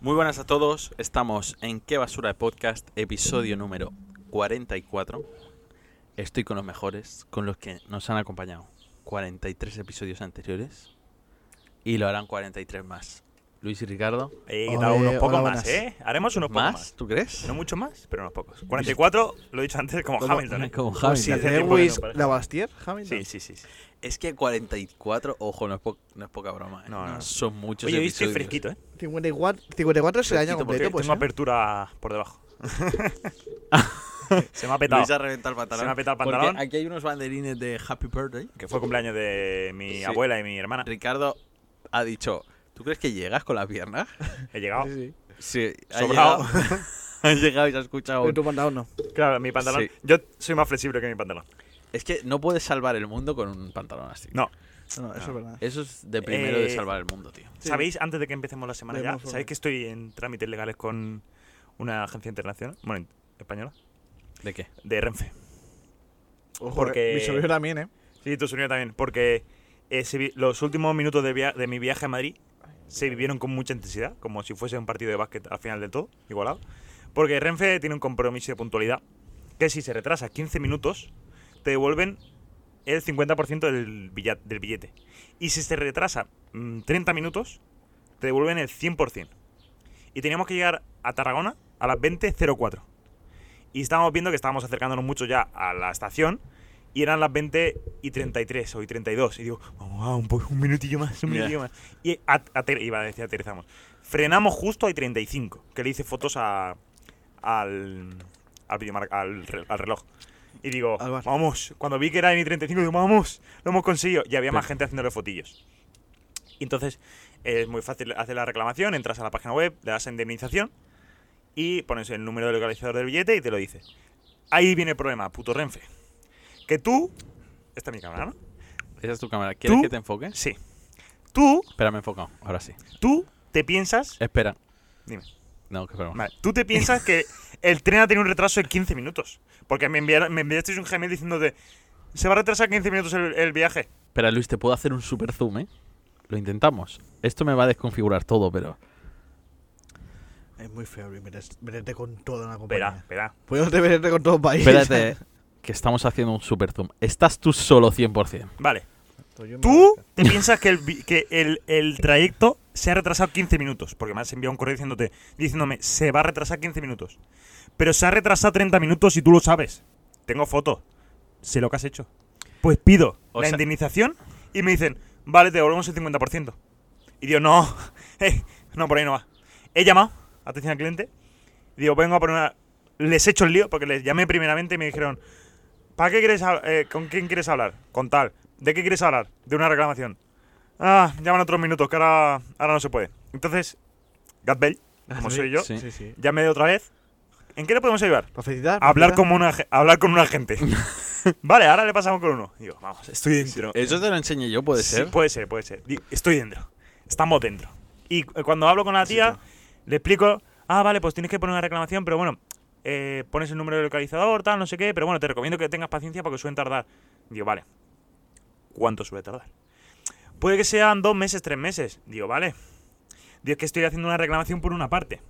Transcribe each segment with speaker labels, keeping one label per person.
Speaker 1: Muy buenas a todos, estamos en Qué Basura de Podcast, episodio número 44. Estoy con los mejores, con los que nos han acompañado 43 episodios anteriores y lo harán 43 más. Luis y Ricardo,
Speaker 2: Eh, ¿qué tal?
Speaker 3: Ole,
Speaker 2: unos pocos
Speaker 3: hola,
Speaker 2: más,
Speaker 3: buenas.
Speaker 2: ¿eh? Haremos unos pocos
Speaker 1: ¿más?
Speaker 2: más.
Speaker 1: ¿Tú crees?
Speaker 2: No mucho más, pero unos pocos. 44, lo he dicho antes, como
Speaker 3: Como-
Speaker 2: Hamilton. ¿eh?
Speaker 1: Como
Speaker 3: Pues
Speaker 1: Javi.
Speaker 3: si
Speaker 2: hace tiempo que no
Speaker 3: Lewis
Speaker 2: aparece.
Speaker 3: Lavastier, Hamilton.
Speaker 2: Sí, sí, sí. sí.
Speaker 1: Es que 44, ojo, no es, po- no es poca broma. ¿eh?
Speaker 2: No, no.
Speaker 1: Son muchos
Speaker 2: Oye, hoy estoy
Speaker 1: episodios.
Speaker 2: fresquito, ¿eh?
Speaker 3: 54, 54 es el año
Speaker 1: Fresquito,
Speaker 2: Porque
Speaker 3: completo, pues.
Speaker 2: tengo
Speaker 3: ¿eh?
Speaker 2: apertura por debajo. Se me ha petado.
Speaker 1: Luis ha reventado el pantalón.
Speaker 2: Se me ha petado el
Speaker 1: Porque
Speaker 2: pantalón.
Speaker 1: aquí hay unos banderines de Happy Birthday.
Speaker 2: Que fue cumpleaños de mi
Speaker 1: Sí.
Speaker 2: abuela y mi hermana.
Speaker 1: Ricardo ha dicho, ¿tú crees que llegas con la pierna?
Speaker 2: He llegado.
Speaker 3: pues, Sí, sí.
Speaker 1: Sí, ha
Speaker 2: Sobrado.
Speaker 1: llegado, ha llegado y se ha escuchado.
Speaker 3: Pero
Speaker 1: un-
Speaker 3: tu pantalón no.
Speaker 2: Claro, mi pantalón.
Speaker 1: Sí.
Speaker 2: Yo soy más flexible que mi pantalón.
Speaker 1: Es que no puedes salvar el mundo con un pantalón así.
Speaker 2: No.
Speaker 3: No, no, eso es verdad.
Speaker 1: Eso es de primero de
Speaker 2: Eh,
Speaker 1: salvar el mundo, tío.
Speaker 3: Sí.
Speaker 2: ¿Sabéis, antes de que empecemos la semana
Speaker 3: De
Speaker 2: ya,
Speaker 3: más forma.
Speaker 2: ¿sabéis que estoy en trámites legales con una agencia internacional? Bueno, española.
Speaker 1: ¿De qué?
Speaker 2: De Renfe.
Speaker 3: Ojo,
Speaker 2: porque-
Speaker 3: eh, Mi sobrino también, ¿eh?
Speaker 2: Sí, tu sonido también, porque eh, se vi- los últimos minutos de, via- de mi viaje a Madrid se vivieron con mucha intensidad, como si fuese un partido de básquet al final del todo, igualado. Porque Renfe tiene un compromiso de puntualidad, que si se retrasa 15 minutos, te devuelven el 50% del, billa- del billete. Y si se retrasa mm, 30 minutos, te devuelven el 100%. Y teníamos que llegar a Tarragona a las 20.04. Y estábamos viendo que estábamos acercándonos mucho ya a la estación. Y eran las 20 y 33 o y 32. Y digo, vamos, a un, po- un minutillo más, un
Speaker 1: Ya.
Speaker 2: minutillo más. Y a- ater- iba a decir, aterrizamos. Frenamos justo a 35, que le hice fotos a, al, al, videomar- al, re- al reloj. Y digo,
Speaker 3: Al bar.
Speaker 2: vamos, cuando vi que era en I-35, digo, vamos, lo hemos conseguido. Y había más
Speaker 1: Pero-
Speaker 2: gente haciéndole fotillos. Y entonces eh, es muy fácil hacer la reclamación, entras a la página web, le das a indemnización y pones el número del localizador del billete y te lo dice. Ahí viene el problema, puto Renfe. Que tú... Esta es mi cámara, ¿no?
Speaker 1: Esa es tu cámara. ¿Quieres
Speaker 2: ¿Tú?
Speaker 1: que te enfoques?
Speaker 2: Sí. Tú,
Speaker 1: Espera, me he enfocado. Ahora sí.
Speaker 2: tú te piensas...
Speaker 1: Espera.
Speaker 2: Dime.
Speaker 1: No, que esperamos.
Speaker 2: Vale, tú te piensas que el tren ha tenido un retraso de 15 minutos. Porque me, enviaron, me enviasteis un Gmail diciéndote, se va a retrasar 15 minutos el, el viaje.
Speaker 1: Espera, Luis, te puedo hacer un super zoom, ¿eh? Lo intentamos. Esto me va a desconfigurar todo, pero.
Speaker 3: Es muy feo, Luis, metes- meterte con toda una
Speaker 2: Espera,
Speaker 3: compañía.
Speaker 2: espera.
Speaker 3: Puedo meterte con todo el país.
Speaker 1: Espérate, ¿eh? que estamos haciendo un super zoom. Estás tú solo 100%.
Speaker 2: Vale.
Speaker 3: Yo me-
Speaker 2: Tú te piensas que el, vi- que el, el trayecto se ha retrasado 15 minutos. Porque me has enviado un correo diciéndote, diciéndome, se va a retrasar 15 minutos. Pero se ha retrasado 30 minutos y tú lo sabes. Tengo fotos. Sé lo que has hecho. Pues pido
Speaker 1: O
Speaker 2: la
Speaker 1: sea-
Speaker 2: indemnización y me dicen, vale, te devolvemos el 50%. Y digo, no, eh, no, por ahí no va. He llamado, atención al cliente, y digo, vengo a poner una... Les he hecho el lío porque les llamé primeramente y me dijeron, ¿Para qué quieres hab- eh, ¿Con quién quieres hablar? Con tal. ¿De qué quieres hablar? De una reclamación. Ah, llaman otros minutos, que ahora, ahora no se puede. Entonces, Gatbell, como
Speaker 3: Ah, sí,
Speaker 2: soy yo,
Speaker 1: sí.
Speaker 3: Sí, sí.
Speaker 2: llamé otra vez. ¿En qué le podemos ayudar?
Speaker 3: Para felicitar.
Speaker 2: Hablar
Speaker 3: felicitar.
Speaker 2: como una, ag- hablar con un agente. vale, ahora le pasamos con uno. Digo, vamos, estoy dentro.
Speaker 1: Eso te lo enseñé yo, puede
Speaker 2: Sí,
Speaker 1: ser.
Speaker 2: puede ser, puede ser. Di- Estoy dentro. Estamos dentro. Y cu- eh, cuando hablo con la tía, le explico, ah, vale, pues tienes que poner una reclamación, pero bueno, eh, pones el número del localizador, tal, no sé qué, pero bueno, te recomiendo que tengas paciencia porque suelen tardar. Digo, vale. ¿Cuánto suele tardar? Puede que sean dos meses, tres meses. Digo, vale. Digo, es que estoy haciendo una reclamación por una parte.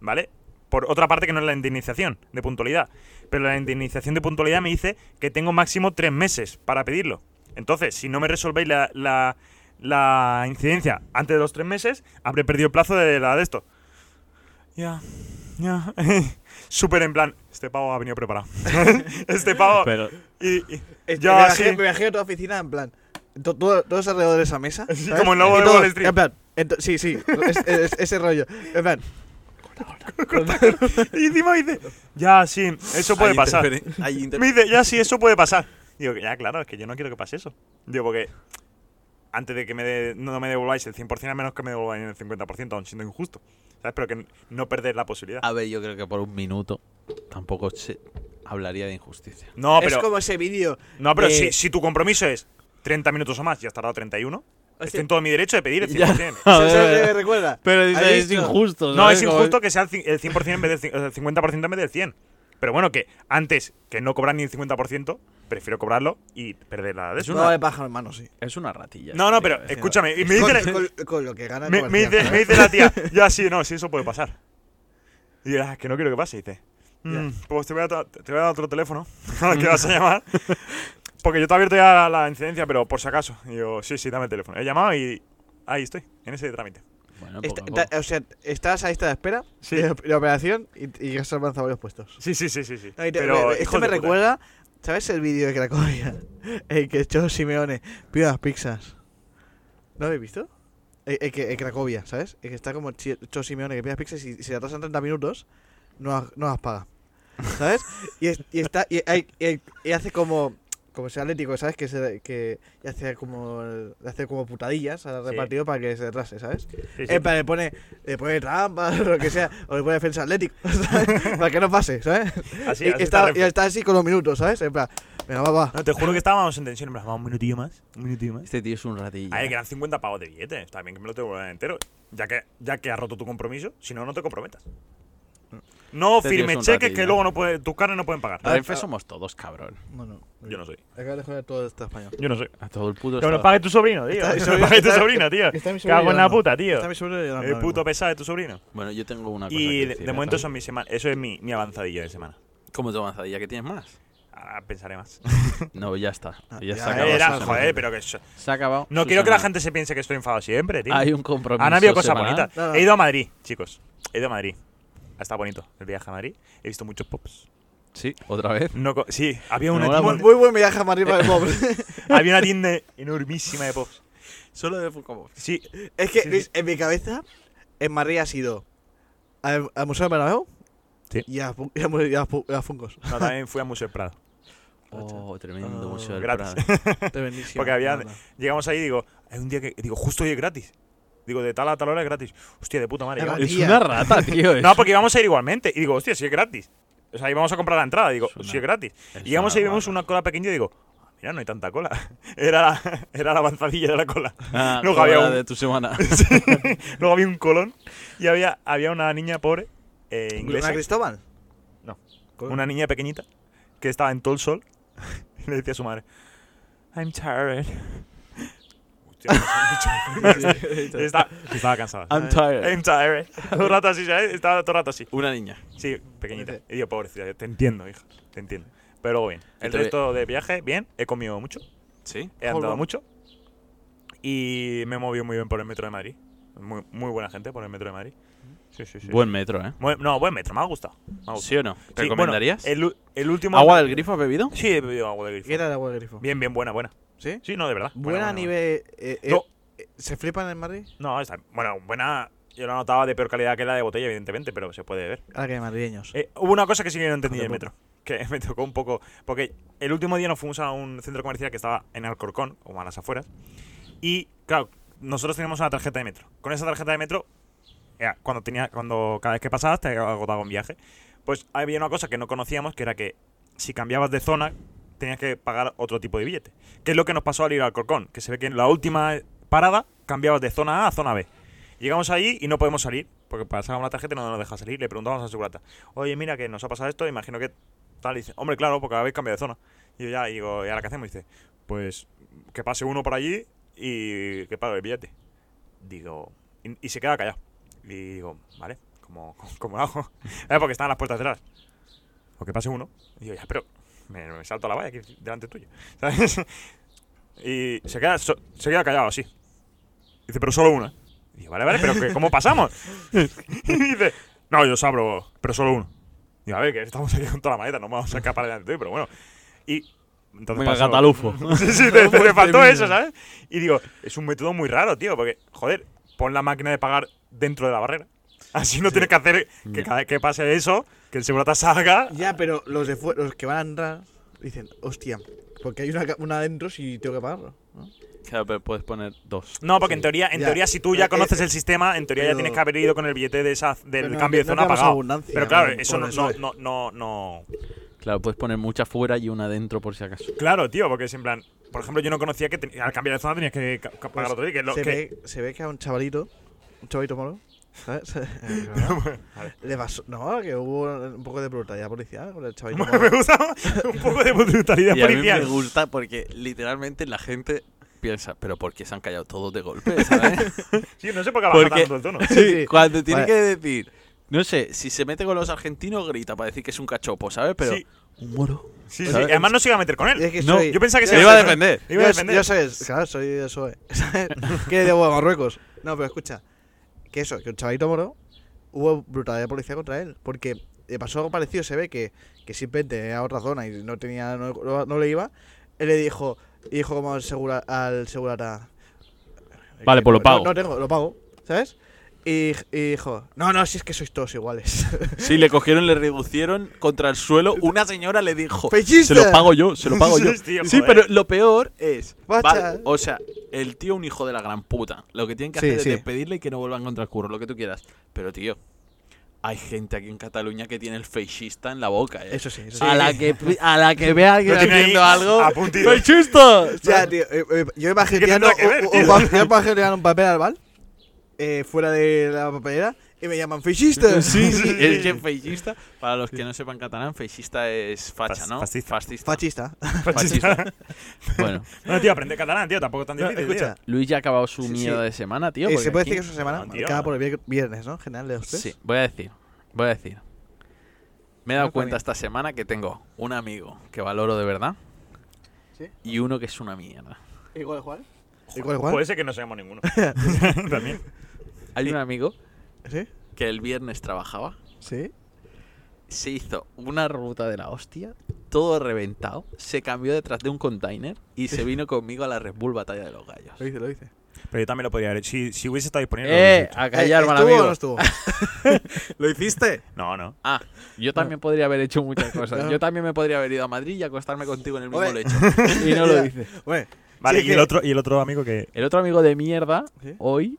Speaker 2: ¿Vale? Por otra parte que no es la indemnización de puntualidad. Pero la indemnización de puntualidad me dice que tengo máximo tres meses para pedirlo. Entonces, si no me resolvéis la, la- la incidencia antes de los tres meses, habré perdido el plazo de la de esto. Ya, ya. Súper en plan, este pavo ha venido preparado. este pavo...
Speaker 1: Pero
Speaker 2: y- y-
Speaker 3: Este,
Speaker 2: ya,
Speaker 3: me, imagino-
Speaker 2: sí.
Speaker 3: me imagino toda la oficina en plan. to- todo- todos alrededor de esa mesa.
Speaker 2: Sí,
Speaker 3: ¿sabes?
Speaker 2: como el lobo
Speaker 3: Y
Speaker 2: de
Speaker 3: todos-
Speaker 2: Wall Street.
Speaker 3: En plan. ento- sí, sí. es- es- ese rollo. En plan.
Speaker 2: Y encima dice, ya, sí, eso puede
Speaker 1: hay
Speaker 2: pasar.
Speaker 1: interferen- hay inter-
Speaker 2: Me dice, ya, sí, eso puede pasar. Digo, que ya, claro, es que yo no quiero que pase eso. Digo, porque antes de que me de- no me devolváis el 100%, a menos que me devolváis el 50%, aun siendo injusto. ¿Sabes? Pero que no perder la posibilidad.
Speaker 3: Ah,
Speaker 1: A ver, yo creo que por un minuto tampoco se hablaría de injusticia.
Speaker 2: No, pero,
Speaker 3: es como ese vídeo.
Speaker 2: no, pero
Speaker 3: de-
Speaker 2: si, si tu compromiso es 30 minutos o más y has tardado 31, estoy en todo mi derecho de pedir el
Speaker 1: Ya.
Speaker 2: 100%.
Speaker 1: A ver,
Speaker 3: ¿sabes- sabes
Speaker 1: a
Speaker 3: lo que
Speaker 1: ver.
Speaker 3: me recuerda?
Speaker 1: Pero
Speaker 3: dice,
Speaker 1: dice,
Speaker 3: ¿Habéis
Speaker 1: es
Speaker 3: visto?
Speaker 1: injusto.
Speaker 2: No,
Speaker 1: ¿sabes?
Speaker 3: ¿eh?
Speaker 2: es
Speaker 1: Como-
Speaker 2: injusto que sea el ci- el 100% en vez del ci- el 50% en vez del 100. Pero bueno, que antes que no cobrar ni el 50%, prefiero cobrarlo y perder la de
Speaker 1: Es
Speaker 2: eso.
Speaker 1: un-
Speaker 3: No
Speaker 1: una-
Speaker 3: de pájaro en mano, sí.
Speaker 1: Es una ratilla.
Speaker 2: No, no,
Speaker 1: tío,
Speaker 2: pero
Speaker 1: es-
Speaker 2: escúchame. Y me dice, la,
Speaker 3: con, con- con lo que gana
Speaker 2: me, me dice, me dice la tía, ya sí, no, sí, eso puede pasar. Y yo, "Ah, es que no quiero que pase, y dice. "Mm, Pues te voy, a tra- te voy a dar otro teléfono al que vas a llamar. Porque yo te he abierto ya la, la incidencia, pero por si acaso. Y yo, sí, sí, dame el teléfono. He llamado y ahí estoy, en ese trámite.
Speaker 1: Bueno, poco
Speaker 3: Esta-
Speaker 1: a
Speaker 3: ta-
Speaker 1: poco.
Speaker 3: o sea, estás a lista de espera
Speaker 2: Sí.
Speaker 3: de, de operación y, y has avanzado varios puestos.
Speaker 2: Sí, sí, sí, sí. sí.
Speaker 3: No, y te-
Speaker 2: pero,
Speaker 3: me- esto
Speaker 2: hijos
Speaker 3: me
Speaker 2: de puta.
Speaker 3: recuerda, ¿sabes el vídeo de Cracovia? El que echó Simeone, pide las pizzas. ¿No lo habéis visto? El, el que, el Cracovia, ¿sabes? El que está como chi- echó Simeone que pide las pizzas y si le atrasan 30 minutos, no, las- no las paga. ¿Sabes? Y, es- y está y, hay- y- y hace como como sea atlético, ¿sabes? Que se que y hace como el- hace como putadillas al
Speaker 2: Sí.
Speaker 3: repartido para que se atrase, ¿sabes?
Speaker 2: Sí, sí.
Speaker 3: Eh, pero le pone, le pone trampas o lo que sea, o le pone defensa atlético, ¿sabes? para que no pase, ¿sabes?
Speaker 2: Así-
Speaker 3: y,
Speaker 2: así
Speaker 3: está,
Speaker 2: Renfe.
Speaker 3: y está así con los minutos, ¿sabes? En plan, venga, va, va.
Speaker 2: No, te juro que estábamos en tensión. en plan, Vamos, un minutillo más. Un minutillo más.
Speaker 1: Este tío es un ratilla.
Speaker 2: A ver, que eran 50 pavos de billete. Está bien que me lo tengo que volver entero. Ya que, ya que has roto tu compromiso, si no, no te comprometas. No
Speaker 1: Este tío es
Speaker 2: firmes
Speaker 1: un
Speaker 2: cheques
Speaker 1: ratilla.
Speaker 2: que luego no puede, tus carnes no pueden pagar.
Speaker 1: Renfe somos todos, cabrón.
Speaker 3: Bueno,
Speaker 2: Yo no soy.
Speaker 3: Acabas de joder todo este español.
Speaker 2: Yo no soy.
Speaker 1: A todo el puto.
Speaker 2: Que me lo
Speaker 1: estado.
Speaker 2: pague tu sobrino, tío.
Speaker 3: Está-
Speaker 2: Que me lo
Speaker 3: sobrino-
Speaker 2: pague tu
Speaker 3: está-
Speaker 2: sobrino, tío.
Speaker 3: está mi
Speaker 2: Que
Speaker 3: sobrino
Speaker 2: hago en la
Speaker 3: llorando.
Speaker 2: puta, tío.
Speaker 3: Está mi sobrino llorando
Speaker 2: El
Speaker 3: ahora
Speaker 2: puto
Speaker 3: mismo.
Speaker 2: pesado de tu sobrino.
Speaker 1: Bueno, yo tengo una cosa.
Speaker 2: Y
Speaker 1: que
Speaker 2: de,
Speaker 1: decir,
Speaker 2: de momento
Speaker 1: Natalia.
Speaker 2: son mis semanas. Eso es mi, mi avanzadilla de semana.
Speaker 1: ¿Cómo te avanzadilla? ¿Qué tienes más?
Speaker 2: Ahora pensaré más.
Speaker 1: No, ya está.
Speaker 3: Ah,
Speaker 1: Ya
Speaker 3: ya,
Speaker 1: se
Speaker 3: ya,
Speaker 1: ha acabado.
Speaker 3: ya,
Speaker 2: Era,
Speaker 1: su
Speaker 3: Susana.
Speaker 2: joder,
Speaker 1: semana.
Speaker 2: pero que. eso-
Speaker 1: Se ha acabado.
Speaker 2: No
Speaker 1: su
Speaker 2: quiero que la
Speaker 1: semana.
Speaker 2: gente se piense que estoy enfadado siempre, tío.
Speaker 1: Hay un compromiso.
Speaker 2: Han habido cosas
Speaker 1: semanal.
Speaker 2: bonitas.
Speaker 3: No, no.
Speaker 2: He ido a Madrid, chicos. He ido a Madrid. Ha estado bonito el viaje a Madrid. He visto muchos pops.
Speaker 1: Sí, otra vez.
Speaker 2: No co- sí, había
Speaker 1: Me
Speaker 2: una,
Speaker 1: mola
Speaker 2: tienda,
Speaker 3: Muy buen viaje a Madrid para el pobre.
Speaker 2: había una tienda enormísima de pops.
Speaker 1: Solo de Foucault.
Speaker 2: Sí,
Speaker 3: es que,
Speaker 2: Sí,
Speaker 3: Luis,
Speaker 2: sí.
Speaker 3: en mi cabeza, en Madrid ha sido al, al Museo del Bernabéu
Speaker 2: Sí.
Speaker 3: y a, Fu- y a, Mu- y a, Fu- y a Fungos.
Speaker 2: no, también fui a Museo del Prado.
Speaker 1: Oh, tremendo
Speaker 3: Ah,
Speaker 1: museo del
Speaker 2: gratis.
Speaker 1: Prado.
Speaker 3: Te bendición.
Speaker 2: Porque había-
Speaker 3: la verdad.
Speaker 2: Llegamos ahí y digo, hay un día que. Digo, justo hoy es gratis. Digo, de tal a tal hora es gratis. Hostia, de puta madre.
Speaker 3: Era
Speaker 2: íbamos-
Speaker 1: Es una rata, tío. es-
Speaker 2: No, porque íbamos a ir igualmente. Y digo, hostia, si es gratis. O sea, íbamos a comprar la entrada. Digo,
Speaker 1: Es una-
Speaker 2: si es gratis.
Speaker 1: es
Speaker 2: Y íbamos
Speaker 1: una
Speaker 2: ahí pues, y vemos
Speaker 1: rata.
Speaker 2: una cola pequeña y digo, ah, mira, no hay tanta cola. Era la, era la avanzadilla de la cola.
Speaker 1: Ah,
Speaker 2: Luego
Speaker 1: joda
Speaker 2: había un-
Speaker 1: de tu semana.
Speaker 2: Luego había un colón y había, había una niña pobre, eh, inglesa,
Speaker 3: ¿Una Cristóbal?
Speaker 2: No.
Speaker 3: Con-
Speaker 2: una niña pequeñita, que estaba en todo el sol y le decía a su madre, I'm tired. Hostia, pues no sé mucho. Está- estaba cansada.
Speaker 1: I'm tired.
Speaker 2: I'm tired. Todo el rato así, ¿sabes? Estaba todo el rato así.
Speaker 1: Una niña.
Speaker 2: Sí, pequeñita. Y yo, pobrecita, te entiendo, hija, te entiendo. Pero luego bien. El
Speaker 1: Te ve-
Speaker 2: resto de viaje, bien. He comido mucho,
Speaker 1: ¿Sí?
Speaker 2: he andado
Speaker 3: Joder.
Speaker 2: mucho y me he movido muy bien por el metro de Madrid. Muy, muy buena gente por el metro de Madrid. Sí, sí, sí.
Speaker 1: Buen metro, ¿eh?
Speaker 2: Muy- no, buen metro, me ha gustado. Me ha gustado.
Speaker 1: ¿Sí o no?
Speaker 2: Sí,
Speaker 1: ¿Recomendarías?
Speaker 2: bueno, el u- el, último.
Speaker 1: ¿Agua del grifo has bebido?
Speaker 2: Sí, he bebido agua del grifo.
Speaker 3: ¿Qué era el agua del grifo?
Speaker 2: Bien, bien, buena, buena.
Speaker 3: ¿Sí?
Speaker 2: Sí, no, de verdad.
Speaker 3: ¿Buena, a nivel. eh, eh,
Speaker 2: No.
Speaker 3: eh, ¿Se flipan en Madrid?
Speaker 2: buena. No, está. Bueno, buena. Yo la notaba de peor calidad que la de botella, evidentemente, pero se puede ver.
Speaker 3: Ahora que hay madrileños.
Speaker 2: Eh, hubo una cosa que sí que no entendí
Speaker 3: Joder,
Speaker 2: del metro. Que me tocó un poco. Porque el último día nos fuimos a un centro comercial que estaba en Alcorcón, o a las afueras. Y, claro, nosotros teníamos una tarjeta de metro. Con esa tarjeta de metro, eh, cuando tenía, cuando cada vez que pasabas te agotaba un viaje. Pues había una cosa que no conocíamos, que era que si cambiabas de zona, tenías que pagar otro tipo de billete. Que es lo que nos pasó al ir a Alcorcón, que se ve que en la última parada cambiabas de zona A a zona B. Llegamos allí y no podemos salir, porque pasaba una tarjeta y no nos deja salir. Le preguntamos al segurata, oye, mira que nos ha pasado esto, imagino que tal. Y dice, hombre, claro, porque habéis cambiado de zona. Y yo ya y digo, ¿y ahora qué hacemos? Y dice, pues que pase uno por allí y que pague el billete. Digo, y, y se queda callado. Y digo, vale, ¿cómo, cómo, cómo hago? Eh, porque estaban las puertas detrás. O que pase uno. Y digo, ya, pero me, me salto a la valla aquí delante tuyo. ¿Sabes? Y se queda, so- se queda callado así. Dice, pero solo una. Y digo, vale, vale, pero que- ¿cómo pasamos? Y dice, no, yo os abro, pero solo uno. Y digo, a ver, que estamos aquí con toda la maleta, no vamos a escapar delante tuyo, pero bueno. Y entonces
Speaker 1: Venga,
Speaker 2: pasó-
Speaker 1: Catalufo.
Speaker 2: Sí, sí, te, te- te faltó
Speaker 3: Este
Speaker 2: eso,
Speaker 3: mismo.
Speaker 2: ¿sabes? Y digo, es un método muy raro, tío, porque, joder, pon la máquina de pagar dentro de la barrera. Así no tienes que hacer que
Speaker 1: Ya.
Speaker 2: cada vez que pase eso, que el segurata salga.
Speaker 3: Ya, pero los, de fue- los que van a entrar dicen, hostia, porque hay una, ca- una adentro si tengo que pagarlo. ¿no?
Speaker 1: Claro, pero puedes poner dos.
Speaker 2: No, porque en
Speaker 3: Sí,
Speaker 2: teoría, en
Speaker 3: ya.
Speaker 2: teoría, si tú ya
Speaker 3: Eh,
Speaker 2: conoces
Speaker 3: eh,
Speaker 2: el sistema, en teoría ya
Speaker 3: pero-
Speaker 2: tienes que haber ido con el billete de esa,
Speaker 3: Pero
Speaker 2: del
Speaker 3: no-
Speaker 2: cambio de
Speaker 3: no
Speaker 2: zona
Speaker 3: creamos
Speaker 2: pagado.
Speaker 3: abundancia,
Speaker 2: Pero claro,
Speaker 3: por-
Speaker 2: eso
Speaker 3: por
Speaker 2: no,
Speaker 3: eso,
Speaker 2: no,
Speaker 3: eh.
Speaker 2: no, no, no-
Speaker 1: Claro, puedes poner mucha fuera y una dentro por si acaso.
Speaker 2: Claro, tío, porque es en plan. Por ejemplo, yo no conocía que ten- al cambiar de zona tenías que ca- ca- pagar
Speaker 3: Pues
Speaker 2: otro día. Que es lo
Speaker 3: se,
Speaker 2: que,
Speaker 3: Ve, se ve que a un chavalito, un chavalito malo, ¿Sabes? Le pasó- no, que hubo un poco de brutalidad policial con el chavalito.
Speaker 2: me gusta un poco de brutalidad
Speaker 1: Y a mí me
Speaker 2: policial.
Speaker 1: gusta porque literalmente la gente piensa, pero ¿por qué se han callado todos de golpe? ¿sabes?
Speaker 2: Sí, no sé por qué baja
Speaker 1: Porque-
Speaker 2: tanto el tono.
Speaker 3: Sí, sí.
Speaker 1: Cuando tiene
Speaker 3: Vale.
Speaker 1: que decir, no sé, si se mete con los argentinos grita para decir que es un cachopo, ¿sabes? Pero
Speaker 2: sí,
Speaker 1: un moro.
Speaker 2: sí,
Speaker 1: ¿sabes?
Speaker 2: sí. Y además no se iba a meter con
Speaker 3: Y es
Speaker 2: él.
Speaker 3: que
Speaker 1: No,
Speaker 3: soy,
Speaker 2: Yo pensaba que
Speaker 1: Se
Speaker 2: se
Speaker 1: lo iba a defender.
Speaker 2: Le iba a
Speaker 3: yo-
Speaker 2: defender.
Speaker 3: Yo soy, claro, soy de PSOE. ¿sabes? que de Marruecos. No, pero escucha. Que eso, que un chavalito moro hubo brutalidad policial contra él. Porque le pasó algo parecido, se ve que, que simplemente era otra zona y no tenía no, no- no le iba. Él le dijo, y dijo como al segura, al segurata.
Speaker 1: Vale,
Speaker 3: que
Speaker 1: pues lo
Speaker 3: no-
Speaker 1: pago.
Speaker 3: No, tengo, lo pago, ¿sabes? Y, y dijo, no, no, si es que sois todos iguales.
Speaker 1: Sí, le cogieron, le reducieron contra el suelo. Una señora le dijo, se
Speaker 3: ¡Fellista!
Speaker 1: lo pago yo, se lo pago yo.
Speaker 2: Sí, tío,
Speaker 1: Sí,
Speaker 2: joder.
Speaker 1: pero lo peor es,
Speaker 3: Bacha.
Speaker 1: vale, o sea, el tío un hijo de la gran puta. Lo que tienen que
Speaker 3: Sí,
Speaker 1: hacer
Speaker 3: sí.
Speaker 1: es despedirle y que no vuelvan contra el curro, lo que tú quieras. Pero tío, hay gente aquí en Cataluña que tiene el feixista en la boca. ¿eh?
Speaker 3: Eso sí, eso sí.
Speaker 1: A la que a la que vea alguien
Speaker 2: Lo tiene ahí
Speaker 1: haciendo algo.
Speaker 2: a puntito.
Speaker 1: ¡Feixista!
Speaker 3: Ya, tío, eh, eh, yo imagineando
Speaker 2: tendrá que ver,
Speaker 3: un-
Speaker 2: tío?
Speaker 3: un pa- yo imagineando un papel al bal eh, fuera de la papelera y me llaman fichista.
Speaker 1: Sí, sí,
Speaker 2: Sí.
Speaker 1: es que feixista, para los que no sepan catalán, feixista es facha,
Speaker 2: Fas-
Speaker 1: ¿no?
Speaker 2: fascista.
Speaker 1: Fascista.
Speaker 3: Fascista.
Speaker 1: Fascista. Bueno,
Speaker 2: Bueno, tío, aprende catalán, tío. Tampoco es tan difícil.
Speaker 3: Escucha,
Speaker 2: tío.
Speaker 1: Luis ya ha acabado su
Speaker 3: Sí, sí.
Speaker 1: mierda de semana, tío.
Speaker 3: eh,
Speaker 1: porque
Speaker 3: se puede
Speaker 1: aquí-
Speaker 3: decir que es una semana
Speaker 2: No, tío.
Speaker 3: marcada por el vier- viernes, ¿no? En general, de los tres.
Speaker 1: Sí, voy a decir, voy a decir. Me he dado
Speaker 3: No,
Speaker 1: cuenta
Speaker 3: también.
Speaker 1: esta semana que tengo un amigo que valoro de verdad
Speaker 3: ¿Sí?
Speaker 1: y uno que es una mierda.
Speaker 3: ¿Igual cuál? ¿Igual cuál?
Speaker 2: Puede ser que no seamos ninguno. También.
Speaker 1: Hay un amigo
Speaker 3: ¿Sí?
Speaker 1: que el viernes trabajaba,
Speaker 3: ¿Sí?
Speaker 1: se hizo una ruta de la hostia, todo reventado, se cambió detrás de un container y se vino conmigo a la Red Bull Batalla de los Gallos.
Speaker 3: Lo hice, lo hice.
Speaker 2: Pero yo también lo podría haber hecho. Si, si hubiese estado disponible. lo hubiese
Speaker 1: ¡Eh!
Speaker 2: hecho.
Speaker 1: ¡A callar,
Speaker 3: Eh,
Speaker 1: mal
Speaker 3: ¿Estuvo o
Speaker 1: amigo!
Speaker 3: no estuvo?
Speaker 1: ¿Lo hiciste?
Speaker 2: No, no.
Speaker 1: Ah, yo también podría haber hecho muchas cosas.
Speaker 3: No.
Speaker 1: Yo también me podría haber ido a Madrid y acostarme contigo en el mismo
Speaker 3: Hombre.
Speaker 1: lecho. Y no lo
Speaker 3: Ya.
Speaker 1: hice.
Speaker 3: Bueno,
Speaker 2: Vale,
Speaker 3: sí
Speaker 2: y, el
Speaker 3: que-
Speaker 2: otro, y el otro amigo que. eh,
Speaker 1: El otro amigo de mierda,
Speaker 3: ¿Sí?
Speaker 1: hoy,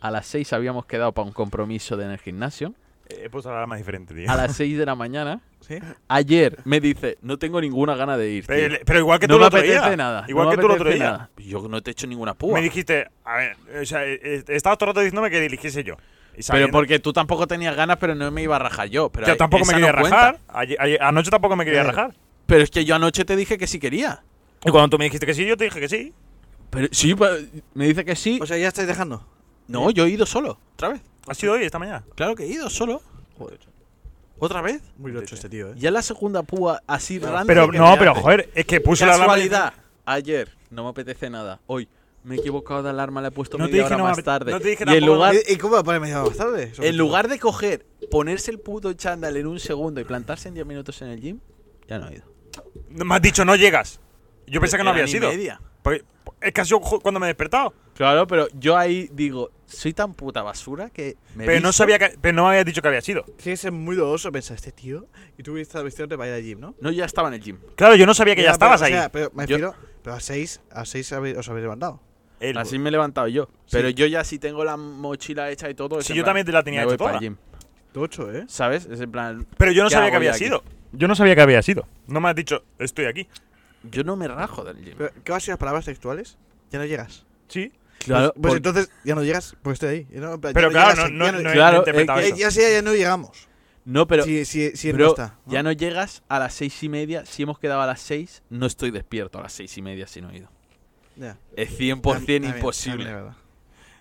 Speaker 1: a las 6 habíamos quedado para un compromiso de en el gimnasio.
Speaker 2: He puesto la alarma diferente, tío.
Speaker 1: A las 6 de la mañana.
Speaker 3: ¿Sí?
Speaker 1: Ayer me dice, no tengo ninguna gana de ir. tío.
Speaker 2: Pero, pero igual que tú
Speaker 1: no
Speaker 2: el
Speaker 1: me
Speaker 2: otro
Speaker 1: apetece
Speaker 2: día.
Speaker 1: nada.
Speaker 2: Igual
Speaker 1: no me
Speaker 2: que tú el otro
Speaker 1: apetece
Speaker 2: día.
Speaker 1: nada. Yo no te he hecho ninguna púa.
Speaker 2: Me dijiste. A ver, o sea, eh, eh, estabas todo el rato diciéndome que eligiese yo. Y
Speaker 1: Pero
Speaker 2: sabiendo-
Speaker 1: porque tú tampoco tenías ganas, pero no me iba a rajar yo. Pero
Speaker 2: Yo tampoco
Speaker 1: esa
Speaker 2: me quería
Speaker 1: no cuenta.
Speaker 2: rajar. Ayer- ayer- anoche tampoco me quería
Speaker 3: Eh.
Speaker 2: rajar.
Speaker 1: Pero es que yo anoche te dije que sí quería.
Speaker 2: Y cuando tú me dijiste que sí, yo te dije que sí.
Speaker 1: Pero sí, pa- me dice que sí.
Speaker 3: O sea, ya estáis dejando.
Speaker 1: no, yo he ido solo. Otra vez.
Speaker 2: Ha sido hoy, esta mañana.
Speaker 1: Claro que he ido solo. ¿Otra vez?
Speaker 3: Muy locho este tío, ¿eh?
Speaker 1: Ya la segunda púa así random.
Speaker 2: Pero
Speaker 1: que
Speaker 2: no,
Speaker 1: me
Speaker 2: pero
Speaker 1: hace.
Speaker 2: joder, es que puse Pues la alarma.
Speaker 1: Casualidad. Ayer no me apetece nada. Hoy me he equivocado de alarma, la he puesto
Speaker 2: No te
Speaker 1: media
Speaker 2: dije
Speaker 1: hora
Speaker 2: no me
Speaker 1: más
Speaker 2: ape-
Speaker 1: tarde.
Speaker 2: no te dije
Speaker 1: y en
Speaker 2: tampoco-
Speaker 1: lugar,
Speaker 3: ¿Y, y cómo lo pones media hora más tarde? Eso
Speaker 1: en
Speaker 3: me-
Speaker 1: lugar de coger, ponerse el puto chándal en un segundo y plantarse en 10 minutos en el gym, ya no he ido.
Speaker 2: Me has dicho, no llegas. Yo pensé que no
Speaker 1: Eran
Speaker 2: había
Speaker 1: y
Speaker 2: sido.
Speaker 1: media.
Speaker 2: Porque- es que ha sido ju- cuando me he despertado.
Speaker 1: Claro, pero yo ahí digo, soy tan puta basura que me
Speaker 2: Pero no,
Speaker 1: visto-
Speaker 2: sabía que, pero no me habías dicho que había sido.
Speaker 3: Tiene que ser muy doloroso pensar, este tío. Y tú hubieras estado vestido para ir al gym, ¿no?
Speaker 1: No, yo ya estaba en el gym.
Speaker 2: Claro, yo no sabía que ya,
Speaker 3: pero,
Speaker 2: estabas
Speaker 3: o
Speaker 2: ahí.
Speaker 3: sea, pero me
Speaker 1: Yo-
Speaker 3: refiero. Pero a 6 a seis habéis- os habéis levantado.
Speaker 2: El-
Speaker 1: Así me he levantado yo. Pero
Speaker 3: Sí.
Speaker 1: yo ya sí tengo la mochila hecha y todo. es
Speaker 2: Sí,
Speaker 1: en
Speaker 2: yo
Speaker 1: plan,
Speaker 2: también te la tenía
Speaker 1: me
Speaker 2: hecha
Speaker 1: voy para
Speaker 2: toda.
Speaker 1: el gym.
Speaker 3: Tocho, ¿eh?
Speaker 1: ¿Sabes? Es en plan.
Speaker 2: pero yo no
Speaker 1: ¿qué
Speaker 2: sabía que
Speaker 1: hago yo
Speaker 2: había
Speaker 1: aquí?
Speaker 2: sido. Yo no sabía que había sido. No me has dicho, estoy aquí.
Speaker 1: Yo no me rajo del gym.
Speaker 3: Pero, ¿Qué va a ser las palabras textuales? Ya no llegas.
Speaker 2: Sí.
Speaker 1: Claro,
Speaker 3: Pues, pues
Speaker 1: por-
Speaker 3: entonces ya no llegas, pues estoy ahí. Ya no, en plan,
Speaker 2: Pero
Speaker 3: ya
Speaker 2: claro,
Speaker 3: llegas,
Speaker 2: no, no,
Speaker 3: ya
Speaker 2: no,
Speaker 1: no- Claro,
Speaker 2: he interpretado
Speaker 1: es
Speaker 3: ya,
Speaker 2: eso.
Speaker 3: ya sea, ya no llegamos.
Speaker 1: no, pero
Speaker 3: si, si, si él
Speaker 1: Pero
Speaker 3: no está. ¿no?
Speaker 1: ya no llegas a las seis y media. Si hemos quedado a las seis, no estoy despierto a las seis y media si no he ido.
Speaker 3: Ya.
Speaker 1: Es 100%
Speaker 3: También- también,
Speaker 1: imposible.
Speaker 3: también, la verdad.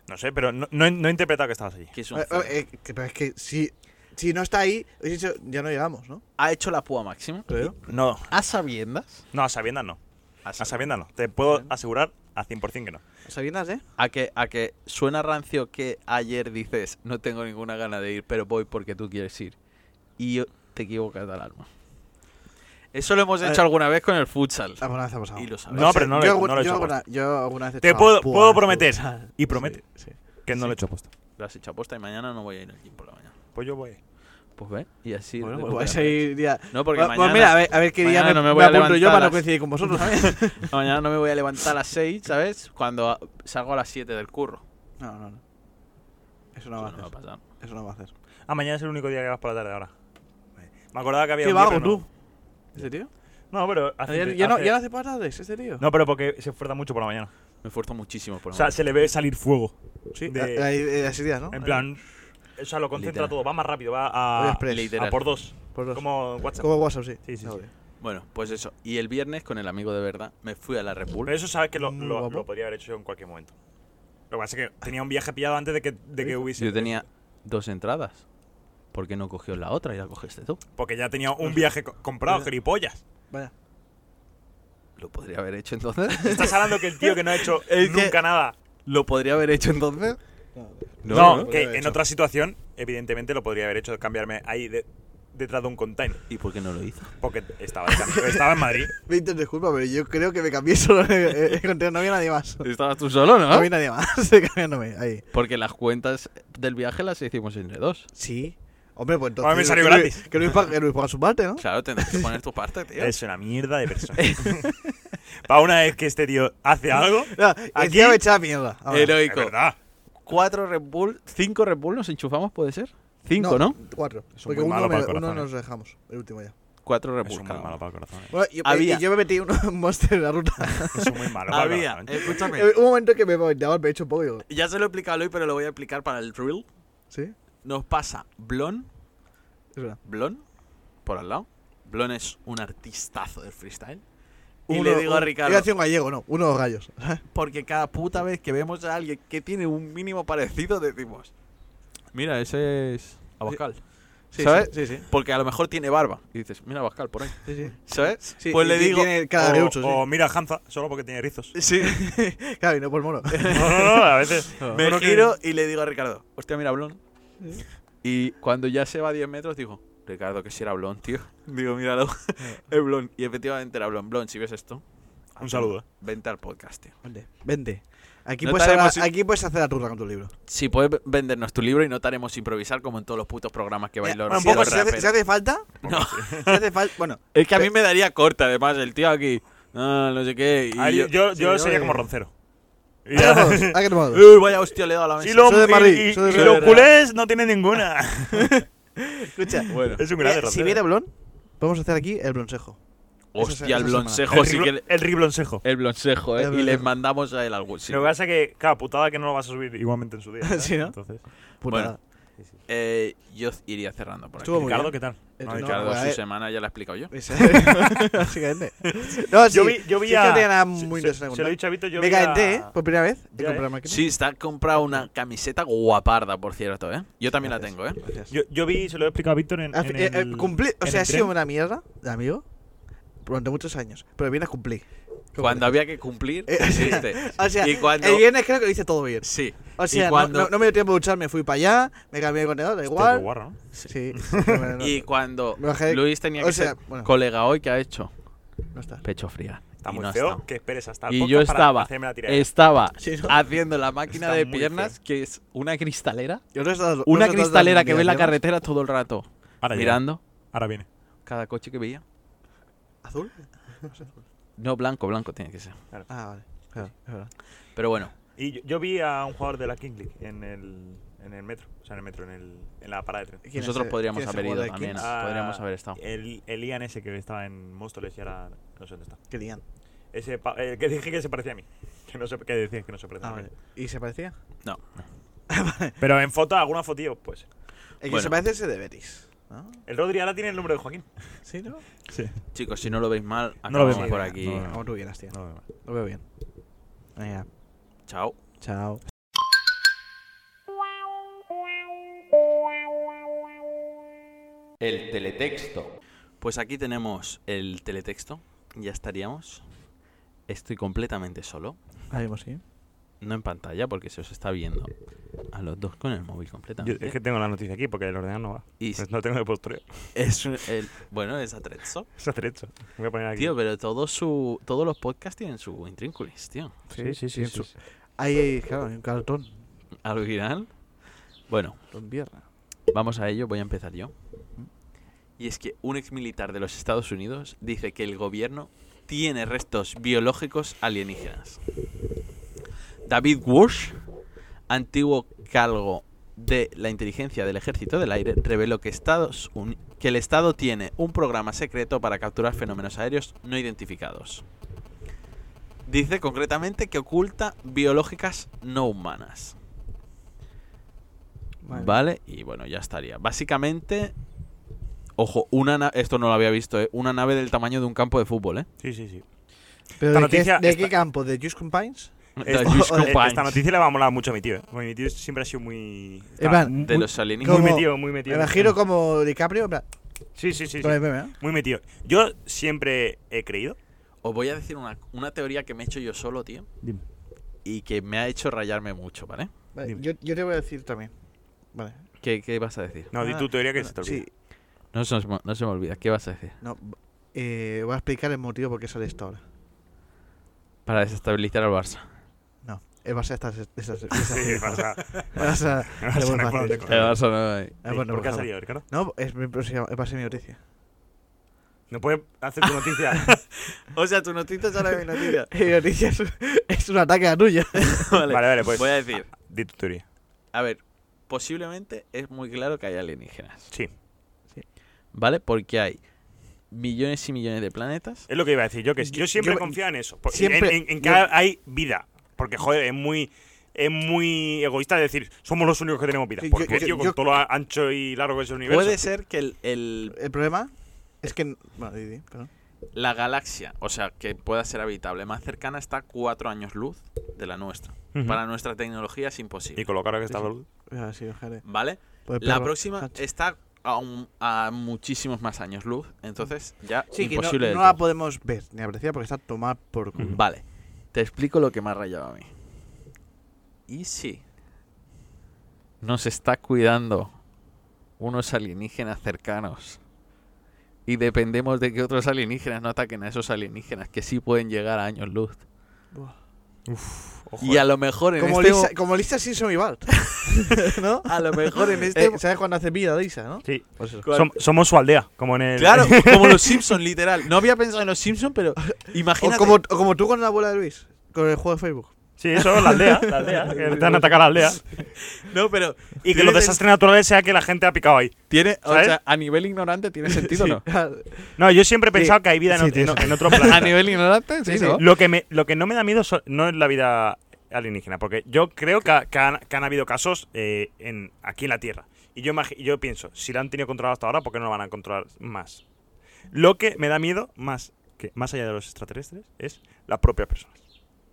Speaker 2: No sé, pero no, no he, no he interpretado que estabas allí.
Speaker 1: que es un
Speaker 3: Eh,
Speaker 1: cerdo.
Speaker 3: eh, que- pero es que si, si no está ahí, he dicho, ya no llegamos, ¿no?
Speaker 1: ha hecho la púa máxima.
Speaker 3: Creo.
Speaker 2: No,
Speaker 1: A sabiendas.
Speaker 2: no, a sabiendas no.
Speaker 1: A,
Speaker 2: A
Speaker 1: sab-
Speaker 2: sabiendas no. Te puedo asegurar a 100% que no.
Speaker 3: ¿Sabiendas, eh?
Speaker 1: a que, a que suena rancio que ayer dices, no tengo ninguna gana de ir, pero voy porque tú quieres ir. Y yo- te equivocas del alma. Eso lo hemos
Speaker 3: Eh,
Speaker 1: hecho alguna vez con el futsal.
Speaker 3: Alguna vez ha pasado.
Speaker 1: Y lo sabes.
Speaker 2: No, pero no lo he-
Speaker 3: yo, algu-
Speaker 2: no lo he
Speaker 3: yo
Speaker 2: hecho
Speaker 3: alguna, yo alguna vez he
Speaker 2: Te
Speaker 3: hecho
Speaker 2: puedo-
Speaker 3: la púa,
Speaker 2: puedo
Speaker 3: la
Speaker 2: prometer.
Speaker 3: púa.
Speaker 2: Y promete.
Speaker 3: Sí, sí.
Speaker 2: Que no lo he hecho puesto.
Speaker 1: Lo has hecho aposta y mañana no voy a ir al gym por la mañana.
Speaker 2: Pues yo voy.
Speaker 1: Pues ve, y así.
Speaker 3: Bueno, pues,
Speaker 1: recuperas.
Speaker 3: vais a ir día-
Speaker 1: no, porque
Speaker 3: Va-
Speaker 1: mañana.
Speaker 3: pues mira, a ver, a ver qué día
Speaker 1: mañana
Speaker 3: me,
Speaker 1: no me
Speaker 3: me
Speaker 1: voy a
Speaker 3: apunto yo
Speaker 1: levantar
Speaker 3: para
Speaker 1: las-
Speaker 3: no coincidir con vosotros, ¿sabes?
Speaker 1: No, mañana no me voy a levantar a las 6, ¿sabes? Cuando a- salgo a las 7 del curro.
Speaker 3: no, no, no. Eso no
Speaker 1: Eso
Speaker 3: va a
Speaker 1: no va a
Speaker 3: hacer.
Speaker 1: pasar.
Speaker 3: Eso no va a hacer.
Speaker 2: Ah, mañana es el único día que vas por la tarde ahora. Me acordaba que había.
Speaker 3: ¿Qué
Speaker 2: un día,
Speaker 3: vago
Speaker 2: pero no.
Speaker 3: tú? ¿Ese tío?
Speaker 2: No, pero.
Speaker 3: Ah,
Speaker 2: hace-
Speaker 3: ¿Ya, ya no,
Speaker 2: hace-
Speaker 3: ¿Ya no hace patadas ese tío?
Speaker 2: No, pero porque se esfuerza mucho por la mañana.
Speaker 1: Me esfuerzo muchísimo por
Speaker 2: O
Speaker 1: la
Speaker 2: sea,
Speaker 1: mañana.
Speaker 2: se le ve salir fuego.
Speaker 3: Sí,
Speaker 2: de-
Speaker 3: a- a- a- a- así días, ¿no?
Speaker 2: En plan. o sea, lo concentra
Speaker 1: Literal.
Speaker 2: todo, va más rápido, va a,
Speaker 3: Oye, express.
Speaker 1: Literal.
Speaker 2: a por dos.
Speaker 3: Por dos.
Speaker 2: Como WhatsApp.
Speaker 3: Como WhatsApp, sí.
Speaker 2: Sí, sí,
Speaker 3: Joder.
Speaker 2: sí.
Speaker 1: Bueno, pues eso. Y el viernes con el amigo de verdad me fui a la Red Bull.
Speaker 2: Pero eso sabes que lo,
Speaker 3: Muy
Speaker 2: lo-
Speaker 3: guapo.
Speaker 2: lo podría haber hecho yo en cualquier momento. Lo que pasa es que tenía un viaje pillado antes de que, de que hubiese.
Speaker 1: Yo tenía dos entradas. ¿Por qué no cogió la otra y la cogiste tú?
Speaker 2: Porque ya tenía un viaje co- comprado,
Speaker 3: Mira.
Speaker 2: gilipollas.
Speaker 3: Vaya.
Speaker 1: Lo podría haber hecho entonces.
Speaker 2: Estás hablando que el tío que no ha hecho
Speaker 1: Es que-
Speaker 2: nunca nada.
Speaker 1: ¿Lo podría haber hecho entonces? ¿no?
Speaker 2: No,
Speaker 3: podría
Speaker 2: que
Speaker 3: haber
Speaker 2: en
Speaker 3: hecho.
Speaker 2: otra situación, evidentemente lo podría haber hecho, cambiarme ahí de- detrás de un container.
Speaker 1: ¿Y por qué no lo hizo?
Speaker 2: Porque estaba, de cam- estaba en Madrid.
Speaker 3: Víctor, disculpa, pero yo creo que me cambié solo. en el- en el contenedor, no había nadie más.
Speaker 1: Estabas tú solo,
Speaker 2: ¿Ah?
Speaker 3: No había nadie más cambiándome. Ahí.
Speaker 1: Porque las cuentas del viaje las hicimos entre dos.
Speaker 3: Sí. Hombre, pues entonces.
Speaker 2: Hombre, me salió
Speaker 3: que Luis-
Speaker 2: gratis.
Speaker 3: Que Luis, pa- que Luis paga su parte, ¿no?
Speaker 1: Claro, tendrás que poner tu parte, tío.
Speaker 2: Es una mierda de persona. Para una vez que este tío hace algo,
Speaker 3: No,
Speaker 2: Aquí-
Speaker 3: Aquí me echaba mierda. Ahora.
Speaker 2: es
Speaker 1: Heroico.
Speaker 2: verdad.
Speaker 1: Cuatro Red Bull, cinco Red Bull nos enchufamos, ¿puede ser? Cinco, ¿no?
Speaker 3: Cuatro.
Speaker 2: Eso es
Speaker 3: Porque
Speaker 2: muy malo
Speaker 3: uno,
Speaker 2: para
Speaker 3: me-
Speaker 2: el corazón,
Speaker 3: uno
Speaker 2: eh.
Speaker 3: nos dejamos. El último ya.
Speaker 1: Cuatro Red
Speaker 2: Eso
Speaker 1: Bull.
Speaker 2: es muy
Speaker 1: cada uno.
Speaker 2: malo para el corazón. eh.
Speaker 3: Bueno, yo,
Speaker 1: Había-
Speaker 3: y yo me metí un monster en la ruta.
Speaker 2: Eso es muy malo para el
Speaker 1: Había,
Speaker 2: corazón.
Speaker 1: escúchame.
Speaker 3: Eh, un momento que me volteaba el pecho un poco. y digo,
Speaker 1: Ya se lo he explicado hoy, pero lo voy a explicar para el drill.
Speaker 3: ¿Sí?
Speaker 1: Nos pasa Blon,
Speaker 3: Es verdad.
Speaker 1: Blon, por al lado. Blon es un artistazo del freestyle. Y
Speaker 3: Uno-
Speaker 1: le digo a
Speaker 3: un-
Speaker 1: Ricardo,
Speaker 3: Iba a decir un gallego, no. Uno de los gallos.
Speaker 1: porque cada puta vez que vemos a alguien que tiene un mínimo parecido, decimos: Mira, ese es Abascal.
Speaker 3: Sí,
Speaker 1: ¿Sabes?
Speaker 3: Sí, sí. sí,
Speaker 1: Porque a lo mejor tiene barba. Y dices: Mira, Abascal, por ahí.
Speaker 3: sí, sí.
Speaker 1: ¿Sabes?
Speaker 3: Sí,
Speaker 1: pues
Speaker 3: y
Speaker 1: le
Speaker 3: ti-
Speaker 1: digo.
Speaker 3: Tiene cara de
Speaker 2: o,
Speaker 3: gaucho,
Speaker 2: o mira a Hanza, solo porque tiene rizos.
Speaker 1: Sí,
Speaker 3: sí. Claro, y no por mono.
Speaker 2: No, no, no, a veces.
Speaker 1: me
Speaker 2: uno que-
Speaker 1: giro y le digo a Ricardo: Hostia, mira, Blon. Y cuando ya se va a 10 metros, digo: Ricardo, que si era Blon, tío. Digo, míralo. es Blon. Y efectivamente era Blon. Blon, si ves esto.
Speaker 2: Un saludo. eh.
Speaker 1: Vente al podcast, tío.
Speaker 3: Vente, Vente. Aquí,
Speaker 1: No
Speaker 3: puedes
Speaker 1: estaremos
Speaker 3: hacer,
Speaker 1: sin-
Speaker 3: aquí puedes hacer la turra con tu libro.
Speaker 1: Si puedes vendernos tu libro y no te haremos improvisar como en todos los putos programas que bailan
Speaker 2: bueno,
Speaker 1: los
Speaker 3: si, hace, si hace-
Speaker 1: raperos.
Speaker 3: si hace falta.
Speaker 1: No.
Speaker 3: Si hace falta. Bueno,
Speaker 1: Es que a mí me daría corta, además, el tío aquí. No, no sé qué. Y
Speaker 2: Ah, yo,
Speaker 1: yo-
Speaker 2: yo,
Speaker 3: sí,
Speaker 2: yo
Speaker 3: yo-
Speaker 2: sería como Roncero. Y ya.
Speaker 3: hagamos dos, hagamos dos.
Speaker 1: Uy, vaya hostia, le he dado a la mesa.
Speaker 2: Y los
Speaker 3: Soy de Madrid,
Speaker 2: y- y-
Speaker 3: soy de
Speaker 2: y
Speaker 1: Madrid.
Speaker 2: los culés no tienen ninguna.
Speaker 3: Escucha.
Speaker 1: Bueno,
Speaker 2: es un
Speaker 3: mira,
Speaker 2: grande Roncero.
Speaker 3: si viene blon, podemos hacer aquí el blonsejo.
Speaker 1: hostia, el
Speaker 3: eso se
Speaker 1: blonsejo
Speaker 2: el,
Speaker 1: sí
Speaker 2: riblo-
Speaker 1: que. le-
Speaker 2: el riblonsejo.
Speaker 1: El blonsejo, ¿eh?
Speaker 3: El
Speaker 1: Y le
Speaker 3: blonsejo.
Speaker 1: mandamos a él algo. sí.
Speaker 2: Lo que pasa es que, claro, putada que no lo vas a subir igualmente en su día. ¿sabes?
Speaker 3: Sí, ¿no?
Speaker 2: Entonces,
Speaker 1: Bueno,
Speaker 3: Puta.
Speaker 1: eh, yo iría cerrando por aquí.
Speaker 3: Estuvo muy
Speaker 2: Ricardo,
Speaker 3: bien.
Speaker 2: ¿qué tal? No,
Speaker 3: Eh, no,
Speaker 2: Ricardo.
Speaker 1: Ricardo,
Speaker 3: bueno,
Speaker 1: su
Speaker 3: eh.
Speaker 1: semana ya la he explicado yo.
Speaker 3: Ese- Básicamente. No, Ah, sí,
Speaker 2: Yo vi, yo vi
Speaker 3: sí es que
Speaker 2: a.
Speaker 3: no tenía nada
Speaker 2: se-
Speaker 3: muy
Speaker 2: se,
Speaker 3: interesante.
Speaker 2: se lo he dicho a Vito, yo
Speaker 3: Me
Speaker 2: vi a-
Speaker 3: calenté, ¿eh? Por primera vez. he
Speaker 2: Ya,
Speaker 3: comprado máquina.
Speaker 1: Sí, está comprado una camiseta guaparda, por cierto, ¿eh? Yo también la tengo, ¿eh?
Speaker 3: Gracias.
Speaker 2: Yo, yo vi, se lo he explicado a Víctor en,
Speaker 3: Al
Speaker 2: en
Speaker 3: fin- eh, eh,
Speaker 2: el-
Speaker 3: cumplí, o
Speaker 2: en
Speaker 3: sea,
Speaker 2: el
Speaker 3: ha
Speaker 2: tren.
Speaker 3: sido una mierda de amigo durante muchos años, pero el viernes cumplí.
Speaker 1: Cuando había que cumplir,
Speaker 3: Eh, o sea,
Speaker 1: hiciste.
Speaker 3: O sea,
Speaker 1: y cuando.
Speaker 3: el viernes creo que lo hice todo bien.
Speaker 1: Sí.
Speaker 3: O
Speaker 1: Y
Speaker 3: sea, no-
Speaker 1: cuando-
Speaker 3: no, no me dio tiempo de duchar, me fui para allá, me cambié de contenedor, da
Speaker 2: Hostia, qué
Speaker 3: igual.
Speaker 2: guarro, ¿no?
Speaker 3: Sí. no, no,
Speaker 1: Y cuando
Speaker 3: Me bajé-
Speaker 1: Luis tenía
Speaker 3: o
Speaker 1: que
Speaker 3: sea,
Speaker 1: ser
Speaker 3: bueno.
Speaker 1: colega hoy que ha hecho
Speaker 3: no está.
Speaker 1: pecho fría.
Speaker 2: Está
Speaker 1: Y
Speaker 2: muy
Speaker 1: no ha
Speaker 2: feo
Speaker 1: estado.
Speaker 2: que esperes hasta el
Speaker 1: Y
Speaker 2: podcast
Speaker 1: yo
Speaker 2: para
Speaker 1: estaba,
Speaker 2: hacerme la tirada. ¿eh?
Speaker 1: estaba
Speaker 3: Sí,
Speaker 2: Ah,
Speaker 3: ¿no?
Speaker 1: haciendo la máquina
Speaker 2: Está
Speaker 1: de
Speaker 2: muy
Speaker 1: piernas, que es una cristalera.
Speaker 3: Yo no he estado- no
Speaker 1: Una
Speaker 3: he estado
Speaker 1: cristalera
Speaker 3: tan
Speaker 1: que ve la
Speaker 3: bien, ¿no?
Speaker 1: carretera todo el rato,
Speaker 2: Ahora llega,
Speaker 1: mirando
Speaker 2: Ahora viene.
Speaker 1: cada coche que veía.
Speaker 3: ¿Azul?
Speaker 1: No, blanco, blanco tiene que ser.
Speaker 3: Ah, vale. Claro, es verdad.
Speaker 1: Pero bueno,
Speaker 2: Y yo, yo vi a un jugador de la King League en el, en el metro. O sea, en el metro, en, el, en la parada de tren.
Speaker 3: ¿Quién es
Speaker 1: nosotros
Speaker 3: el-
Speaker 1: podríamos
Speaker 3: quién es el
Speaker 1: haber ido
Speaker 3: jugador de
Speaker 1: también,
Speaker 3: Kings?
Speaker 2: Ah,
Speaker 1: podríamos haber estado.
Speaker 2: El, el Ian ese que estaba en Móstoles y ahora no sé dónde está.
Speaker 3: Que digan.
Speaker 2: Ese pa- el que dije que se parecía a mí. Que, no se, que decía que no se parecía
Speaker 3: Ah,
Speaker 2: a mí.
Speaker 3: vale. ¿Y se parecía?
Speaker 1: No,
Speaker 2: Pero en foto, alguna fotillo, pues.
Speaker 3: El que
Speaker 1: Bueno.
Speaker 3: se parece es el de Betis. ¿no?
Speaker 2: El Rodri ahora tiene el número de Joaquín.
Speaker 3: ¿Sí, no?
Speaker 2: Sí.
Speaker 1: chicos, si no lo veis mal,
Speaker 2: No
Speaker 1: acabamos
Speaker 2: lo veis mal,
Speaker 1: por
Speaker 2: ya,
Speaker 1: aquí.
Speaker 2: no.
Speaker 3: Como tú quieras, tío.
Speaker 2: No, no, no.
Speaker 3: Lo veo bien. Venga,
Speaker 1: Chao.
Speaker 3: chao.
Speaker 1: El teletexto. Pues aquí tenemos el teletexto. Ya estaríamos. Estoy completamente solo.
Speaker 3: Ahí vemos, sí.
Speaker 1: No en pantalla, porque se os está viendo a los dos con el móvil
Speaker 2: Yo-
Speaker 1: completamente.
Speaker 2: es que tengo la noticia aquí porque el ordenador no va.
Speaker 1: Y
Speaker 2: Pues no tengo de postureo.
Speaker 1: es un- el- bueno, es atrezzo.
Speaker 2: Es atrecho. Voy a poner aquí.
Speaker 1: Tío, pero todo su, todos los podcasts tienen su intrínculis, tío.
Speaker 2: sí, sí, sí.
Speaker 3: sí, sí. Ahí, ahí, claro, hay un cartón.
Speaker 1: Al final. Bueno,
Speaker 3: Con pierna.
Speaker 1: vamos a ello, voy a empezar yo. Y es que un ex militar de los Estados Unidos dice que el gobierno tiene restos biológicos alienígenas. David Walsh, antiguo cargo de la inteligencia del Ejército del Aire, reveló que, Estados Uni- que el Estado tiene un programa secreto para capturar fenómenos aéreos no identificados. Dice concretamente que oculta biológicas no humanas.
Speaker 3: Vale.
Speaker 1: ¿Vale? Y bueno, ya estaría. Básicamente, ojo, una na- esto no lo había visto, ¿eh? una nave del tamaño de un campo de fútbol, ¿eh?
Speaker 2: Sí, sí, sí.
Speaker 3: ¿Pero
Speaker 2: Esta
Speaker 3: de,
Speaker 2: noticia
Speaker 3: qué, de
Speaker 2: está-
Speaker 3: qué campo? ¿De Justin Pines?
Speaker 1: The
Speaker 2: Esta-
Speaker 1: Jusco
Speaker 2: eh, esta,
Speaker 1: Pines.
Speaker 2: noticia le va a molar mucho a mi tío. eh. Porque mi tío siempre ha sido muy. está
Speaker 3: Evan,
Speaker 2: muy,
Speaker 1: de los
Speaker 2: muy
Speaker 1: alienígenas.
Speaker 3: como-
Speaker 2: metido, muy metido.
Speaker 3: Me imagino como DiCaprio, en plan,
Speaker 2: Sí, sí, sí. sí.
Speaker 3: con el meme, ¿no?
Speaker 2: Muy metido. Yo siempre he creído.
Speaker 1: Os voy a decir una, una teoría que me he hecho yo solo, tío, y que me ha hecho rayarme mucho, ¿vale?
Speaker 3: Vale,
Speaker 2: Dime.
Speaker 3: yo, yo te voy a decir también. Vale.
Speaker 1: ¿Qué, qué vas a decir?
Speaker 2: No, di
Speaker 3: Ah,
Speaker 2: tu teoría que
Speaker 3: bueno,
Speaker 2: se te olvida.
Speaker 3: sí,
Speaker 1: No se, os mo- no se me olvida, ¿qué vas a decir?
Speaker 3: no, eh, voy a explicar el motivo por qué sale esto ahora.
Speaker 1: Para desestabilizar al Barça.
Speaker 3: No, eh, va a ser estas... estas,
Speaker 2: Sí, pasa.
Speaker 3: a
Speaker 2: Vas a poner de
Speaker 1: El
Speaker 2: Correcto.
Speaker 1: Barça no hay.
Speaker 3: Ah, bueno,
Speaker 2: ¿Por qué ha
Speaker 3: pues,
Speaker 2: salido, Ricardo?
Speaker 3: No, es mi próxima, va a ser mi noticia.
Speaker 2: No puedes hacer tu noticia.
Speaker 1: O sea, tu noticia es ahora mi noticia.
Speaker 3: Mi noticia es, es un ataque a tuya.
Speaker 1: vale,
Speaker 2: vale, vale, pues.
Speaker 1: voy a decir.
Speaker 2: Di tu teoría.
Speaker 1: A ver, posiblemente es muy claro que hay alienígenas,
Speaker 2: Sí.
Speaker 1: ¿vale? Porque hay millones y millones de planetas.
Speaker 2: Es lo que iba a decir yo, que yo,
Speaker 3: Yo-
Speaker 2: siempre
Speaker 3: yo-
Speaker 2: confía en eso. por-
Speaker 3: siempre-
Speaker 2: en, en- en que
Speaker 3: yo-
Speaker 2: hay vida. Porque, joder, es muy. Es muy egoísta decir, somos los únicos que tenemos vida.
Speaker 3: Sí, yo-
Speaker 2: Porque,
Speaker 3: yo-
Speaker 2: tío, con
Speaker 3: yo-
Speaker 2: todo lo ancho y largo que es el universo.
Speaker 1: Puede ser que el- el-
Speaker 3: El problema es que... Bueno, Didi, perdón.
Speaker 1: la galaxia, o sea, que pueda ser habitable más cercana está a cuatro años luz de la nuestra.
Speaker 2: Ujú.
Speaker 1: Para nuestra tecnología es
Speaker 2: Y
Speaker 1: imposible,
Speaker 2: con lo caro que está
Speaker 3: Sí,
Speaker 2: la
Speaker 3: sí.
Speaker 2: luz.
Speaker 3: Ah, sí, ojalá.
Speaker 1: ¿vale?
Speaker 3: Pues
Speaker 1: La
Speaker 3: perro,
Speaker 1: próxima
Speaker 3: Hachi.
Speaker 1: está a, un- a muchísimos más años luz, entonces ya
Speaker 3: Sí, que no,
Speaker 1: imposible. del
Speaker 3: no la
Speaker 1: todo.
Speaker 3: podemos ver ni apreciar porque está tomada por culo.
Speaker 1: Vale, te explico lo que me ha rayado a mí. ¿Y si nos está cuidando unos alienígenas cercanos y dependemos de que otros alienígenas no ataquen a esos alienígenas que sí pueden llegar a años luz?
Speaker 3: Buah.
Speaker 2: Ojo,
Speaker 1: Y a lo mejor en
Speaker 3: eh. Como,
Speaker 1: este
Speaker 3: Lisa,
Speaker 1: mo-
Speaker 3: como Lisa Simpson y Bart. ¿No?
Speaker 1: a lo mejor en este
Speaker 3: Eh,
Speaker 1: mo-
Speaker 3: ¿Sabes cuando hace vida Lisa, no?
Speaker 2: Sí.
Speaker 3: Pues eso.
Speaker 1: Cual-
Speaker 2: Som- somos su aldea, como en el.
Speaker 1: Claro, como los Simpsons, literal. No había pensado en los Simpsons, pero
Speaker 3: O
Speaker 1: imagínate.
Speaker 3: como, o como tú con la abuela de Luis, con el juego de Facebook.
Speaker 2: Sí, eso, la aldea. La aldea. que están atacando a la aldea.
Speaker 1: No, pero.
Speaker 2: Y que los desastres naturales sea que la gente ha picado ahí.
Speaker 1: Tiene, o
Speaker 2: ¿Sabes?
Speaker 1: sea, a nivel ignorante tiene sentido, o ¿no?
Speaker 2: No, yo siempre he
Speaker 3: Sí.
Speaker 2: pensado que hay vida en,
Speaker 3: Sí,
Speaker 2: otro,
Speaker 3: tiene
Speaker 2: en- en
Speaker 3: sentido.
Speaker 2: otro
Speaker 1: A
Speaker 2: planeta.
Speaker 1: nivel ignorante, sí,
Speaker 3: Sí, sí.
Speaker 1: ¿no?
Speaker 2: Lo que, me, lo que no me da miedo so- no es la vida alienígena, porque yo creo que, ha- que han, que han habido casos eh, en, aquí en la Tierra. Y yo, imagi- yo pienso, si la han tenido controlada hasta ahora, ¿por qué no la van a controlar más? Lo que me da miedo más, que, más allá de los extraterrestres es las propias personas.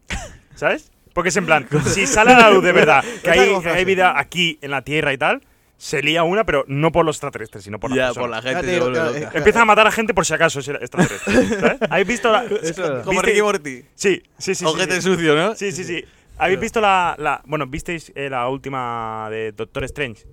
Speaker 2: ¿Sabes? Porque es en plan, si sale a la luz de verdad que
Speaker 3: Otra
Speaker 2: hay,
Speaker 3: cosa,
Speaker 2: hay
Speaker 3: sí.
Speaker 2: vida aquí en la Tierra y tal, se lía una, pero no por los extraterrestres, sino por las
Speaker 1: ya,
Speaker 2: personas.
Speaker 1: por la gente.
Speaker 3: Ya te
Speaker 1: se
Speaker 3: digo,
Speaker 1: vuelve
Speaker 3: claro,
Speaker 1: loca.
Speaker 3: es-
Speaker 2: Empiezan a matar a gente por si acaso es extraterrestre. ¿sabes? ¿Habéis visto la.?
Speaker 3: verdad.
Speaker 1: Como
Speaker 2: ¿Visteis?
Speaker 1: Ricky Morty.
Speaker 2: Sí, sí, sí. sí,
Speaker 1: Ojete
Speaker 2: sí.
Speaker 1: sucio, ¿no?
Speaker 2: Sí, sí, sí. ¿Habéis visto la. la- bueno, ¿visteis eh, la última de Doctor Strange?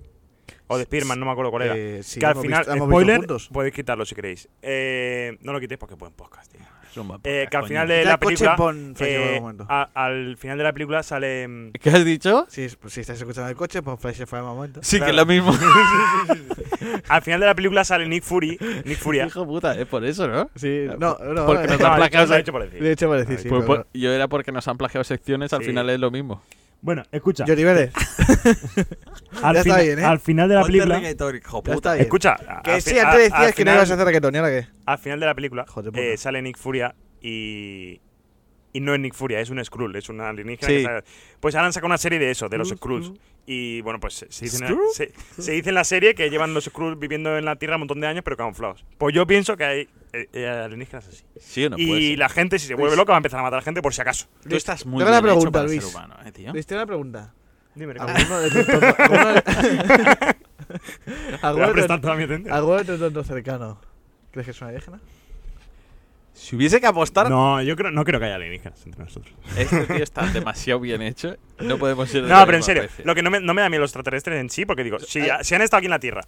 Speaker 2: O de Spiderman, no me acuerdo cuál era.
Speaker 3: Eh, sí,
Speaker 2: que al
Speaker 3: hemos
Speaker 2: final.
Speaker 3: visto- hemos visto
Speaker 2: spoiler,
Speaker 3: juntos.
Speaker 2: podéis quitarlo si queréis. Eh, no lo quitéis porque es buen podcast, tío.
Speaker 1: Zumba,
Speaker 2: Eh,
Speaker 1: podcast,
Speaker 2: que al
Speaker 1: coño.
Speaker 2: final de
Speaker 3: Quita
Speaker 2: la
Speaker 3: el coche y
Speaker 2: película.
Speaker 3: pon Flash
Speaker 2: eh,
Speaker 3: Forward un momento.
Speaker 2: a- al final de la película sale. mm,
Speaker 1: ¿Qué has dicho?
Speaker 3: Si, es- si estáis escuchando el coche, pues Flash fue al momento.
Speaker 1: Sí,
Speaker 2: Claro.
Speaker 1: que es lo mismo.
Speaker 2: Al final de la película sale Nick Fury. Nick Furia.
Speaker 1: Hijo puta, es por eso, ¿no?
Speaker 3: Sí, no, no.
Speaker 1: Porque
Speaker 3: Eh, no,
Speaker 1: nos han
Speaker 2: No,
Speaker 1: plagiado.
Speaker 2: lo he
Speaker 1: sec-
Speaker 2: hecho por decir.
Speaker 3: De hecho, parece, sí.
Speaker 1: Pues,
Speaker 3: pero-
Speaker 1: por- yo era porque nos han plagiado secciones, al
Speaker 2: Sí.
Speaker 1: final es lo mismo.
Speaker 2: Bueno, escucha.
Speaker 3: Johnny Vélez,
Speaker 2: al,
Speaker 3: ya está
Speaker 2: fina-
Speaker 3: bien, ¿eh?
Speaker 2: al final de la película.
Speaker 3: ya está bien.
Speaker 2: Escucha. a-
Speaker 3: Que
Speaker 2: al
Speaker 3: sí,
Speaker 2: fi-
Speaker 3: antes
Speaker 2: a-
Speaker 3: decías
Speaker 2: al
Speaker 3: que no
Speaker 2: final-
Speaker 3: ibas a hacer reggaetón, ¿y ahora qué?
Speaker 2: Al final de la película
Speaker 3: Joder, puta.
Speaker 2: eh, sale Nick Furia y. Y no es Nick Furia, es un Skrull, es una alienígena.
Speaker 1: Sí.
Speaker 2: que sale- Pues ahora han sacado una serie de eso, de los
Speaker 3: Skrull,
Speaker 2: Skrulls. Y bueno, pues se, se dice en
Speaker 1: ¿Skrull?
Speaker 2: la, se- se dice en la serie que llevan los Skrulls viviendo en la Tierra un montón de años, pero camuflados. Pues yo pienso que hay eh, eh, alienígenas así.
Speaker 1: Sí o no puede
Speaker 2: y
Speaker 1: ser. Pues-
Speaker 2: la gente, si se vuelve
Speaker 3: Luis.
Speaker 2: loca, va a empezar a matar a gente por si acaso.
Speaker 1: Tú estás muy
Speaker 3: Te hago una
Speaker 1: bien hecho
Speaker 3: pregunta,
Speaker 1: para ser
Speaker 3: Luis.
Speaker 1: humano, eh, tío.
Speaker 3: Les tengo una pregunta.
Speaker 2: Dime, Ricardo.
Speaker 3: ¿Alguno de tus tontos- alguno de-
Speaker 2: Te voy a
Speaker 3: alguno de
Speaker 2: prestar
Speaker 3: tus-
Speaker 2: toda mi atención.
Speaker 3: alguno de tus tontos cercanos? ¿Crees que es una alienígena?
Speaker 1: Si hubiese que apostar,
Speaker 2: No, yo creo, no creo que haya alienígenas entre nosotros.
Speaker 1: este tío está demasiado bien hecho. No podemos ser de la
Speaker 2: No, pero en
Speaker 1: misma
Speaker 2: serio,
Speaker 1: especie.
Speaker 2: lo que no me, no me da miedo los extraterrestres en sí, porque digo, si,
Speaker 3: Eh.
Speaker 2: si han estado aquí en la Tierra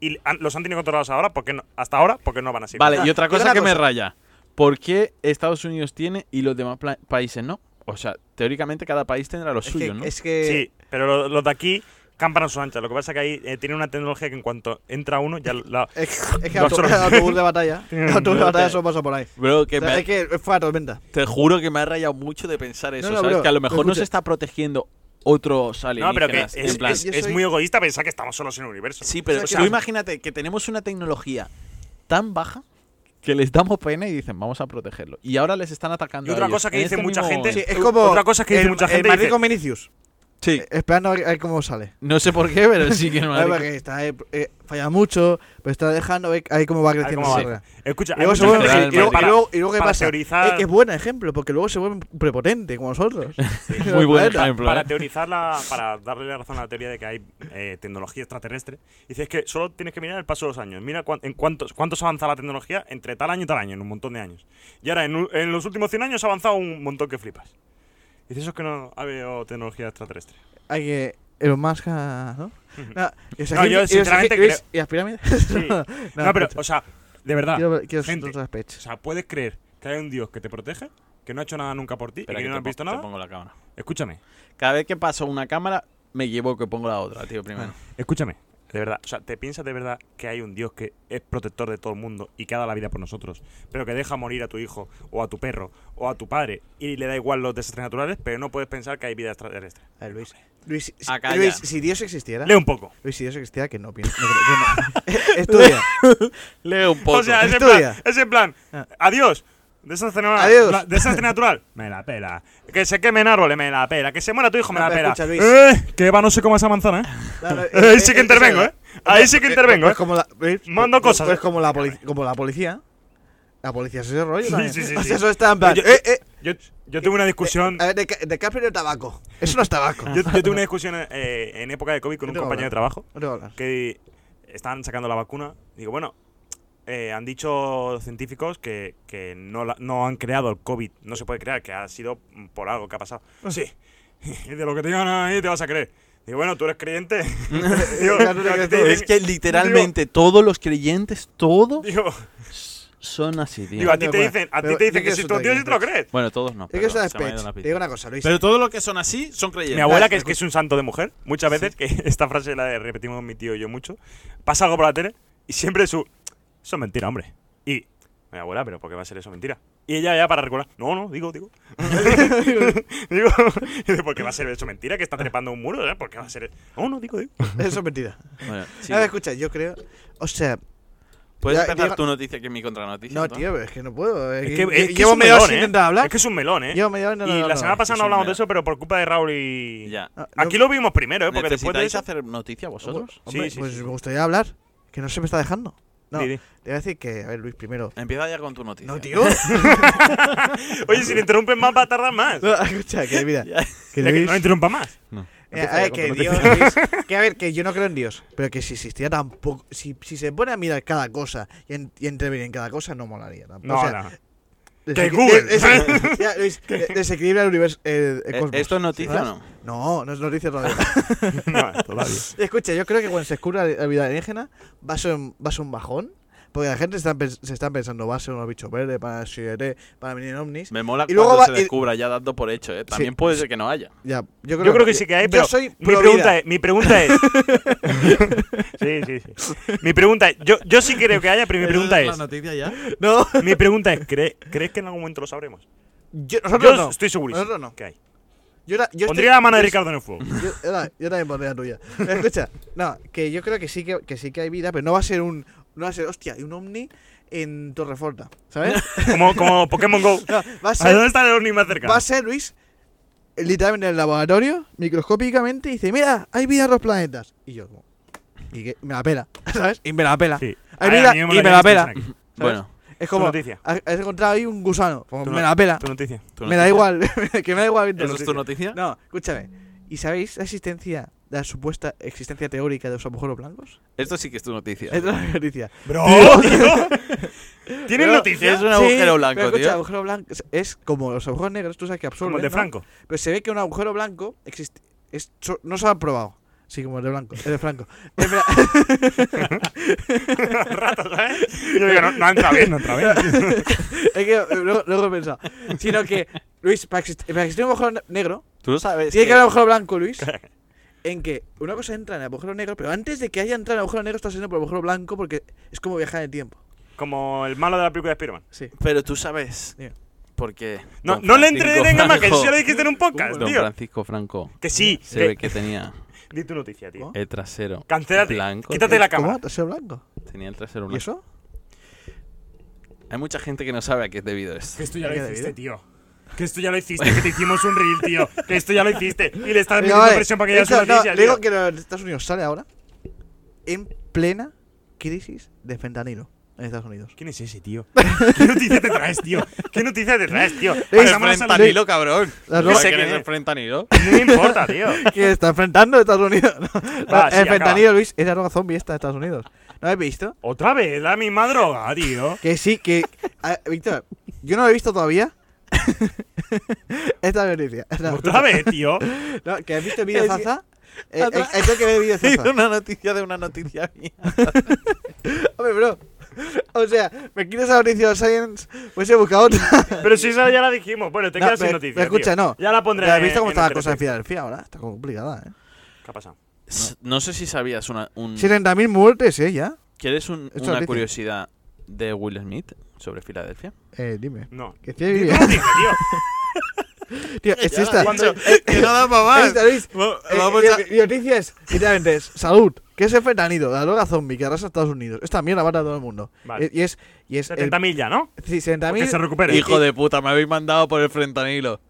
Speaker 2: y han- los han tenido controlados ahora, ¿por qué no? hasta ahora, ¿por qué no van a seguir?
Speaker 1: Vale, y
Speaker 3: Ah,
Speaker 1: otra
Speaker 3: y otra
Speaker 1: cosa que me
Speaker 3: cosa.
Speaker 1: raya. ¿Por qué Estados Unidos tiene y los demás pla- países no? O sea, teóricamente cada país tendrá lo
Speaker 3: Es
Speaker 1: suyo,
Speaker 3: que-
Speaker 1: ¿no?
Speaker 3: Es que...
Speaker 2: Sí, pero lo- los, de aquí campan a sus anchas. Lo que pasa es que ahí eh, tienen una tecnología que en cuanto entra uno, ya la.
Speaker 3: Es, es que
Speaker 2: Los
Speaker 3: el autobús- el autobús de batalla. El autobús de batalla solo pasa por ahí.
Speaker 1: Bro, que
Speaker 3: O sea,
Speaker 1: me-
Speaker 3: es que fue a tormenta.
Speaker 1: te juro que me ha rayado mucho de pensar eso,
Speaker 3: no,
Speaker 1: ¿sabes?
Speaker 3: bro,
Speaker 1: que a lo mejor no
Speaker 3: escucha.
Speaker 1: se está protegiendo otros
Speaker 2: No,
Speaker 1: alienígenas.
Speaker 2: pero que
Speaker 1: en
Speaker 2: es,
Speaker 1: plan,
Speaker 2: es-
Speaker 3: yo
Speaker 2: es
Speaker 3: soy-
Speaker 2: muy egoísta pensar que estamos solos en el universo.
Speaker 1: sí, pero
Speaker 3: o sea,
Speaker 1: tú
Speaker 3: que-
Speaker 1: imagínate que tenemos una tecnología tan baja que les damos pena y dicen, vamos a protegerlo. Y ahora les están atacando
Speaker 2: Y otra
Speaker 1: a ellos
Speaker 2: cosa que
Speaker 1: en
Speaker 2: dice
Speaker 1: este
Speaker 2: mucha
Speaker 1: mismo
Speaker 2: gente-
Speaker 1: momento.
Speaker 3: Sí, es como
Speaker 2: Eh, Otra cosa que dice
Speaker 3: el-
Speaker 2: mucha
Speaker 3: el
Speaker 2: gente
Speaker 3: Madrid
Speaker 2: dice-
Speaker 3: con Vinicius.
Speaker 1: Sí.
Speaker 3: eh, esperando a ver, a ver cómo sale.
Speaker 1: No sé por qué, pero sí que no
Speaker 3: Ahora que está, eh, eh, falla mucho, pero está dejando a ver, a ver cómo va
Speaker 2: ver
Speaker 3: creciendo
Speaker 2: cómo
Speaker 3: la
Speaker 2: va.
Speaker 3: carrera.
Speaker 2: Escucha,
Speaker 3: Y
Speaker 2: hay
Speaker 3: luego, se
Speaker 2: mucha
Speaker 3: vuelve,
Speaker 2: gente
Speaker 1: vuelven-
Speaker 2: que-
Speaker 3: y, luego- y
Speaker 2: para-
Speaker 3: luego- y luego, ¿qué
Speaker 2: para
Speaker 3: pasa?
Speaker 2: teorizar-
Speaker 3: Eh, que es buen ejemplo, porque luego se vuelve prepotente, como nosotros.
Speaker 1: Muy buen
Speaker 3: Planeta.
Speaker 1: ejemplo.
Speaker 2: para
Speaker 1: ¿eh?
Speaker 2: teorizar la, para darle la razón a la teoría de que hay eh, tecnología extraterrestre, dices que solo tienes que mirar el paso de los años. Mira cuán- en cuántos, cuántos avanza la tecnología entre tal año y tal año, en un montón de años. Y ahora, en, un- en los últimos 100 años ha avanzado un montón que flipas. Dices, eso es que no ha habido tecnología extraterrestre.
Speaker 3: Hay que. Elon Musk, ah, ¿no?
Speaker 2: Ujú.
Speaker 3: No, y o sea,
Speaker 2: No,
Speaker 3: aquí-
Speaker 2: yo
Speaker 3: y o sea,
Speaker 2: sinceramente
Speaker 3: aquí- ¿veis?
Speaker 2: creo-
Speaker 3: ¿Y las pirámides?
Speaker 2: Sí.
Speaker 3: no,
Speaker 2: No, pero,
Speaker 3: escucha,
Speaker 2: o sea, de verdad.
Speaker 3: Quiero, quiero
Speaker 2: gente.
Speaker 3: otras
Speaker 2: O
Speaker 3: pechas.
Speaker 2: sea, puedes creer que hay un Dios que te protege, que no ha hecho nada nunca por ti
Speaker 1: Espera,
Speaker 2: y
Speaker 1: que
Speaker 2: que, no
Speaker 1: te
Speaker 2: has
Speaker 1: pon-
Speaker 2: visto
Speaker 1: te
Speaker 2: nada.
Speaker 1: pongo la cámara.
Speaker 2: Escúchame,
Speaker 1: Cada vez que paso una cámara, me equivoco y pongo la otra, tío, primero.
Speaker 2: escúchame. De verdad, o sea, ¿te piensas de verdad que hay un Dios que es protector de todo el mundo y que ha dado la vida por nosotros, pero que deja morir a tu hijo o a tu perro o a tu padre y le da igual los desastres naturales, pero no puedes pensar que hay vida extraterrestre?
Speaker 3: A ver, Luis. Luis, si,
Speaker 1: Ah, calla.
Speaker 3: Luis, si Dios existiera.
Speaker 2: Lee un poco.
Speaker 3: Luis, si Dios existiera, que no pienso. No creo que no. Eh, Estudia.
Speaker 1: Leo un poco.
Speaker 2: O sea, es en
Speaker 3: Estudia.
Speaker 2: plan, es en plan,
Speaker 3: Ah.
Speaker 2: adiós. Desastre natural.
Speaker 3: Adiós.
Speaker 2: la- desastre natural. Me la pela. Que se quemen árboles, me la pela. Que se muera tu hijo, me
Speaker 3: No,
Speaker 2: la pela.
Speaker 3: pero escucha, Luis.
Speaker 2: Eh, que va no sé cómo esa manzana, eh.
Speaker 3: No, no, eh,
Speaker 2: Ahí
Speaker 3: eh,
Speaker 2: sí que
Speaker 3: eh,
Speaker 2: intervengo,
Speaker 3: eso,
Speaker 2: ¿eh? Ahí sí que intervengo, ¿eh?
Speaker 3: Pues como la, ¿ves?
Speaker 2: Mando
Speaker 3: Pues-
Speaker 2: cosas.
Speaker 3: Pues como la, poli- como la policía. La policía es ese rollo.
Speaker 2: Sí,
Speaker 3: también.
Speaker 2: sí, sí,
Speaker 3: O sea,
Speaker 2: sí.
Speaker 3: Eso está en plan.
Speaker 2: Yo-
Speaker 3: eh, eh,
Speaker 2: Yo, yo tuve una discusión. Ah.
Speaker 3: a ver, de, ca- de café no tabaco. Eso no es tabaco.
Speaker 2: Yo, yo tuve una discusión eh, en época de COVID con un
Speaker 3: Yo tengo
Speaker 2: compañero de
Speaker 3: ganas.
Speaker 2: trabajo
Speaker 3: No te voy a hablar.
Speaker 2: que estaban sacando la vacuna. Digo, bueno, eh, han dicho científicos que, que no, la- no han creado el COVID. No se puede crear, que ha sido por algo que ha pasado. Sí, de lo que te digan ahí te vas a creer. Digo, bueno, ¿tú eres creyente? digo,
Speaker 3: Ya tú te crees
Speaker 2: te
Speaker 3: todo.
Speaker 2: dicen-
Speaker 1: Es que literalmente todos los creyentes, todos,
Speaker 2: digo,
Speaker 1: son así, tío.
Speaker 2: digo, a ti
Speaker 3: No,
Speaker 2: te
Speaker 3: bueno,
Speaker 2: dicen, a ti
Speaker 3: pero
Speaker 2: te
Speaker 3: yo
Speaker 2: dicen que
Speaker 3: quiero
Speaker 2: si
Speaker 3: ser
Speaker 2: tú Dios y te lo
Speaker 3: creyente.
Speaker 2: crees.
Speaker 1: Bueno, todos no.
Speaker 3: Es que
Speaker 1: pero
Speaker 3: eso es
Speaker 1: se me ha ido
Speaker 3: pech.
Speaker 1: la
Speaker 3: Te
Speaker 1: pista.
Speaker 3: digo una cosa, Luis.
Speaker 1: Pero todos los que son así son creyentes.
Speaker 2: Mi abuela,
Speaker 3: Dale,
Speaker 2: que es, que es un santo de mujer, muchas veces, que esta frase la repetimos mi tío y yo mucho, pasa algo por la tele y siempre su... Eso es mentira, hombre. Y... Mi abuela, pero ¿por qué va a ser eso mentira? Y ella ya para recordar, no, no, digo, digo. digo, y dice, ¿por qué va a ser eso mentira? Que está trepando un muro, ¿eh? ¿Por qué va a ser...? No, no, digo, digo.
Speaker 3: Eso es mentira.
Speaker 1: Bueno, sí.
Speaker 3: A ver, escucha, yo creo. O sea,
Speaker 1: ¿Puedes
Speaker 3: Ya,
Speaker 1: empezar
Speaker 3: diga-
Speaker 1: tu noticia que es mi contranoticia?
Speaker 3: no,
Speaker 1: entonces?
Speaker 3: tío, pero es que no puedo.
Speaker 2: Es
Speaker 3: Es
Speaker 2: que, es que es
Speaker 3: llevo
Speaker 2: un
Speaker 3: media hora
Speaker 2: melón,
Speaker 3: sin
Speaker 2: ¿eh?
Speaker 3: intentar hablar.
Speaker 2: Es que es un melón, ¿eh?
Speaker 3: Llevo media hora no,
Speaker 2: y
Speaker 3: no,
Speaker 2: la
Speaker 3: no,
Speaker 2: semana
Speaker 3: no.
Speaker 2: pasada
Speaker 1: es
Speaker 2: no
Speaker 1: un
Speaker 2: hablamos de
Speaker 1: melón.
Speaker 2: eso, pero por culpa de Raúl y...
Speaker 1: Ya.
Speaker 3: Ah, no,
Speaker 2: Aquí lo vimos primero, ¿eh? Porque después de
Speaker 1: ¿Necesitáis
Speaker 2: eso...
Speaker 1: hacer noticia vosotros?
Speaker 3: Hombre,
Speaker 2: Sí, sí,
Speaker 3: pues
Speaker 2: sí, sí.
Speaker 3: me gustaría hablar. Que no se me está dejando. No,
Speaker 2: Di,
Speaker 3: te
Speaker 2: di. Eh,
Speaker 3: voy a decir que. A ver, Luis, primero.
Speaker 1: Empieza ya con tu noticia.
Speaker 3: No, tío.
Speaker 2: Oye, si le interrumpen más va a tardar más.
Speaker 3: No, escucha, que mira.
Speaker 1: Ya.
Speaker 3: Que
Speaker 2: Ya que
Speaker 3: Luis.
Speaker 2: no le interrumpa más.
Speaker 3: Eh,
Speaker 1: Empieza
Speaker 3: a
Speaker 1: ya
Speaker 3: ver,
Speaker 1: con
Speaker 3: que
Speaker 1: tu
Speaker 3: Dios.
Speaker 1: noticia.
Speaker 3: Luis, que a ver, que yo no creo en Dios. Pero que si existiera tampoco. Si, si se pone a mirar cada cosa y, en- y intervenir en cada cosa, no molaría tampoco.
Speaker 2: No,
Speaker 3: o sea,
Speaker 2: no.
Speaker 3: desequi-
Speaker 2: que Google.
Speaker 3: des- ya, Luis, de- desequilibra el universo. eh, el
Speaker 1: Eh,
Speaker 3: cosmos,
Speaker 1: ¿Esto es noticia o
Speaker 3: ¿sabes?
Speaker 1: no?
Speaker 3: No, no es noticia todavía.
Speaker 2: No, todavía.
Speaker 3: Escucha, yo creo que cuando se descubra la vida alienígena va a ser un, va a ser un bajón. Porque la gente está, pens- se está pensando, va a ser unos bichos verdes para Shire, para venir ovnis.
Speaker 1: Me mola
Speaker 3: Y luego
Speaker 1: cuando
Speaker 3: va-
Speaker 1: se
Speaker 3: y-
Speaker 1: descubra, ya dando por hecho, ¿eh? También
Speaker 3: Sí.
Speaker 1: puede ser que no haya.
Speaker 3: Ya, yo creo,
Speaker 2: Yo creo que sí que hay,
Speaker 3: yo
Speaker 2: pero
Speaker 3: soy
Speaker 2: mi
Speaker 3: pro vida.
Speaker 2: pregunta es, mi pregunta es, sí, sí, sí. Mi pregunta es, yo, yo sí creo que haya, pero mi pregunta es,
Speaker 1: noticia ya?
Speaker 3: No,
Speaker 2: mi pregunta es, ¿cree- ¿crees que en algún momento lo sabremos?
Speaker 3: yo, nosotros
Speaker 2: Yo
Speaker 3: no.
Speaker 2: estoy segurísimo
Speaker 3: Nosotros no.
Speaker 2: que hay.
Speaker 3: Yo, era- yo
Speaker 2: Pondría
Speaker 3: estoy-
Speaker 2: la mano de
Speaker 3: yo-
Speaker 2: Ricardo en el fuego.
Speaker 3: Yo, era- yo también pondría la tuya. Escucha, no, que yo creo que sí que, que sí que hay vida, pero no va a ser un. No va a ser, hostia, un ovni en Torreforta, ¿sabes?
Speaker 2: Como, como Pokémon GO.
Speaker 3: No, va a
Speaker 2: ¿A
Speaker 3: ser
Speaker 2: dónde está el ovni más cerca?
Speaker 3: Va a ser, Luis, literalmente en el laboratorio, microscópicamente, y dice, mira, hay vida en otros planetas. Y yo, como, y que me la pela, ¿sabes? Y me la pela.
Speaker 2: Sí.
Speaker 3: Hay
Speaker 2: Ahora
Speaker 3: vida
Speaker 2: mismo
Speaker 3: y me
Speaker 2: tienes
Speaker 3: la pela.
Speaker 2: que pensar aquí.
Speaker 1: Bueno,
Speaker 3: Es como,
Speaker 2: noticia.
Speaker 3: has has encontrado ahí un gusano. Como,
Speaker 2: Tu no-
Speaker 3: me la pela.
Speaker 2: Tu noticia.
Speaker 1: ¿tu
Speaker 3: Me
Speaker 1: noticia?
Speaker 3: da igual, que me da igual.
Speaker 1: ¿Eso es tu noticia?
Speaker 3: No, escúchame. ¿Y sabéis la existencia, la supuesta existencia teórica de los agujeros blancos?
Speaker 1: Esto sí que es tu noticia.
Speaker 3: Es la noticia.
Speaker 2: Bro, tío. ¿Tienes
Speaker 3: Pero-
Speaker 1: Es
Speaker 2: noticias?
Speaker 1: un
Speaker 3: Sí,
Speaker 1: agujero
Speaker 3: pero
Speaker 1: blanco,
Speaker 3: escucha,
Speaker 1: tío.
Speaker 3: agujero blanco es- es como los agujeros negros, tú sabes que absorben.
Speaker 2: Como el de
Speaker 3: ¿no?
Speaker 2: Franco.
Speaker 3: Pero se ve que un agujero blanco existe, es- so- no se ha probado. Sí, como el de blanco, el de Franco. Es verdad,
Speaker 2: Rato, ¿sabes? ¿eh? Yo digo, no, no entra bien, no entra bien.
Speaker 3: es que eh, luego, luego he pensado. Sino que, Luis, para, exist- para existir un agujero ne- negro,
Speaker 1: Tú lo sabes.
Speaker 3: tiene que
Speaker 1: que-
Speaker 3: haber un agujero blanco, Luis. En que una cosa entra en el agujero negro, pero antes de que haya entrado en el agujero negro, está siendo por el agujero blanco porque es como viajar en el tiempo.
Speaker 2: Como el malo de la película de Spider-Man.
Speaker 3: Sí.
Speaker 1: Pero tú sabes.
Speaker 3: Dime.
Speaker 1: Porque.
Speaker 2: No,
Speaker 1: don
Speaker 2: no le
Speaker 1: Francisco
Speaker 2: entretenga más, que
Speaker 1: Franco-
Speaker 2: eso ya lo dijiste en un podcast,
Speaker 1: Don
Speaker 2: tío.
Speaker 1: Francisco Franco
Speaker 2: Que sí.
Speaker 1: se
Speaker 2: Que,
Speaker 1: ve que tenía
Speaker 2: Di tu noticia, tío.
Speaker 1: el trasero
Speaker 2: Cancélate.
Speaker 1: blanco.
Speaker 2: Quítate la cámara.
Speaker 3: ¿Cómo? ¿Te ha sido blanco?
Speaker 1: tío. Tenía el trasero
Speaker 3: ¿Y
Speaker 1: blanco.
Speaker 3: eso?
Speaker 1: Hay mucha gente que no sabe a qué es debido esto.
Speaker 2: esto
Speaker 3: ya lo ¿Qué dijiste, debido?
Speaker 2: tío. Que esto ya lo hiciste, que te hicimos un reel, tío. Que esto ya lo hiciste. Y le estás metiendo
Speaker 3: vale,
Speaker 2: presión para que ya
Speaker 3: esto-
Speaker 2: suba
Speaker 3: eh, no,
Speaker 2: noticia,
Speaker 3: Le digo
Speaker 2: tío.
Speaker 3: que en Estados Unidos sale ahora en plena crisis de fentanilo en Estados Unidos.
Speaker 2: ¿Quién es ese, tío? ¿Qué noticia te traes, tío? ¿Qué noticia te traes, tío?
Speaker 1: El
Speaker 2: Pasamos a la-
Speaker 1: frentanilo, cabrón.
Speaker 3: La
Speaker 1: Yo
Speaker 3: ropa
Speaker 1: sé
Speaker 3: que
Speaker 1: que es
Speaker 3: es.
Speaker 1: el frentanilo.
Speaker 2: No me importa, tío.
Speaker 3: que está enfrentando a Estados Unidos. No,
Speaker 2: Va,
Speaker 3: no,
Speaker 2: Ah, sí,
Speaker 3: el
Speaker 2: acaba.
Speaker 3: fentanilo, Luis, es la droga zombie esta de Estados Unidos. ¿No habéis visto?
Speaker 2: Otra vez, la misma droga, tío.
Speaker 3: Que sí, que. a- Víctor, yo no lo he visto todavía. esta noticia. No,
Speaker 2: Otra vez, tío.
Speaker 3: no, que has visto el vídeo de
Speaker 1: Es que-
Speaker 3: Zaza. Eh, eh, tengo que ver el vídeo de Zaza.
Speaker 1: una noticia de una noticia mía.
Speaker 3: Hombre, bro. O sea, me quieres la noticia de Science, pues he buscado otra.
Speaker 2: Pero si esa ya la dijimos. Bueno, te
Speaker 3: No,
Speaker 2: quedas sin
Speaker 3: pero-
Speaker 2: noticia.
Speaker 3: pero
Speaker 2: tío.
Speaker 3: escucha, no.
Speaker 2: Ya la pondré.
Speaker 3: ¿Has visto cómo
Speaker 2: en
Speaker 3: está la
Speaker 2: el
Speaker 3: cosa en
Speaker 2: perfil.
Speaker 3: Filadelfia ahora? Está complicada, ¿eh?
Speaker 2: ¿Qué ha pasado?
Speaker 1: No sé si sabías una. Un...
Speaker 3: 70.000 muertes, ¿eh? Ya.
Speaker 1: ¿Quieres un-
Speaker 3: Esto
Speaker 1: una
Speaker 3: noticia.
Speaker 1: curiosidad de Will Smith sobre Filadelfia?
Speaker 3: Eh, dime.
Speaker 2: No.
Speaker 3: Que tiene
Speaker 2: Dime,
Speaker 3: vídeo.
Speaker 2: tío.
Speaker 3: Tío, es esta.
Speaker 2: Cuando-
Speaker 1: que no da para
Speaker 3: Ahí está, Luis. Eh,
Speaker 1: Vamos
Speaker 3: eh,
Speaker 1: a-
Speaker 3: y noticias, literalmente, es salud. ¿Qué es el fentanilo? La droga zombie que arrasa a Estados Unidos. Esta mierda mata a todo el mundo.
Speaker 2: Vale.
Speaker 3: Eh, Y es. Y es el-
Speaker 2: 70.000 ya, ¿no?
Speaker 3: sí,
Speaker 2: Que se
Speaker 3: 70.000.
Speaker 2: recupere.
Speaker 1: Hijo de puta, me habéis mandado por el frentanilo.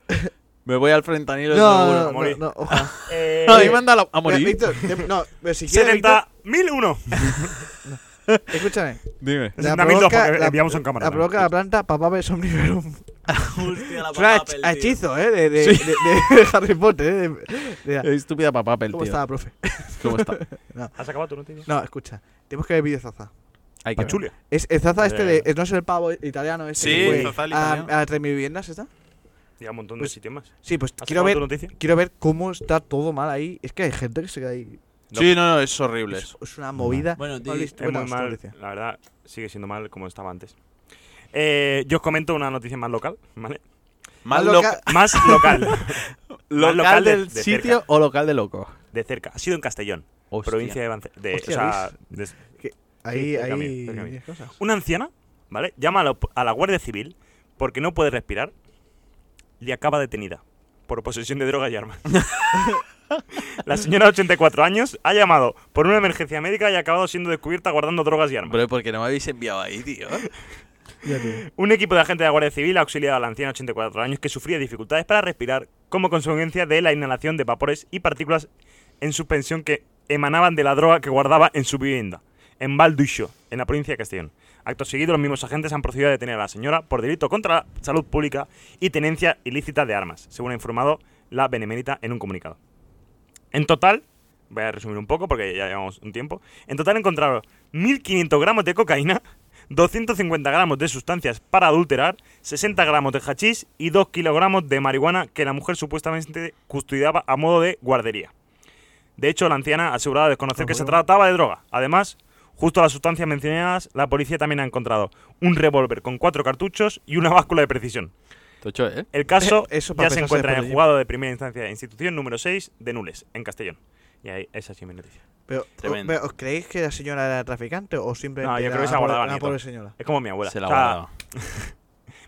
Speaker 1: Me voy al frentanilo
Speaker 3: No,
Speaker 1: seguro.
Speaker 3: no, no,
Speaker 2: morir.
Speaker 3: no, ojalá.
Speaker 2: Eh,
Speaker 1: Me habéis mandado a- a
Speaker 3: Eh,
Speaker 1: morir.
Speaker 3: Víctor, te- no, pero si quieres.
Speaker 2: 70.001.
Speaker 3: Víctor, escúchame.
Speaker 1: Dime.
Speaker 2: 70.002,
Speaker 3: La provoca-
Speaker 2: porque
Speaker 3: la-
Speaker 2: enviamos en cámara.
Speaker 3: La
Speaker 2: ¿no?
Speaker 3: provoca la planta Papaver somniferum.
Speaker 1: Hostia, la
Speaker 3: Es una hech- hechizo, ¿eh? De, de,
Speaker 1: Sí.
Speaker 3: de, de Harry Potter, ¿eh? De- de-
Speaker 1: Estúpida papapel, tío.
Speaker 3: ¿Cómo estaba, profe?
Speaker 1: ¿Cómo está?
Speaker 2: ¿Has acabado tu noticia?
Speaker 3: No, escucha. Tenemos que ver el vídeo de Zaza.
Speaker 1: Hay que ver.
Speaker 2: Pachulia.
Speaker 3: Es, el Zaza este
Speaker 2: Eh.
Speaker 3: de. es- No es el pavo italiano este.
Speaker 1: Sí,
Speaker 3: que fue
Speaker 1: Zaza el italiano.
Speaker 3: a, a 3.000 viviendas, ¿está?
Speaker 2: Ya un montón de
Speaker 3: Pues-
Speaker 2: sitios más.
Speaker 3: Sí, pues
Speaker 2: ¿Has
Speaker 3: quiero
Speaker 2: acabado
Speaker 3: ver
Speaker 2: tu noticia?
Speaker 3: quiero ver cómo está todo mal ahí. Es que hay gente que se queda ahí.
Speaker 1: Sí, no, no, es horrible
Speaker 3: Es,
Speaker 1: eso.
Speaker 3: es una movida.
Speaker 1: Bueno, di-
Speaker 3: Pablo,
Speaker 1: es
Speaker 2: Es muy
Speaker 3: cuéntanos tu
Speaker 2: mal,
Speaker 3: noticia.
Speaker 2: la verdad, sigue siendo mal como estaba antes. Eh, yo os comento una noticia más local, ¿vale?
Speaker 1: Más
Speaker 3: Más
Speaker 1: loca-
Speaker 3: loca-
Speaker 2: Más local,
Speaker 1: local,
Speaker 2: local de-
Speaker 1: del
Speaker 2: de cerca.
Speaker 1: sitio o local de loco.
Speaker 2: de cerca. Ha sido en Castellón,
Speaker 1: Hostia.
Speaker 2: provincia de, Bance- de- o
Speaker 3: Hostia,
Speaker 2: sea, de-
Speaker 3: Ahí,
Speaker 2: cerca mío,
Speaker 3: ahí.
Speaker 2: cerca mío.
Speaker 3: cosas.
Speaker 2: Una anciana, ¿vale? Llama a la, a la Guardia Civil porque no puede respirar y acaba detenida por posesión de droga y armas. la señora de 84 años ha llamado por una emergencia médica y ha acabado siendo descubierta guardando drogas y armas.
Speaker 1: Bro, porque no me habéis enviado ahí, tío.
Speaker 3: Ya te-
Speaker 2: Un equipo de agentes de la Guardia Civil ha auxiliado a la anciana de 84 años que sufría dificultades para respirar como consecuencia de la inhalación de vapores y partículas en suspensión que emanaban de la droga que guardaba en su vivienda, en Valducho, en la provincia de Castellón. Acto seguido, los mismos agentes han procedido a detener a la señora por delito contra la salud pública y tenencia ilícita de armas, según ha informado la Benemérita en un comunicado. En total, voy a resumir un poco porque ya llevamos un tiempo. En total encontraron 1.500 gramos de cocaína, 250 gramos de sustancias para adulterar, 60 gramos de hachís y 2 kilogramos de marihuana que la mujer supuestamente custodiaba a modo de guardería. De hecho, la anciana aseguraba desconocer
Speaker 3: Ah,
Speaker 2: que se
Speaker 3: bueno.
Speaker 2: trataba de droga. Además, justo a las sustancias mencionadas, la policía también ha encontrado un revólver con cuatro cartuchos y una báscula de precisión.
Speaker 1: Tocho, ¿eh?
Speaker 2: El caso
Speaker 3: Eso para
Speaker 2: ya se
Speaker 3: pensarse
Speaker 2: encuentra
Speaker 3: por
Speaker 2: en el
Speaker 3: allí.
Speaker 2: juzgado de primera instancia de institución número 6 de Nules, en Castellón. Y ahí, esa sí es mi noticia.
Speaker 3: Pero,
Speaker 1: Tremendo.
Speaker 3: pero, ¿os creéis que la señora era traficante o simplemente
Speaker 2: No, yo
Speaker 3: era
Speaker 2: creo que se
Speaker 3: una
Speaker 2: ha
Speaker 3: pobre-
Speaker 2: guardado
Speaker 3: una
Speaker 2: la
Speaker 3: pobre
Speaker 2: nieta.
Speaker 3: señora?
Speaker 2: Es como mi abuela.
Speaker 1: Se la Eh,
Speaker 2: O sea,
Speaker 1: guardaba.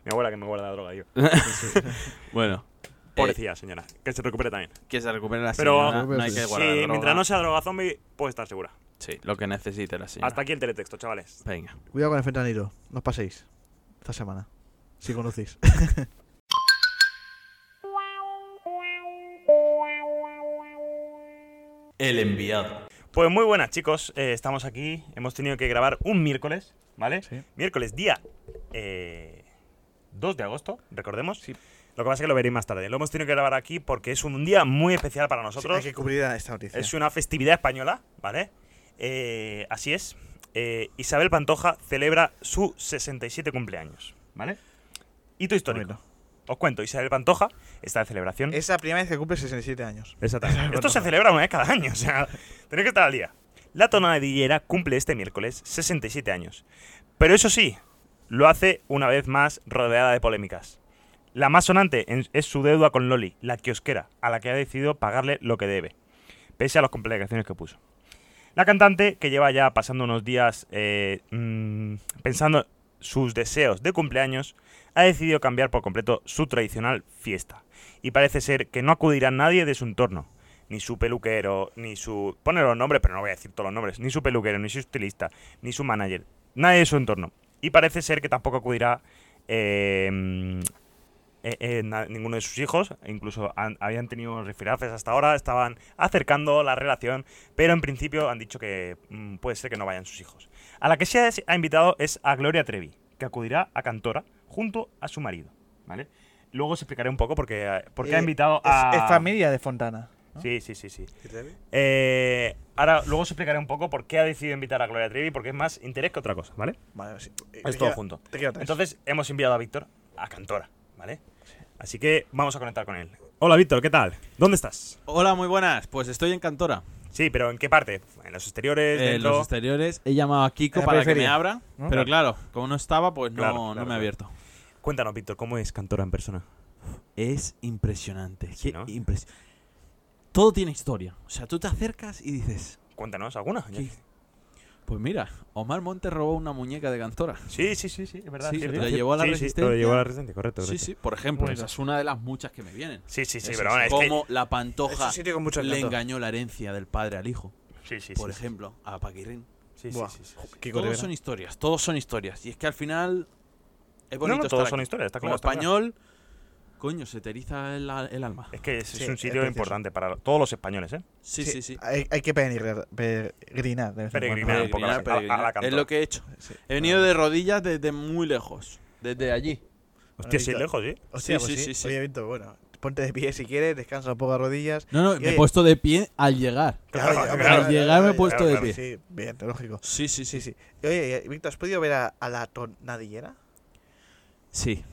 Speaker 2: Mi abuela que me guarda la droga, yo.
Speaker 1: Bueno. eh,
Speaker 2: Pobrecilla, señora. Que se recupere también.
Speaker 1: que se recupere la
Speaker 2: Pero-
Speaker 1: señora, no hay que
Speaker 3: Sí,
Speaker 2: Sí,
Speaker 1: guardar droga.
Speaker 2: mientras no sea droga zombie, puede estar segura.
Speaker 1: Sí, lo que necesite la señora.
Speaker 2: Hasta aquí el teletexto, chavales.
Speaker 1: Venga.
Speaker 3: Cuidado con el fentanilo. No os paséis. Esta semana. Si conocéis.
Speaker 1: El enviado.
Speaker 2: Pues muy buenas, chicos. Eh, estamos aquí. Hemos tenido que grabar un miércoles, ¿vale?
Speaker 3: Sí.
Speaker 2: Miércoles, día eh, 2 de agosto, recordemos.
Speaker 3: Sí.
Speaker 2: Lo que pasa es que lo veréis más tarde. Lo hemos tenido que grabar aquí porque es un día muy especial para nosotros.
Speaker 3: Hay que cubrir a esta noticia.
Speaker 2: Es una festividad española, ¿vale? Eh, así es. Eh, Isabel Pantoja celebra su 67 cumpleaños, ¿vale? Hito histórico.
Speaker 3: Bueno.
Speaker 2: Os cuento, Isabel Pantoja está de celebración.
Speaker 3: Es la primera vez que cumple 67 años.
Speaker 2: Exactamente. Esto se celebra una vez cada año, o sea, tenéis que estar al día. La tonadillera cumple este miércoles 67 años. Pero eso sí, lo hace una vez más rodeada de polémicas. La más sonante en- es su deuda con Loli, la kiosquera, a la que ha decidido pagarle lo que debe, pese a las complicaciones que puso. La cantante, que lleva ya pasando unos días eh, mm, pensando sus deseos de cumpleaños, ha decidido cambiar por completo su tradicional fiesta. Y parece ser que no acudirá nadie de su entorno. Ni su peluquero, ni su... Pone los nombres, pero no voy a decir todos los nombres. Ni su peluquero, ni su estilista, ni su manager. Nadie de su entorno. Y parece ser que tampoco acudirá eh, mm, eh, eh, na- ninguno de sus hijos, incluso han- habían tenido rifirafes hasta ahora, estaban acercando la relación, pero en principio han dicho que mm, puede ser que no vayan sus hijos. A la que se ha- ha invitado es a Gloria Trevi, que acudirá a Cantora junto a su marido, ¿vale? Luego os explicaré un poco por qué, eh, por qué ha
Speaker 4: Eh,
Speaker 2: invitado
Speaker 4: Es-
Speaker 2: a...
Speaker 4: Es, familia de Fontana. ¿no?
Speaker 2: Sí, sí, sí, sí.
Speaker 3: Trevi?
Speaker 2: Eh, ahora, luego os explicaré un poco por qué ha decidido invitar a Gloria Trevi, porque es más interés que otra cosa, ¿vale?
Speaker 3: Vale, sí.
Speaker 2: Es
Speaker 3: Eh, te
Speaker 2: todo
Speaker 3: queda-
Speaker 2: junto.
Speaker 3: Te queda tres.
Speaker 2: Entonces, hemos enviado a Víctor a Cantora, ¿vale? Así que vamos a conectar con él. Hola, Víctor, ¿qué tal? ¿Dónde estás?
Speaker 1: Hola, muy buenas. Pues estoy en Cantora,
Speaker 2: Sí, pero ¿en qué parte? ¿En los exteriores?
Speaker 1: en
Speaker 2: dentro?
Speaker 1: Eh, los exteriores. He llamado a Kiko
Speaker 4: En la
Speaker 1: para que me
Speaker 4: periferia,
Speaker 1: abra,
Speaker 4: ¿no?
Speaker 1: pero claro, como no estaba, pues no,
Speaker 2: Claro,
Speaker 1: no
Speaker 2: claro,
Speaker 1: me ha
Speaker 2: claro.
Speaker 1: abierto.
Speaker 2: Cuéntanos, Víctor, ¿cómo es Cantora en persona?
Speaker 1: Es impresionante.
Speaker 2: Sí,
Speaker 1: qué
Speaker 2: ¿no?
Speaker 1: impres- Todo tiene historia. O sea, tú te acercas y dices,
Speaker 2: Cuéntanos alguna. ya
Speaker 1: ¿qué?
Speaker 2: que-
Speaker 1: Pues mira, Omar Montes robó una muñeca de Cantora.
Speaker 2: Sí, sí, sí, sí, es verdad.
Speaker 1: Sí,
Speaker 2: es
Speaker 1: lo
Speaker 2: verdad.
Speaker 1: llevó a la
Speaker 2: Sí, sí,
Speaker 1: Resistencia.
Speaker 2: lo llevó a la resistencia, correcto.
Speaker 1: Sí,
Speaker 2: correcto.
Speaker 1: sí, por ejemplo,
Speaker 4: Bueno.
Speaker 1: esa es una de las muchas que me vienen.
Speaker 2: Sí, sí, sí,
Speaker 1: Eso
Speaker 2: pero
Speaker 1: es
Speaker 2: bueno, es que-
Speaker 1: como la
Speaker 3: Es
Speaker 1: pantoja
Speaker 3: un sitio con mucho
Speaker 1: le
Speaker 3: encanto.
Speaker 1: engañó la herencia del padre al hijo,
Speaker 2: Sí, sí, sí.
Speaker 1: por ejemplo, a Paquirrín.
Speaker 2: Sí, sí,
Speaker 3: Buah.
Speaker 2: sí, sí, sí.
Speaker 3: Kiko
Speaker 1: Todos
Speaker 3: Rivera.
Speaker 1: son historias, todos son historias. Y es que al final es bonito
Speaker 2: no, no,
Speaker 1: estar
Speaker 2: todos
Speaker 1: aquí.
Speaker 2: son historias, está
Speaker 1: Como
Speaker 2: claro. está claro.
Speaker 1: español, coño, se te eriza el, a- el alma.
Speaker 2: Es que ese
Speaker 3: Sí,
Speaker 2: es un
Speaker 3: es
Speaker 2: sitio
Speaker 3: precioso.
Speaker 2: importante para todos los españoles, ¿eh?
Speaker 1: Sí, sí, sí.
Speaker 3: Hay, hay que peregrinar.
Speaker 4: Peregrinar. de vez en
Speaker 2: Peregrinar.
Speaker 4: cuando.
Speaker 2: un poco a la-
Speaker 1: Peregrinar, peregrinar.
Speaker 2: a la cantora.
Speaker 1: Es lo que he hecho.
Speaker 3: pues, Sí.
Speaker 1: He venido de rodillas desde muy lejos, desde allí.
Speaker 2: Hostia, sí,
Speaker 3: Víctor.
Speaker 2: lejos, ¿eh? ¿sí?
Speaker 3: Hostia,
Speaker 1: Sí,
Speaker 3: pues
Speaker 1: sí,
Speaker 3: sí,
Speaker 1: sí, sí.
Speaker 3: Oye, Víctor, bueno, ponte de pie si quieres, descansa un poco de rodillas.
Speaker 1: No, no,
Speaker 3: Y
Speaker 1: me he
Speaker 3: oye-
Speaker 1: puesto de pie al llegar.
Speaker 2: Claro,
Speaker 3: ya,
Speaker 2: claro,
Speaker 1: al llegar me he puesto
Speaker 2: de
Speaker 1: pie.
Speaker 3: Sí, bien, lógico.
Speaker 1: Sí, sí,
Speaker 3: Sí, sí. Y Oye, y- Víctor, ¿has podido ver a, a la tornadillera?
Speaker 1: Sí.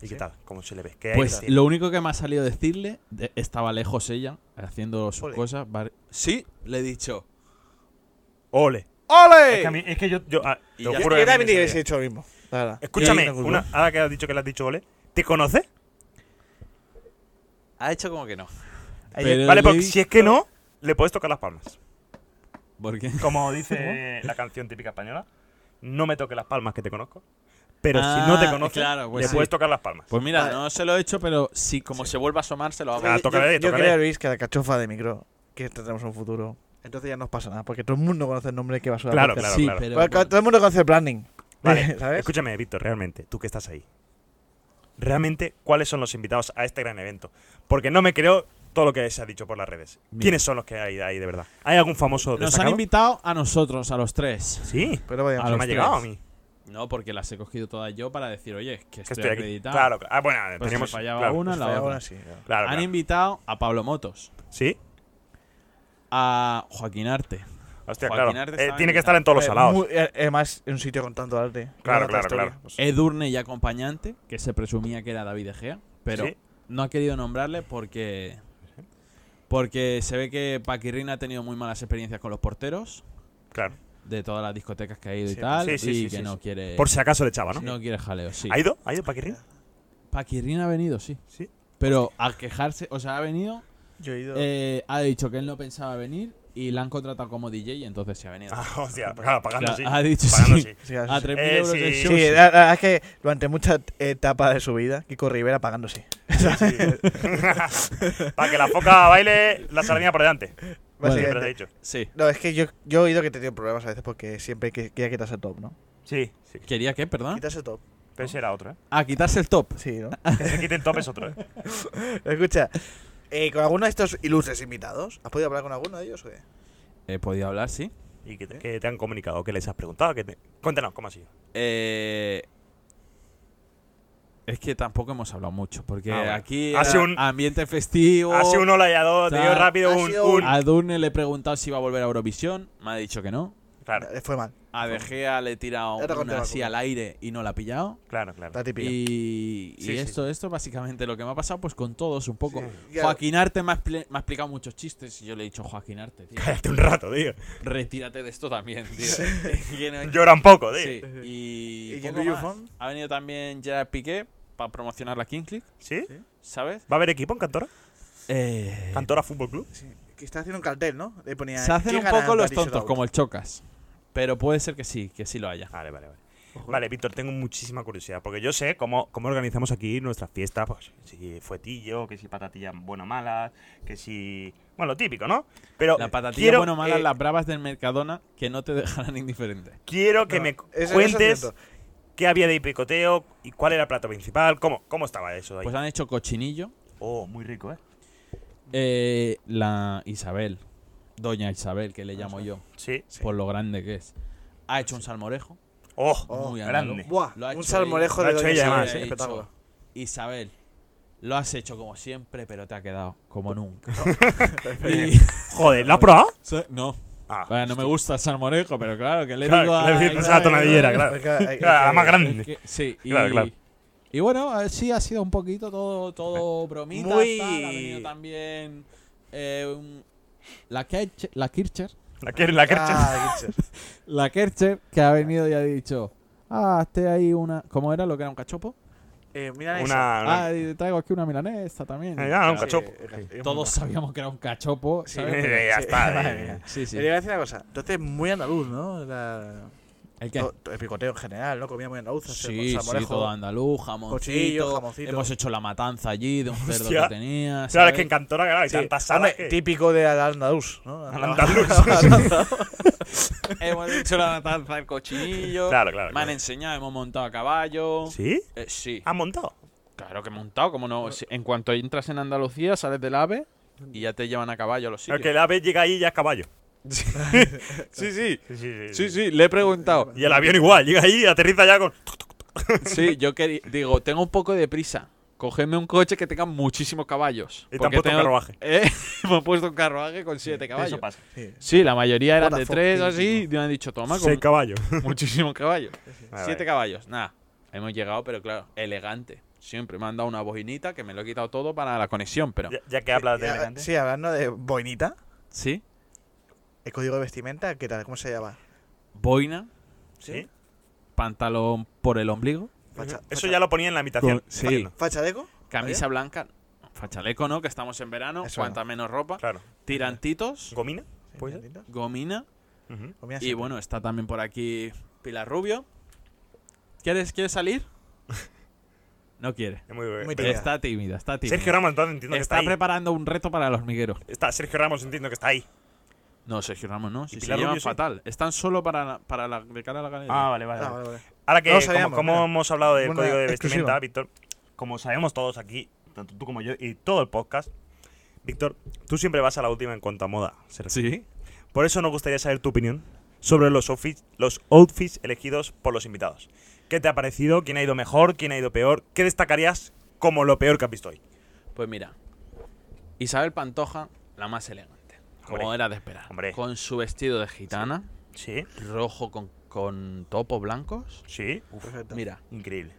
Speaker 2: ¿Y
Speaker 3: Sí.
Speaker 2: qué tal? ¿Cómo se le ve? ¿Qué hay
Speaker 1: Pues
Speaker 2: que decir?
Speaker 1: lo único que me ha salido decirle, de- estaba lejos ella, haciendo sus
Speaker 3: Ole.
Speaker 1: cosas. var- Sí, le he dicho.
Speaker 2: ¡Ole!
Speaker 3: ¡Ole!
Speaker 2: Es que, a mí- es que yo... yo ah,
Speaker 1: Y
Speaker 2: te
Speaker 1: ya-
Speaker 2: lo
Speaker 3: Yo,
Speaker 2: juro
Speaker 3: yo
Speaker 2: que a mí
Speaker 3: también
Speaker 2: me
Speaker 3: hubiese
Speaker 2: salía.
Speaker 3: hecho lo mismo. la verdad.
Speaker 2: Escúchame,
Speaker 3: Yo-
Speaker 2: una, ahora que has dicho que le has dicho ole, ¿te conoce?
Speaker 1: Ha hecho como que no.
Speaker 4: Ayer-
Speaker 1: Pero
Speaker 2: Vale,
Speaker 1: le he
Speaker 2: porque si es que no, le puedes tocar las palmas.
Speaker 1: Porque
Speaker 2: Como dice la canción típica española, no me toques las palmas que te conozco. Pero si no te
Speaker 1: Ah,
Speaker 2: conoce,
Speaker 1: claro, pues
Speaker 2: le
Speaker 1: sí.
Speaker 2: puedes tocar las palmas.
Speaker 1: Pues mira,
Speaker 3: Vale.
Speaker 1: no se lo he hecho, pero sí, como se vuelva a asomar, se lo hago.
Speaker 2: Ah,
Speaker 3: yo-
Speaker 2: tócale,
Speaker 3: yo,
Speaker 2: tócale.
Speaker 3: creo, Luis, que la cachofa de micro, que tendremos un futuro. Entonces ya nos pasa nada, porque todo el mundo conoce el nombre que va a sonar.
Speaker 2: Claro, claro,
Speaker 3: Podcast.
Speaker 1: sí,
Speaker 2: claro.
Speaker 1: pero.
Speaker 3: Porque Todo el mundo conoce el branding.
Speaker 2: Vale,
Speaker 3: ¿sabes?
Speaker 2: escúchame, Víctor, realmente, tú que estás ahí. Realmente, ¿cuáles son los invitados a este gran evento? Porque no me creo todo lo que se ha dicho por las redes.
Speaker 1: Mira.
Speaker 2: ¿Quiénes son los que hay ahí de verdad? ¿Hay algún famoso
Speaker 1: Nos han
Speaker 2: destacado?
Speaker 1: invitado a nosotros, a los tres.
Speaker 2: Sí,
Speaker 3: Pero vaya,
Speaker 1: A
Speaker 2: se
Speaker 1: los
Speaker 2: me ha llegado a
Speaker 1: tres.
Speaker 2: mí.
Speaker 1: No, porque las he cogido todas yo para decir, oye, que,
Speaker 2: Que
Speaker 1: estoy,
Speaker 2: estoy aquí.
Speaker 1: acreditado.
Speaker 2: Claro, claro. Ah, bueno,
Speaker 1: Pues
Speaker 2: tenemos.
Speaker 1: si fallaba
Speaker 2: claro,
Speaker 1: una,
Speaker 3: pues
Speaker 1: la
Speaker 3: fue
Speaker 1: otra.
Speaker 3: ahora sí, claro.
Speaker 2: Claro,
Speaker 1: Han
Speaker 2: claro.
Speaker 1: invitado a Pablo Motos,
Speaker 2: Sí.
Speaker 1: a Joaquín Arte.
Speaker 2: Hostia,
Speaker 1: Joaquín
Speaker 2: claro.
Speaker 1: Artes
Speaker 2: Eh,
Speaker 1: estaba
Speaker 2: tiene que
Speaker 1: invitado.
Speaker 2: estar en todos los
Speaker 3: Eh,
Speaker 2: salados.
Speaker 3: muy- eh, además, en un sitio con tanto arte.
Speaker 2: Claro,
Speaker 3: Con
Speaker 2: claro,
Speaker 3: tanta historia.
Speaker 2: claro.
Speaker 1: Edurne y acompañante, que se presumía que era David Egea, pero
Speaker 2: Sí.
Speaker 1: no ha querido nombrarle porque. Porque se ve que Paquirrin ha tenido muy malas experiencias con los porteros
Speaker 2: Claro.
Speaker 1: de todas las discotecas que ha ido y
Speaker 3: Sí,
Speaker 1: tal.
Speaker 2: sí, sí,
Speaker 1: y
Speaker 2: sí,
Speaker 1: que
Speaker 2: sí,
Speaker 1: no
Speaker 2: sí.
Speaker 1: quiere.
Speaker 2: Por si acaso le echaba, ¿no?
Speaker 1: eh, no quiere jaleo, sí.
Speaker 2: ¿Ha ido? ¿Ha ido Paquirrín?
Speaker 1: Paquirrín ha venido, sí.
Speaker 2: Sí.
Speaker 1: Pero a quejarse, o sea, ha venido,
Speaker 3: Yo he ido.
Speaker 1: eh, ha dicho que él no pensaba venir y la han contratado como DJ y entonces se ha venido.
Speaker 2: Ah, hostia, claro, pagando
Speaker 1: O sea,
Speaker 2: sí.
Speaker 1: ha dicho
Speaker 2: Pagando
Speaker 1: sí.
Speaker 2: sí.
Speaker 3: sí, sí,
Speaker 1: A
Speaker 3: sí.
Speaker 1: 3.000
Speaker 2: Eh,
Speaker 1: euros de
Speaker 2: sí.
Speaker 1: show.
Speaker 3: Sí, la verdad es que durante muchas etapas de su vida, Kiko Rivera pagándose.
Speaker 2: Para que la foca baile la sardina por delante.
Speaker 1: Vale.
Speaker 2: Siempre lo he
Speaker 3: Básicamente.
Speaker 2: dicho.
Speaker 1: Sí.
Speaker 3: No, es que yo, yo he oído que te dio problemas a veces porque siempre que, quería quitarse el top, ¿no?
Speaker 2: Sí, sí.
Speaker 1: ¿Quería qué, perdón?
Speaker 3: Quitarse el top.
Speaker 2: Pero ese era otro, ¿eh?
Speaker 1: A quitarse el top.
Speaker 3: Sí, ¿no?
Speaker 2: Que se quite el top es otro, ¿eh?
Speaker 3: Escucha, eh, ¿con alguno de estos ilustres invitados? ¿Has podido hablar con alguno de ellos? o qué?
Speaker 1: He podido hablar, sí.
Speaker 2: ¿Y que te, que te han comunicado? ¿Qué les has preguntado? ¿Qué te- Cuéntanos, ¿cómo ha sido?
Speaker 1: Eh, es que tampoco hemos hablado mucho, porque
Speaker 2: Ah, bueno.
Speaker 1: aquí
Speaker 2: Ha
Speaker 1: era
Speaker 2: sido un-
Speaker 1: ambiente festivo.
Speaker 2: Hace un hola y a dos,
Speaker 1: Tal.
Speaker 2: tío, rápido,
Speaker 3: Ha
Speaker 2: un.
Speaker 3: sido
Speaker 2: un-
Speaker 1: A Durne le he preguntado si iba a volver a Eurovisión, me ha dicho que no.
Speaker 2: Claro,
Speaker 3: Eh, Fue mal,
Speaker 1: A De Gea le he tirado
Speaker 3: Ya te conté
Speaker 1: una
Speaker 3: la
Speaker 1: así
Speaker 3: cosa.
Speaker 1: al aire y no la ha pillado.
Speaker 2: claro, claro.
Speaker 3: la típica.
Speaker 1: Y, y
Speaker 2: Sí, sí,
Speaker 1: esto, esto es básicamente lo que me ha pasado, pues con todos un poco.
Speaker 3: Sí, ya.
Speaker 1: Joaquín Arte me ha, expli- me ha explicado muchos chistes y yo le he dicho, Joaquín Arte, tío,
Speaker 2: Cállate un rato, tío.
Speaker 1: retírate de esto también, tío. Que no-
Speaker 2: Llora un poco, tío.
Speaker 1: Sí,
Speaker 2: Sí.
Speaker 1: y,
Speaker 3: ¿Y
Speaker 1: poco
Speaker 3: Luis
Speaker 1: más.
Speaker 3: Buffon?
Speaker 1: Ha venido también Gerard Piqué para promocionar la King Click, ¿sabes?
Speaker 2: ¿Va a haber equipo en Cantora?
Speaker 1: Eh,
Speaker 2: ¿Cantora Fútbol Club?
Speaker 3: Sí, Que está haciendo un cartel, ¿no? Le ponía,
Speaker 1: se hacen
Speaker 3: "¿Quién
Speaker 1: un
Speaker 3: gana
Speaker 1: poco los
Speaker 3: París o la
Speaker 1: tontos,
Speaker 3: U?".
Speaker 1: como el Chocas. Pero puede ser que sí, que sí lo haya.
Speaker 2: Vale, vale, vale. Vale, Víctor, tengo muchísima curiosidad, porque yo sé cómo, cómo organizamos aquí nuestras fiestas, pues si fuetillo, que si patatillas buenas malas, que si... Bueno, lo típico, ¿no? Pero
Speaker 1: La patatilla
Speaker 2: quiero,
Speaker 1: bueno mala,
Speaker 2: eh,
Speaker 1: las bravas del Mercadona que no te dejarán indiferente.
Speaker 2: Quiero que
Speaker 3: No,
Speaker 2: me
Speaker 3: eso- eso es
Speaker 2: cuentes
Speaker 3: cierto.
Speaker 2: ¿Qué había de picoteo? ¿Y cuál era el plato principal? ¿Cómo, cómo estaba eso de ahí?
Speaker 1: Pues han hecho cochinillo.
Speaker 2: oh, muy rico, ¿eh?
Speaker 1: Eh, la Isabel, Doña Isabel, que le llamo yo,
Speaker 2: Sí.
Speaker 1: por lo grande que es, ha hecho un salmorejo.
Speaker 2: Oh,
Speaker 1: muy
Speaker 2: grande.
Speaker 1: andaluz.
Speaker 3: Buah,
Speaker 1: Lo ha
Speaker 3: un
Speaker 1: hecho
Speaker 3: salmorejo
Speaker 2: ella.
Speaker 3: de
Speaker 2: Lo ha
Speaker 3: Doña
Speaker 2: hecho ella,
Speaker 3: Isabel,
Speaker 2: además,
Speaker 3: ¿eh?
Speaker 1: He dicho,
Speaker 3: espectáculo.
Speaker 1: Isabel, lo has hecho como siempre, pero te ha quedado como nunca.
Speaker 3: Perfecto.
Speaker 1: Y-
Speaker 2: Joder, ¿lo has probado?
Speaker 1: so- no,
Speaker 2: Ah,
Speaker 1: Vaya, no me gusta el salmorejo, pero claro, que le
Speaker 2: Claro,
Speaker 1: digo
Speaker 2: que le
Speaker 1: a
Speaker 2: dices
Speaker 1: Isabel,
Speaker 2: a tonadillera,
Speaker 1: ¿no?
Speaker 2: claro.
Speaker 3: Porque hay- hay
Speaker 2: Claro,
Speaker 3: que-
Speaker 2: Ah, más grande.
Speaker 1: Es que- sí, y,
Speaker 2: Claro, claro.
Speaker 1: y bueno, eh, sí, ha sido un poquito todo,
Speaker 2: Eh,
Speaker 1: todo bromita.
Speaker 3: Muy-
Speaker 1: tal, Ha venido también eh, un- la, Kerch- la Kircher.
Speaker 2: la que la quercha.
Speaker 3: Ah, Kircher.
Speaker 1: La Kercher que ha venido y ha dicho: Ah, esté ahí una. ¿Cómo era lo que era un cachopo?
Speaker 3: Eh, mira
Speaker 2: Una.
Speaker 3: esa.
Speaker 2: una-
Speaker 1: Ah, y traigo aquí una milanesa también.
Speaker 2: Ah,
Speaker 1: Claro,
Speaker 2: un cachopo.
Speaker 3: Sí, es- es
Speaker 1: Todos
Speaker 3: muy-
Speaker 1: sabíamos que era un cachopo.
Speaker 3: Sí.
Speaker 1: ¿sabes? Pero-
Speaker 2: ya está. eh.
Speaker 1: Sí, sí.
Speaker 3: Le iba a decir una cosa. Entonces, muy andaluz, ¿no? La-
Speaker 1: ¿El qué?
Speaker 3: to- El picoteo en general, ¿no? Comía muy andaluz.
Speaker 1: Sí, sí,
Speaker 3: salmorejo.
Speaker 1: todo andaluz, jamoncito,
Speaker 3: Cochillo, jamoncito.
Speaker 1: Hemos hecho la matanza allí de un cerdo
Speaker 2: Hostia.
Speaker 1: que tenía.
Speaker 2: Claro, es
Speaker 1: ¿sabes?
Speaker 2: que en Cantora, claro, hay
Speaker 3: Sí,
Speaker 2: tantas salas
Speaker 3: hombre,
Speaker 2: que...
Speaker 3: Típico de al andaluz, ¿no?
Speaker 2: Al andaluz.
Speaker 1: Hemos hecho la matanza del cochinillo.
Speaker 2: Claro, claro.
Speaker 1: Me han
Speaker 2: claro.
Speaker 1: enseñado, hemos montado a caballo.
Speaker 2: ¿Sí?
Speaker 1: Eh, sí.
Speaker 2: ¿Han montado?
Speaker 1: Claro que he montado, como no. Si- En cuanto entras en Andalucía, sales del ave y ya te llevan a caballo a los
Speaker 2: El
Speaker 1: sitios.
Speaker 2: que la vez llega ahí y ya es caballo.
Speaker 1: Sí, sí.
Speaker 2: Sí, sí,
Speaker 1: Sí, sí, le he preguntado.
Speaker 2: Y el avión igual, llega ahí y aterriza ya con...
Speaker 1: Sí, yo quería, digo, tengo un poco de prisa. Cogedme un coche que tenga muchísimos caballos.
Speaker 2: Y te han
Speaker 1: porque
Speaker 2: puesto un
Speaker 1: tengo-
Speaker 2: carruaje.
Speaker 1: Eh, me han puesto un carruaje con siete caballos.
Speaker 2: pasa.
Speaker 3: Sí.
Speaker 1: Sí, la mayoría eran de
Speaker 3: Botafogo
Speaker 1: tres o así. Y
Speaker 3: típico.
Speaker 1: me han dicho, toma, con
Speaker 2: Seis caballos.
Speaker 1: muchísimos caballos.
Speaker 2: Ah, Vale,
Speaker 1: Siete
Speaker 2: vale.
Speaker 1: caballos, nada. Hemos llegado, pero claro, elegante. Siempre me han dado una boinita que me lo he quitado todo para la conexión, pero.
Speaker 2: Ya, ya que hablas de
Speaker 3: Ya,
Speaker 2: elegante.
Speaker 3: Sí, hablando de boinita,
Speaker 1: ¿Sí?
Speaker 3: el código de vestimenta, ¿qué tal? ¿Cómo se llama?
Speaker 1: Boina,
Speaker 2: ¿Sí?
Speaker 1: pantalón por el ombligo,
Speaker 3: Facha-
Speaker 2: Eso
Speaker 3: facha-
Speaker 2: ya lo ponía en la invitación.
Speaker 1: Con- sí.
Speaker 2: Imagino.
Speaker 3: ¿Fachadeco?
Speaker 2: Ah,
Speaker 1: camisa blanca, fachaleco, ¿no? Que estamos en verano,
Speaker 3: Eso
Speaker 1: cuanta menos ropa,
Speaker 2: Claro.
Speaker 1: tirantitos,
Speaker 2: ¿Gomina? Pues-
Speaker 3: ¿Fachadeco?
Speaker 1: gomina.
Speaker 2: Ujú.
Speaker 3: Comida
Speaker 1: Y
Speaker 3: siempre.
Speaker 1: bueno, está también por aquí Pilar Rubio. ¿Quieres, quieres salir? No quiere.
Speaker 2: Es muy bien.
Speaker 3: Muy
Speaker 2: Pero-
Speaker 3: tímida.
Speaker 1: Está tímida, está tímida.
Speaker 2: Sergio Ramos, entonces entiendo que está,
Speaker 1: está
Speaker 2: ahí.
Speaker 1: preparando un reto para los hormigueros.
Speaker 2: Está- Sergio Ramos, entiendo que está ahí.
Speaker 1: No, Sergio Ramos no. Si se
Speaker 2: Pilar
Speaker 1: llevan
Speaker 2: Rubio sí?
Speaker 1: fatal. Están solo para la, para la, de cara a la galería.
Speaker 2: vale,
Speaker 3: Ah, vale, vale.
Speaker 2: Ahora que,
Speaker 3: No lo
Speaker 2: como-
Speaker 3: sabíamos,
Speaker 2: como,
Speaker 3: mira.
Speaker 2: hemos hablado del
Speaker 3: Una
Speaker 2: código de vestimenta,
Speaker 3: exclusiva.
Speaker 2: Víctor, como sabemos todos aquí, tanto tú como yo y todo el podcast, Víctor, tú siempre vas a la última en cuanto a moda. se refiere.
Speaker 1: Sí.
Speaker 2: Por eso nos gustaría saber tu opinión sobre los outfits, los outfits elegidos por los invitados. ¿Qué te ha parecido? ¿Quién ha ido mejor? ¿Quién ha ido peor? ¿Qué destacarías como lo peor que has visto hoy?
Speaker 1: Pues mira, Isabel Pantoja, la más elegante. Como
Speaker 2: Hombre.
Speaker 1: era de esperar.
Speaker 2: Hombre.
Speaker 1: Con su vestido de gitana,
Speaker 2: Sí,
Speaker 1: rojo con, con topos blancos.
Speaker 2: sí,
Speaker 3: Perfecto.
Speaker 1: Mira,
Speaker 2: increíble.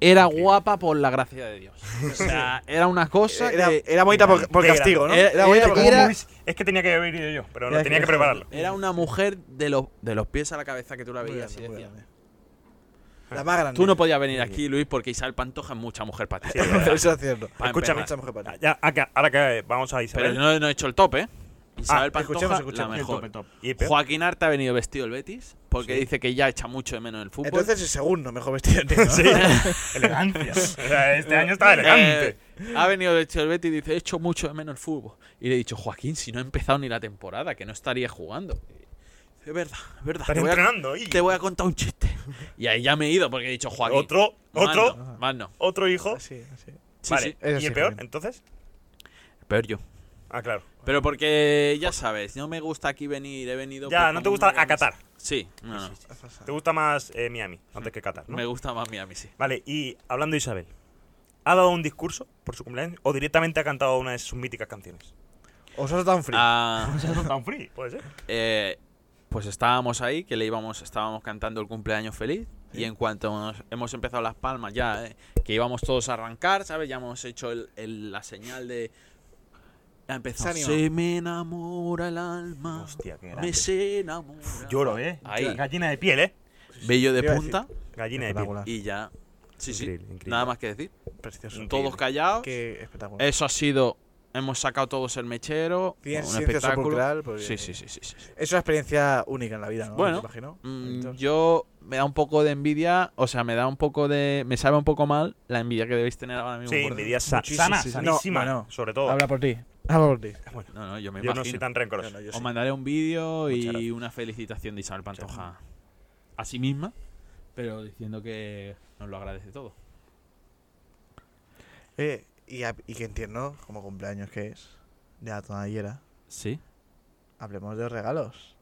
Speaker 1: era guapa por la gracia de Dios. O sea, era una cosa
Speaker 3: Era,
Speaker 1: que-
Speaker 3: era bonita por, por
Speaker 2: Era-
Speaker 3: castigo, ¿no?
Speaker 1: era-
Speaker 3: bonita
Speaker 1: era-
Speaker 3: por
Speaker 1: era-
Speaker 2: Es que tenía que haber ido yo, pero no
Speaker 4: Era-
Speaker 2: tenía que prepararlo.
Speaker 1: Era una mujer de, los de los pies a la cabeza que tú la
Speaker 3: Muy
Speaker 1: veías y
Speaker 3: grande, muy
Speaker 1: decías.
Speaker 3: grande. La más grande.
Speaker 1: Ah, Tú no podías venir aquí, Luis, porque Isabel Pantoja es mucha mujer para ti.
Speaker 2: Sí, es verdad.
Speaker 3: Eso es cierto.
Speaker 1: Pa'
Speaker 2: Escúchame.
Speaker 1: empezar.
Speaker 3: Mucha mujer para ti.
Speaker 2: Ya, acá- ahora que vamos a Isabel. Ah,
Speaker 1: Pero no, no he hecho el tope. ¿eh? Isabel Pantoja,
Speaker 3: escuchemos, escuchemos.
Speaker 1: la
Speaker 2: El
Speaker 1: mejor.
Speaker 2: tope, top. ¿Y el peor?
Speaker 1: Joaquín Arte ha venido vestido el Betis porque
Speaker 2: Sí.
Speaker 1: dice que ya echa mucho de menos el fútbol.
Speaker 3: Entonces el segundo mejor vestido. tío, ¿no?
Speaker 2: Sí, elegancia. O sea, este año
Speaker 1: Eh,
Speaker 2: estaba elegante.
Speaker 1: ha venido vestido el Betis y dice, echo mucho de menos el fútbol. Y le he dicho, Joaquín, si no he empezado ni la temporada, que no estaría jugando. Y dice, Es verdad, es verdad.
Speaker 2: Estás
Speaker 1: Te voy, a,
Speaker 2: entrenando y
Speaker 1: te voy a contar un chiste. Y ahí ya me he ido porque he dicho, Joaquín.
Speaker 2: otro,
Speaker 1: más
Speaker 2: otro,
Speaker 1: no, más no.
Speaker 2: otro hijo.
Speaker 3: Así, así.
Speaker 1: Sí,
Speaker 2: vale.
Speaker 1: sí.
Speaker 3: Eso
Speaker 2: ¿Y
Speaker 3: sí,
Speaker 2: el peor?
Speaker 3: Javier.
Speaker 2: Entonces.
Speaker 1: Peor yo.
Speaker 2: Ah, claro.
Speaker 1: Pero porque, ya sabes, no me gusta aquí venir, he venido...
Speaker 2: Ya,
Speaker 1: pues
Speaker 2: no
Speaker 1: con
Speaker 2: te gusta
Speaker 1: una
Speaker 2: a
Speaker 1: camisa-
Speaker 2: Qatar.
Speaker 1: Sí, no, no.
Speaker 2: Te gusta más eh, Miami antes que Qatar, ¿no?
Speaker 1: Me gusta más Miami, sí.
Speaker 2: Vale, y hablando de Isabel, ¿ha dado un discurso por su cumpleaños o directamente ha cantado una de sus míticas canciones?
Speaker 3: Os has dado un frío.
Speaker 1: Ah,
Speaker 2: Tan free, puede ser.
Speaker 1: eh, pues estábamos ahí, que le íbamos, estábamos cantando el cumpleaños feliz. Y en cuanto nos- hemos empezado las palmas ya, eh, que íbamos todos a arrancar, ¿sabes? Ya hemos hecho el- el- la señal de... Ya empezó.
Speaker 3: Se anima.
Speaker 1: Se me enamora el alma.
Speaker 2: Hostia, qué grande.
Speaker 1: Ah, me se enamora.
Speaker 2: Lloro, ¿eh?
Speaker 1: Ahí.
Speaker 2: Gallina de piel, ¿eh?
Speaker 1: Bello de
Speaker 3: Te iba a decir.
Speaker 1: punta
Speaker 2: Gallina de piel.
Speaker 3: Espectacular.
Speaker 1: y ya... Sí, sí.
Speaker 2: Increíble, increíble.
Speaker 1: Nada más que decir.
Speaker 3: Precioso.
Speaker 1: Todos eh, callados.
Speaker 3: Qué espectáculo.
Speaker 1: Eso ha sido. Hemos sacado todos el mechero.
Speaker 3: Cien-
Speaker 1: un
Speaker 3: ciencia sepulcral,
Speaker 1: espectáculo.
Speaker 3: pues,
Speaker 1: Sí,
Speaker 3: bien,
Speaker 1: sí, sí,
Speaker 3: bien.
Speaker 1: sí, sí, sí.
Speaker 3: Es una experiencia única en la vida, ¿no?
Speaker 1: Bueno.
Speaker 3: Me imagino.
Speaker 1: Mm,
Speaker 3: Víctor.
Speaker 1: yo me da un poco de envidia, o sea, me da un poco de. Me sabe un poco mal la envidia que debéis tener ahora mismo.
Speaker 2: Sí,
Speaker 1: por-
Speaker 2: envidia sa-
Speaker 3: Muchísimo,
Speaker 2: sana,
Speaker 3: sí, sí.
Speaker 2: sanísima,
Speaker 3: No, bueno.
Speaker 2: sobre todo.
Speaker 4: Habla por ti.
Speaker 3: Habla por ti.
Speaker 1: No, no, yo me
Speaker 2: Yo no soy
Speaker 1: imagino.
Speaker 2: tan rencoroso.
Speaker 3: Bueno, yo
Speaker 1: Os
Speaker 3: sí.
Speaker 1: mandaré un vídeo
Speaker 2: Muchas
Speaker 1: y
Speaker 2: gracias.
Speaker 1: una felicitación de Isabel Pantoja a sí misma pero diciendo que nos lo agradece todo.
Speaker 3: Eh, y, a- y que entiendo, como cumpleaños que es, de la tonallera,
Speaker 1: Sí.
Speaker 3: hablemos de los regalos.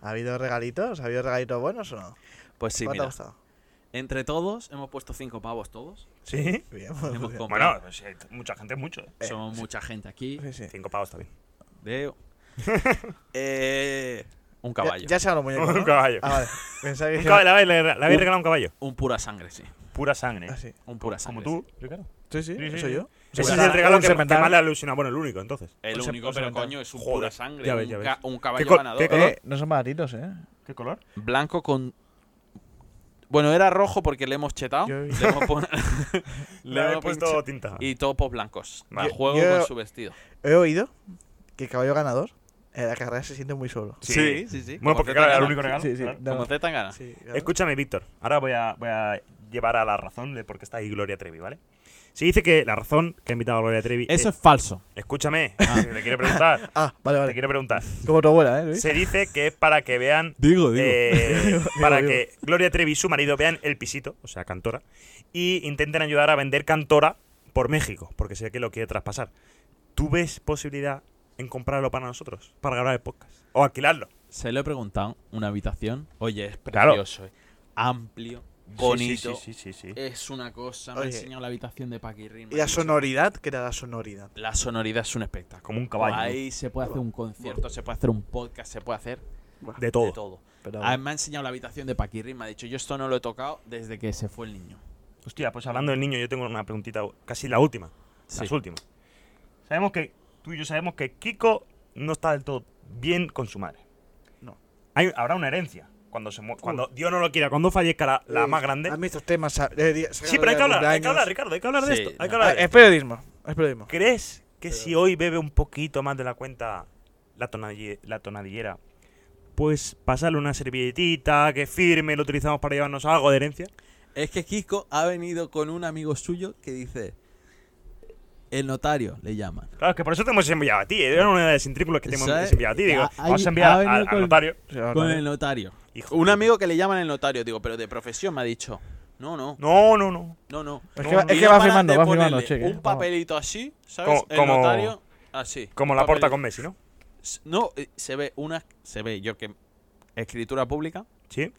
Speaker 3: ¿Ha habido regalitos? ¿Ha habido regalitos buenos o no?
Speaker 1: Pues sí,
Speaker 3: ¿Cuál te
Speaker 1: mira.
Speaker 3: ha gustado?
Speaker 1: Entre todos, hemos puesto cinco pavos todos.
Speaker 2: ¿Sí?
Speaker 3: Bien, muy
Speaker 1: Hemos
Speaker 3: bien.
Speaker 2: Bueno,
Speaker 1: comprado.
Speaker 2: pues, sí, hay t- mucha gente, mucho. ¿eh?
Speaker 3: eh,
Speaker 1: Somos mucha gente aquí.
Speaker 3: Sí, sí.
Speaker 2: Cinco pavos está bien.
Speaker 1: Deo. Eh, un caballo.
Speaker 3: Ya, ya se han los muñecos,
Speaker 2: un
Speaker 3: ¿no?
Speaker 2: caballo.
Speaker 3: Ah, vale. Pensaba que
Speaker 2: Un
Speaker 3: se-
Speaker 2: caballo, le habéis- le, le habéis regalado un caballo.
Speaker 1: Un pura sangre, sí.
Speaker 2: Pura sangre.
Speaker 3: Ah, sí.
Speaker 1: Un pura
Speaker 2: Como
Speaker 1: sangre.
Speaker 2: tú.
Speaker 3: Sí, sí,
Speaker 2: Sí, sí,
Speaker 3: soy
Speaker 2: sí.
Speaker 3: yo. Pues
Speaker 1: Pura
Speaker 2: Ese es el
Speaker 1: sangre.
Speaker 2: regalo que, que
Speaker 4: semental.
Speaker 2: más le alusiona. Bueno, el único, entonces.
Speaker 1: El
Speaker 4: Un se-
Speaker 1: único,
Speaker 4: un
Speaker 1: pero
Speaker 4: semental.
Speaker 1: coño, es un
Speaker 2: Joder.
Speaker 1: pura sangre.
Speaker 2: Ya ves, ya
Speaker 1: un,
Speaker 2: ves.
Speaker 1: ca- un caballo
Speaker 2: ¿Qué co-
Speaker 1: ganador.
Speaker 2: qué co-
Speaker 4: Eh, no son baratitos, ¿eh?
Speaker 2: ¿Qué color?
Speaker 1: Blanco con. Bueno, era rojo porque le hemos chetado.
Speaker 3: Yo-
Speaker 1: Le hemos, pon-
Speaker 2: Le,
Speaker 1: le
Speaker 2: he
Speaker 1: hemos
Speaker 2: puesto
Speaker 1: pinchado.
Speaker 2: tinta.
Speaker 1: Y topos blancos.
Speaker 2: Vale.
Speaker 1: El juego
Speaker 3: Yo-
Speaker 1: con su vestido.
Speaker 3: He oído que el caballo ganador en la carrera se siente muy solo.
Speaker 2: Sí.
Speaker 1: sí, sí.
Speaker 2: Bueno, porque claro, era el único regalo.
Speaker 4: Sí, sí.
Speaker 2: claro.
Speaker 4: da-
Speaker 1: Como Z tan
Speaker 2: Ah.
Speaker 1: gana.
Speaker 3: Sí, claro.
Speaker 2: Escúchame, Víctor. Ahora voy a, voy a llevar a la razón de por qué está ahí Gloria Trevi, ¿vale? Si dice que la razón que ha invitado a Gloria Trevi.
Speaker 1: es falso.
Speaker 2: Escúchame, si te quiero preguntar.
Speaker 3: Ah, vale,
Speaker 2: Te
Speaker 3: vale.
Speaker 2: quiero preguntar.
Speaker 4: Como tu abuela, ¿eh, Luis?
Speaker 2: Se dice que es para que vean.
Speaker 1: Digo,
Speaker 2: eh, para
Speaker 3: digo.
Speaker 2: que Gloria Trevi y su marido vean el pisito, o sea, Cantora, y intenten ayudar a vender Cantora por México, porque sé que lo quiere traspasar. ¿Tú ves posibilidad en comprarlo para nosotros, para grabar el podcast? O alquilarlo.
Speaker 1: Se lo he preguntado. Una habitación. Oye, es
Speaker 2: Claro.
Speaker 1: precioso. eh. Amplio. Bonito.
Speaker 2: Sí, sí, sí. sí, sí.
Speaker 1: Es una cosa. Me ha
Speaker 3: Oye.
Speaker 1: enseñado la habitación de Paquirrin.
Speaker 3: Y la sonoridad, ¿qué era la sonoridad?
Speaker 1: La sonoridad es un espectáculo.
Speaker 2: Como un caballo.
Speaker 1: Ahí se puede hacer un concierto, se puede hacer un podcast, se puede hacer
Speaker 2: De todo.
Speaker 1: de todo.
Speaker 3: Pero,
Speaker 1: Ah, me ha enseñado la habitación de Paquirri, me ha dicho, yo esto no lo he tocado desde que se fue el niño.
Speaker 2: Hostia, pues hablando del niño, yo tengo una preguntita, casi la última.
Speaker 1: Sí.
Speaker 2: Las últimas. Sabemos que, tú y yo sabemos que Kiko no está del todo bien con su madre.
Speaker 3: No.
Speaker 2: Hay- habrá una herencia. Cuando, se mu- cuando Dios no lo quiera, cuando fallezca la, la
Speaker 3: eh,
Speaker 2: más grande.
Speaker 3: Hazme estos temas. sa- eh, di- sácalo
Speaker 2: Sí, pero hay
Speaker 3: ya
Speaker 2: que hablar,
Speaker 3: de
Speaker 2: hay que
Speaker 3: cumpleaños.
Speaker 2: hablar, Ricardo, hay que hablar de
Speaker 1: Sí,
Speaker 2: esto. Hay que
Speaker 1: no.
Speaker 2: hablar
Speaker 3: Ah,
Speaker 2: de
Speaker 3: es
Speaker 2: esto.
Speaker 3: periodismo. Es periodismo.
Speaker 2: ¿Crees que si hoy bebe un poquito más de la cuenta la, tonadille- la tonadillera, pues pasarle una servilletita que firme, lo utilizamos para llevarnos algo de herencia?
Speaker 1: Es que Kiko ha venido con un amigo suyo que dice, el notario le llaman.
Speaker 2: Claro, es que por eso te hemos enviado a ti. eh, Era una de las intrículas que te hemos
Speaker 1: ¿Sabes?
Speaker 2: enviado a ti. Digo,
Speaker 1: Ha-
Speaker 2: vamos
Speaker 1: hay-
Speaker 2: a enviar
Speaker 1: ha
Speaker 2: al-
Speaker 1: venido
Speaker 2: al
Speaker 1: con-
Speaker 2: notario.
Speaker 3: Sí, ahora ¿eh?
Speaker 1: Con
Speaker 3: también.
Speaker 1: el notario.
Speaker 2: Hijo
Speaker 1: Un
Speaker 2: de-
Speaker 1: amigo que le llaman el notario, digo, pero de profesión me ha dicho, no, no,
Speaker 2: No, no, no.
Speaker 1: no, no.
Speaker 4: Es
Speaker 2: No,
Speaker 4: que va,
Speaker 2: no.
Speaker 4: es
Speaker 1: Y
Speaker 4: que
Speaker 1: no
Speaker 4: va
Speaker 1: paran
Speaker 4: firmando,
Speaker 1: de
Speaker 4: va firmando,
Speaker 1: ponerle
Speaker 4: cheque.
Speaker 1: Un papelito así, ¿sabes?
Speaker 2: Como-
Speaker 1: el
Speaker 2: como-
Speaker 1: notario, así.
Speaker 2: Como
Speaker 1: un
Speaker 2: la porta
Speaker 1: papelito.
Speaker 2: con Messi, ¿no?
Speaker 1: No, eh, se ve una, se ve yo que escritura pública,
Speaker 2: Sí,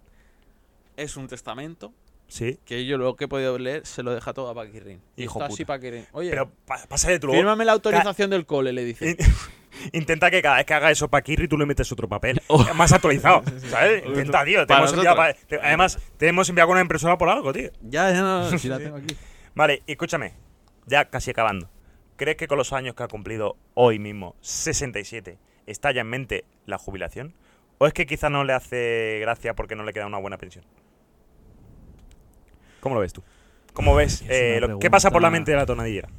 Speaker 1: es un testamento
Speaker 2: sí.
Speaker 1: que yo lo que he podido leer se lo deja todo a Paquirrin. Y
Speaker 2: Hijo
Speaker 1: está así
Speaker 2: puta.
Speaker 1: Paquirrin. Oye,
Speaker 2: Pero pa- pásale tú luego.
Speaker 1: fírmame la autorización del cole, le dice.
Speaker 2: Intenta que cada vez que haga eso Paquirri tú le metes otro papel. Más actualizado. ¿Sabes? Intenta, tío. Te
Speaker 1: Oh. Para
Speaker 2: hemos enviado
Speaker 1: nosotros.
Speaker 2: pa- te- además, te hemos enviado con una impresora por algo, tío.
Speaker 1: Ya, ya, no, no, si la tengo aquí.
Speaker 2: Vale, y escúchame. Ya casi acabando. ¿Crees que con los años que ha cumplido hoy mismo, 67, está ya en mente la jubilación? ¿O es que quizá no le hace gracia porque no le queda una buena pensión? ¿Cómo lo ves tú? ¿Cómo ves?
Speaker 1: es
Speaker 2: eh,
Speaker 1: una
Speaker 2: lo- ¿Qué pasa por la
Speaker 1: pregunta-
Speaker 2: mente de la tonadillera?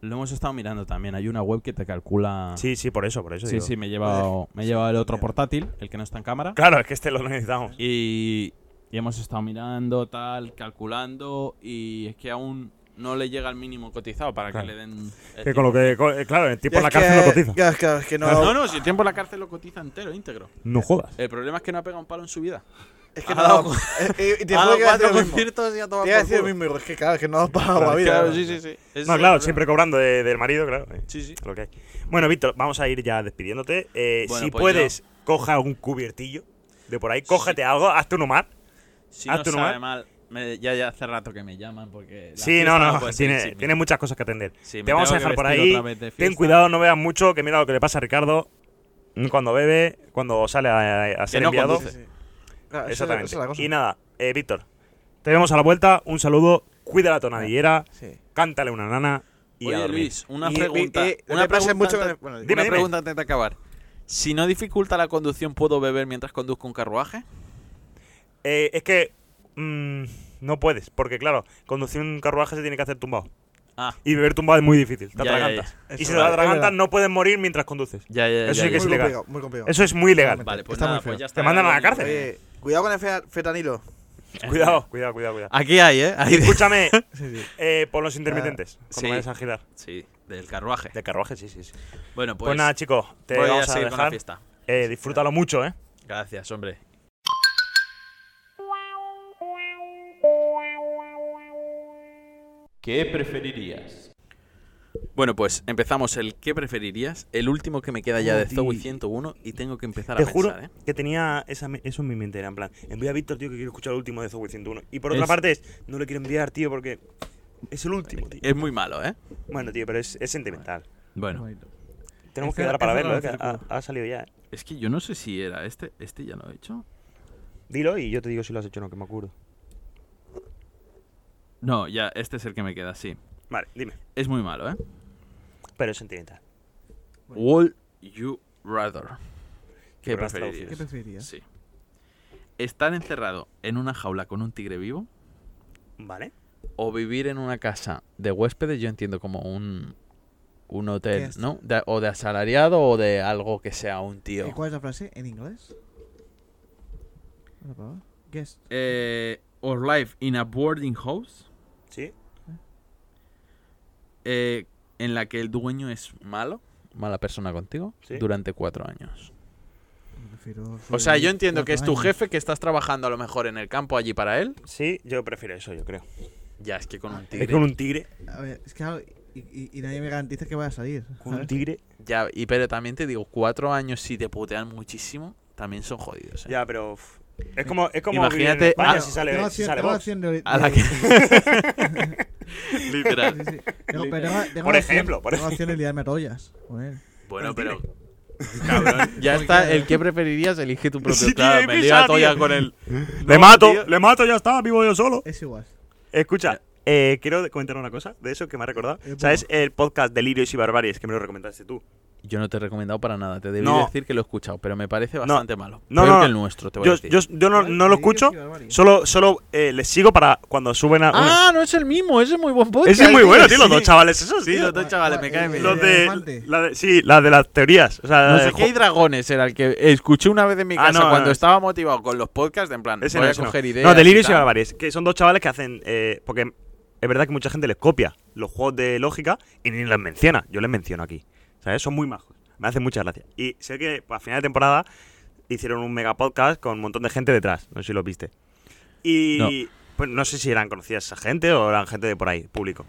Speaker 1: Lo hemos estado mirando también. Hay una web que te calcula.
Speaker 2: Ah. Sí, sí, por eso, por eso.
Speaker 1: sí,
Speaker 2: digo.
Speaker 1: sí, me he llevado, me he llevado el otro portátil, el que no está en cámara.
Speaker 2: Claro, es que este lo necesitamos.
Speaker 1: Y, y hemos estado mirando, tal, calculando. Y es que aún no le llega al mínimo cotizado para
Speaker 2: Claro.
Speaker 1: que le den. el
Speaker 2: Que con lo
Speaker 1: tiempo.
Speaker 2: que. co- eh, Claro, el tipo
Speaker 3: Ya
Speaker 2: en la
Speaker 3: es que-
Speaker 2: cárcel no cotiza.
Speaker 3: Claro, claro, es que no.
Speaker 1: No, no, si el tiempo en la cárcel lo cotiza entero, íntegro.
Speaker 2: No jodas.
Speaker 1: El problema es que no ha pegado un palo en su vida.
Speaker 3: Es que
Speaker 1: Ha
Speaker 3: no.
Speaker 1: dado-
Speaker 3: no, eh, eh, y te
Speaker 1: Ha
Speaker 3: juro
Speaker 1: dado
Speaker 3: que iba a decir
Speaker 1: cuatro
Speaker 3: lo mismo. Te
Speaker 1: conciertos y ha tomado
Speaker 3: iba a
Speaker 1: por
Speaker 3: decir lo
Speaker 1: culo.
Speaker 3: mismo, hijo, es que claro, es que no has pagado la vida.
Speaker 1: Claro,
Speaker 3: ¿no?
Speaker 1: sí, sí, sí. Ese es
Speaker 2: No,
Speaker 1: el
Speaker 2: claro,
Speaker 1: problema.
Speaker 2: siempre cobrando de- del marido, claro. eh,
Speaker 1: Sí, sí.
Speaker 2: es lo que hay. Bueno, Víctor, vamos a ir ya despidiéndote. Eh,
Speaker 1: Bueno,
Speaker 2: si
Speaker 1: pues
Speaker 2: puedes, coja algún cubiertillo de por ahí, cógete algo, hazte uno más.
Speaker 1: Si
Speaker 2: Ah,
Speaker 1: no
Speaker 2: ¿tú no
Speaker 1: sabe
Speaker 2: vas?
Speaker 1: mal, me- ya, ya hace rato que me llaman porque. la
Speaker 2: Sí,
Speaker 1: fiesta
Speaker 2: no, no,
Speaker 1: puede ser
Speaker 2: tiene,
Speaker 1: sin mí.
Speaker 2: tiene muchas cosas que atender.
Speaker 1: Sí, me
Speaker 2: Te vamos a
Speaker 1: tengo que
Speaker 2: dejar por
Speaker 1: vestir
Speaker 2: ahí.
Speaker 1: otra vez de
Speaker 2: Ten
Speaker 1: fiesta.
Speaker 2: cuidado, no veas mucho, que mira lo que le pasa a Ricardo mm, cuando bebe, cuando sale a, a ser
Speaker 1: no
Speaker 2: enviado.
Speaker 1: conduce.
Speaker 3: Sí, sí. Claro, esa es la- esa
Speaker 2: Exactamente.
Speaker 3: es la cosa.
Speaker 2: y nada, eh, Víctor, te vemos a la vuelta, un saludo, cuida la tonadillera,
Speaker 3: Sí.
Speaker 2: cántale una nana y a
Speaker 1: Oye,
Speaker 2: dormir.
Speaker 1: Luis, una
Speaker 3: Y- y-
Speaker 1: pregunta.
Speaker 3: y- no
Speaker 1: una
Speaker 3: te pases
Speaker 1: pregunta antes-
Speaker 3: mucho con el- bueno,
Speaker 2: dime,
Speaker 1: una
Speaker 2: dime.
Speaker 1: pregunta antes de acabar. Si no dificulta la conducción, ¿puedo beber mientras conduzco un carruaje?
Speaker 2: Eh, es que mm, no puedes, porque claro, conducir un carruaje se tiene que hacer tumbado.
Speaker 1: Ah,
Speaker 2: Y beber tumbado es muy difícil, te
Speaker 1: Ya, ya, ya.
Speaker 2: atragantas.
Speaker 3: Eso
Speaker 2: Y si
Speaker 3: es
Speaker 2: te
Speaker 3: verdad, es
Speaker 2: atragantas
Speaker 3: verdad.
Speaker 2: no puedes morir mientras conduces.
Speaker 1: ya, ya,
Speaker 2: Eso
Speaker 1: ya,
Speaker 2: sí que
Speaker 1: ya.
Speaker 2: es
Speaker 3: Muy
Speaker 2: ilegal.
Speaker 3: complicado, muy complicado.
Speaker 2: Eso es muy ilegal.
Speaker 1: Vale, pues
Speaker 3: Está
Speaker 1: nada,
Speaker 3: muy feo.
Speaker 1: pues ya está.
Speaker 2: mandan a la cárcel.
Speaker 3: Oye, cuidado con el fe- fetanilo.
Speaker 2: Cuidado, cuidado, cuidado, cuidado.
Speaker 1: Aquí hay, ¿eh? Hay de-
Speaker 2: Escúchame,
Speaker 3: Sí, sí.
Speaker 2: eh, por los intermitentes, cuando
Speaker 1: Ah, sí.
Speaker 2: vayas a girar.
Speaker 1: Sí, del carruaje.
Speaker 2: De carruaje, sí, sí, sí.
Speaker 1: Bueno,
Speaker 2: Pues,
Speaker 1: pues,
Speaker 2: nada, chicos, te
Speaker 1: voy a
Speaker 2: vamos a,
Speaker 1: seguir con la
Speaker 2: dejar.
Speaker 1: fiesta.
Speaker 2: Eh, disfrútalo mucho, ¿eh?
Speaker 1: Gracias, hombre.
Speaker 5: ¿Qué preferirías?
Speaker 1: Bueno, pues empezamos el ¿Qué preferirías? El último que me queda ya de
Speaker 2: Joder.
Speaker 1: Zoe 101 y tengo que empezar a
Speaker 2: Te
Speaker 1: pensar,
Speaker 2: juro
Speaker 1: ¿eh?
Speaker 2: que tenía esa me- eso en mi mente, era en plan, envía a Víctor, tío, que quiero escuchar el último de Zoe 101. Y por otra
Speaker 1: Es-
Speaker 2: parte es, no le quiero enviar, tío, porque es el último, tío.
Speaker 1: Es muy malo, ¿eh?
Speaker 2: Bueno, tío, pero es, es sentimental.
Speaker 1: Bueno,
Speaker 2: Tenemos que
Speaker 4: Este-
Speaker 2: quedar para
Speaker 4: este no
Speaker 2: verlo,
Speaker 4: lo
Speaker 2: eh, que ha,
Speaker 4: circulo.
Speaker 2: ha salido ya. eh.
Speaker 1: es que yo no sé si era este. Este ya lo he hecho.
Speaker 2: Dilo y yo te digo si lo has hecho o no, que me acuerdo.
Speaker 1: No, ya, este es el que me queda, sí.
Speaker 2: Vale, dime.
Speaker 1: Es muy malo, ¿eh?
Speaker 2: Pero es sentimental.
Speaker 1: Would you rather? ¿Qué
Speaker 2: Pero has
Speaker 1: preferirías?
Speaker 2: traducido.
Speaker 3: ¿Qué preferirías?
Speaker 1: Sí. ¿Estar encerrado en una jaula con un tigre vivo
Speaker 2: ¿Vale?
Speaker 1: o vivir en una casa de huéspedes? Yo entiendo como un, un hotel,
Speaker 3: Guest.
Speaker 1: ¿no? De- o de asalariado o de algo que sea un tío.
Speaker 3: ¿Y Eh, ¿Cuál es la frase en inglés? Una palabra. Guest.
Speaker 1: Eh, or life in a boarding house
Speaker 2: ¿Sí?
Speaker 1: eh, en la que el dueño es malo, mala persona contigo,
Speaker 2: Sí.
Speaker 1: durante cuatro años.
Speaker 3: Prefiero
Speaker 1: O sea, yo
Speaker 3: sobrevivir
Speaker 1: entiendo que es
Speaker 3: Pues cuatro
Speaker 1: tu
Speaker 3: años.
Speaker 1: jefe que estás trabajando a lo mejor en el campo allí para él.
Speaker 2: Sí, yo prefiero eso, yo creo.
Speaker 1: Ya, es que con un
Speaker 2: Es
Speaker 1: tigre.
Speaker 2: Ah, con un tigre.
Speaker 3: A ver, es que claro, y, y- y nadie me garantiza que vaya a salir.
Speaker 2: Con un
Speaker 3: ¿sabes?
Speaker 2: tigre.
Speaker 1: Ya, y pero también te digo, cuatro años si te putean muchísimo, también son jodidos. ¿eh?
Speaker 2: Ya, pero. uf, Es como, es como
Speaker 1: Imagínate-
Speaker 2: vivir en España
Speaker 1: ah,
Speaker 2: si sale,
Speaker 3: Tengo
Speaker 2: si
Speaker 3: opción-
Speaker 2: sale
Speaker 3: tengo
Speaker 2: Vox.
Speaker 3: opción de-
Speaker 1: A la
Speaker 3: de-
Speaker 1: que.
Speaker 3: sí,
Speaker 1: Literal.
Speaker 3: sí. No, pero tengo- tengo
Speaker 2: Por
Speaker 3: la
Speaker 2: ejemplo,
Speaker 3: opción-
Speaker 2: por
Speaker 3: tengo la opción de liarme a tollas con él.
Speaker 1: Bueno,
Speaker 2: Un
Speaker 1: pero. Cabrón, ya está. El que preferirías, elige tu propio.
Speaker 2: Sí, tío,
Speaker 1: claro, me
Speaker 2: es
Speaker 1: lío a
Speaker 2: bizarro,
Speaker 1: toya
Speaker 2: tío.
Speaker 1: con él.
Speaker 2: Le
Speaker 1: No,
Speaker 2: mato,
Speaker 1: tío.
Speaker 2: le mato, ya está, vivo yo solo.
Speaker 3: Es igual.
Speaker 2: Escucha, eh, quiero comentar una cosa de eso que me ha recordado.
Speaker 3: Eh,
Speaker 2: ¿Sabes el podcast Delirios y Barbaries que me lo recomendaste tú?
Speaker 1: Yo no te he recomendado para nada. Te debí
Speaker 2: No.
Speaker 1: decir que lo he escuchado, pero me parece bastante malo.
Speaker 2: No,
Speaker 1: Peor
Speaker 2: no,
Speaker 1: que
Speaker 2: no.
Speaker 1: el nuestro, te voy a
Speaker 2: Yo,
Speaker 1: decir.
Speaker 2: yo, yo no, no lo
Speaker 3: Delirios
Speaker 2: escucho,
Speaker 3: y barbarie.
Speaker 2: solo, solo eh, les sigo para cuando suben a. una-
Speaker 1: Ah, no es el mismo. Ese es muy buen podcast.
Speaker 2: Ese es muy bueno, tío,
Speaker 1: sí.
Speaker 2: los dos chavales esos,
Speaker 1: Sí,
Speaker 2: tío.
Speaker 1: los dos chavales, me caen bien.
Speaker 2: Los
Speaker 3: El
Speaker 2: ah, eh, de,
Speaker 3: elefante.
Speaker 2: la de- sí, la de las teorías. O sea, la
Speaker 1: No
Speaker 2: de
Speaker 1: sé
Speaker 2: jo-
Speaker 1: qué hay dragones era el que escuché una vez en mi
Speaker 2: Ah,
Speaker 1: casa
Speaker 2: no,
Speaker 1: cuando
Speaker 2: no.
Speaker 1: estaba motivado con los podcasts, de en plan,
Speaker 2: Ese
Speaker 1: voy
Speaker 2: no,
Speaker 1: a
Speaker 2: ese no.
Speaker 1: coger ideas.
Speaker 2: No, Delirios y
Speaker 1: tal.
Speaker 2: Barbaries, que son dos chavales que hacen. eh, porque es verdad que mucha gente les copia los juegos de lógica y ni los menciona. Yo les menciono aquí. ¿Sabes? Son muy majos. Me hacen mucha gracia. Y sé que pues, a final de temporada hicieron un mega podcast con un montón de gente detrás. No sé si lo viste. Y.
Speaker 1: No.
Speaker 2: Pues no sé si eran conocidas esa gente o eran gente de por ahí, público.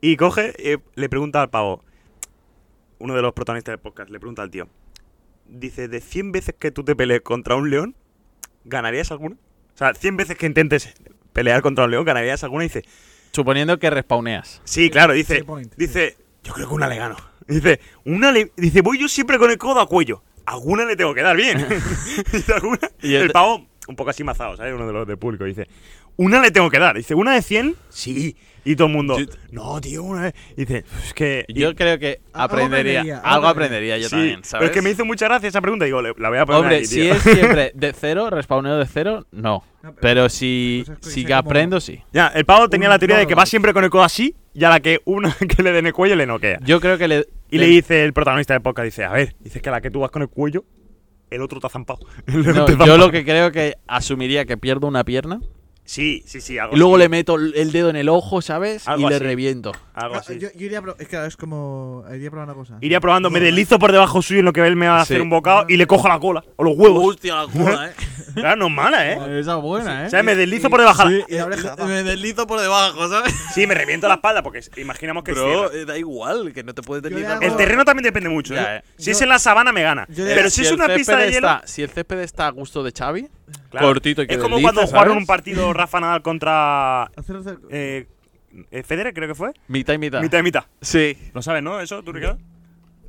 Speaker 2: Y coge, eh, le pregunta al pavo, uno de los protagonistas del podcast, le pregunta al tío, dice, de 100 veces que tú te pelees contra un león, ¿ganarías alguna? O sea, 100 veces que intentes pelear contra un león, ¿ganarías alguna? Y dice,
Speaker 1: Suponiendo que respawneas.
Speaker 2: sí, claro, dice,
Speaker 3: Fair point,
Speaker 2: dice, yo creo que una le gano. Dice, una le, dice, voy yo siempre con el codo a cuello. Alguna le tengo que dar bien. dice, alguna.
Speaker 1: Y el-
Speaker 2: el pavo, un poco así mazado, ¿sabes? Uno de los de público, dice, una le tengo que dar. Dice, una de 100, sí. Y todo el mundo,
Speaker 1: Yo-
Speaker 2: no, tío, una de... Y dice, es que... y-
Speaker 1: Yo creo que
Speaker 3: Algo
Speaker 1: aprendería.
Speaker 3: aprendería, algo
Speaker 1: Algo aprendería yo
Speaker 2: Sí,
Speaker 1: también,
Speaker 2: Pero
Speaker 1: ¿sabes?
Speaker 2: es que me hizo mucha gracia esa pregunta. Digo, le- la voy a poner
Speaker 1: Hombre,
Speaker 2: aquí,
Speaker 1: si
Speaker 2: tío.
Speaker 1: es siempre de cero, respawneo de cero, no.
Speaker 3: No, pero-
Speaker 1: Pero si,
Speaker 3: Cosas que
Speaker 1: si
Speaker 3: sea
Speaker 1: que
Speaker 3: como-
Speaker 1: aprendo, sí.
Speaker 2: Ya, el pavo tenía
Speaker 3: Un
Speaker 2: la teoría de que va
Speaker 3: Morlock.
Speaker 2: siempre con el codo así y a la que una que le den el cuello le noquea.
Speaker 1: Yo creo que le.
Speaker 2: Y le dice el protagonista de podcast, dice, a ver, dices que a la que tú vas con el cuello, el otro te ha zampado. El otro
Speaker 1: no,
Speaker 2: te ha
Speaker 1: yo
Speaker 2: zampado.
Speaker 1: lo que creo que asumiría que pierdo una pierna
Speaker 2: Sí, sí, Oh, sí, algo
Speaker 1: y luego
Speaker 2: así,
Speaker 1: le meto el dedo en el ojo, ¿sabes?
Speaker 2: Algo
Speaker 1: y le
Speaker 2: así.
Speaker 1: reviento.
Speaker 2: algo
Speaker 3: No,
Speaker 2: así.
Speaker 3: yo, yo iría a pro- Es que claro, es como. Iría a probar una cosa. eh,
Speaker 2: Iría probando, me deslizo por debajo suyo en lo que él me va a hacer
Speaker 1: Sí.
Speaker 2: un bocado y le cojo la cola o los huevos.
Speaker 1: la cola, eh.
Speaker 2: Claro, no es mala, ¿eh?
Speaker 1: Esa buena,
Speaker 2: O sea, me deslizo por debajo.
Speaker 3: Y la oreja. va.
Speaker 1: Me deslizo por debajo, ¿sabes?
Speaker 2: Sí, me reviento la espalda porque imaginamos que
Speaker 1: Bro,
Speaker 2: cierra.
Speaker 1: eh, da igual, que no te puedes
Speaker 3: le
Speaker 1: deslizar.
Speaker 3: hago-
Speaker 2: El terreno también depende mucho.
Speaker 1: Ya,
Speaker 2: ¿eh?
Speaker 1: eh.
Speaker 2: Si es en la sabana, me gana.
Speaker 3: Yo-
Speaker 2: Pero si, es
Speaker 1: el
Speaker 2: una pista
Speaker 1: césped
Speaker 2: de hielo.
Speaker 1: está- si el césped está a gusto de Xavi,
Speaker 2: claro,
Speaker 1: cortito y que
Speaker 2: Es como
Speaker 1: desliza,
Speaker 2: cuando
Speaker 1: ¿sabes?
Speaker 2: jugaron un partido Rafa Nadal contra.
Speaker 3: Hacer- hacer-
Speaker 2: Eh, eh, Federer, creo que fue.
Speaker 1: Mitad y mitad.
Speaker 2: Mitad y mitad.
Speaker 1: Sí.
Speaker 2: ¿Lo sabes, no? ¿Eso, tú, Ricardo?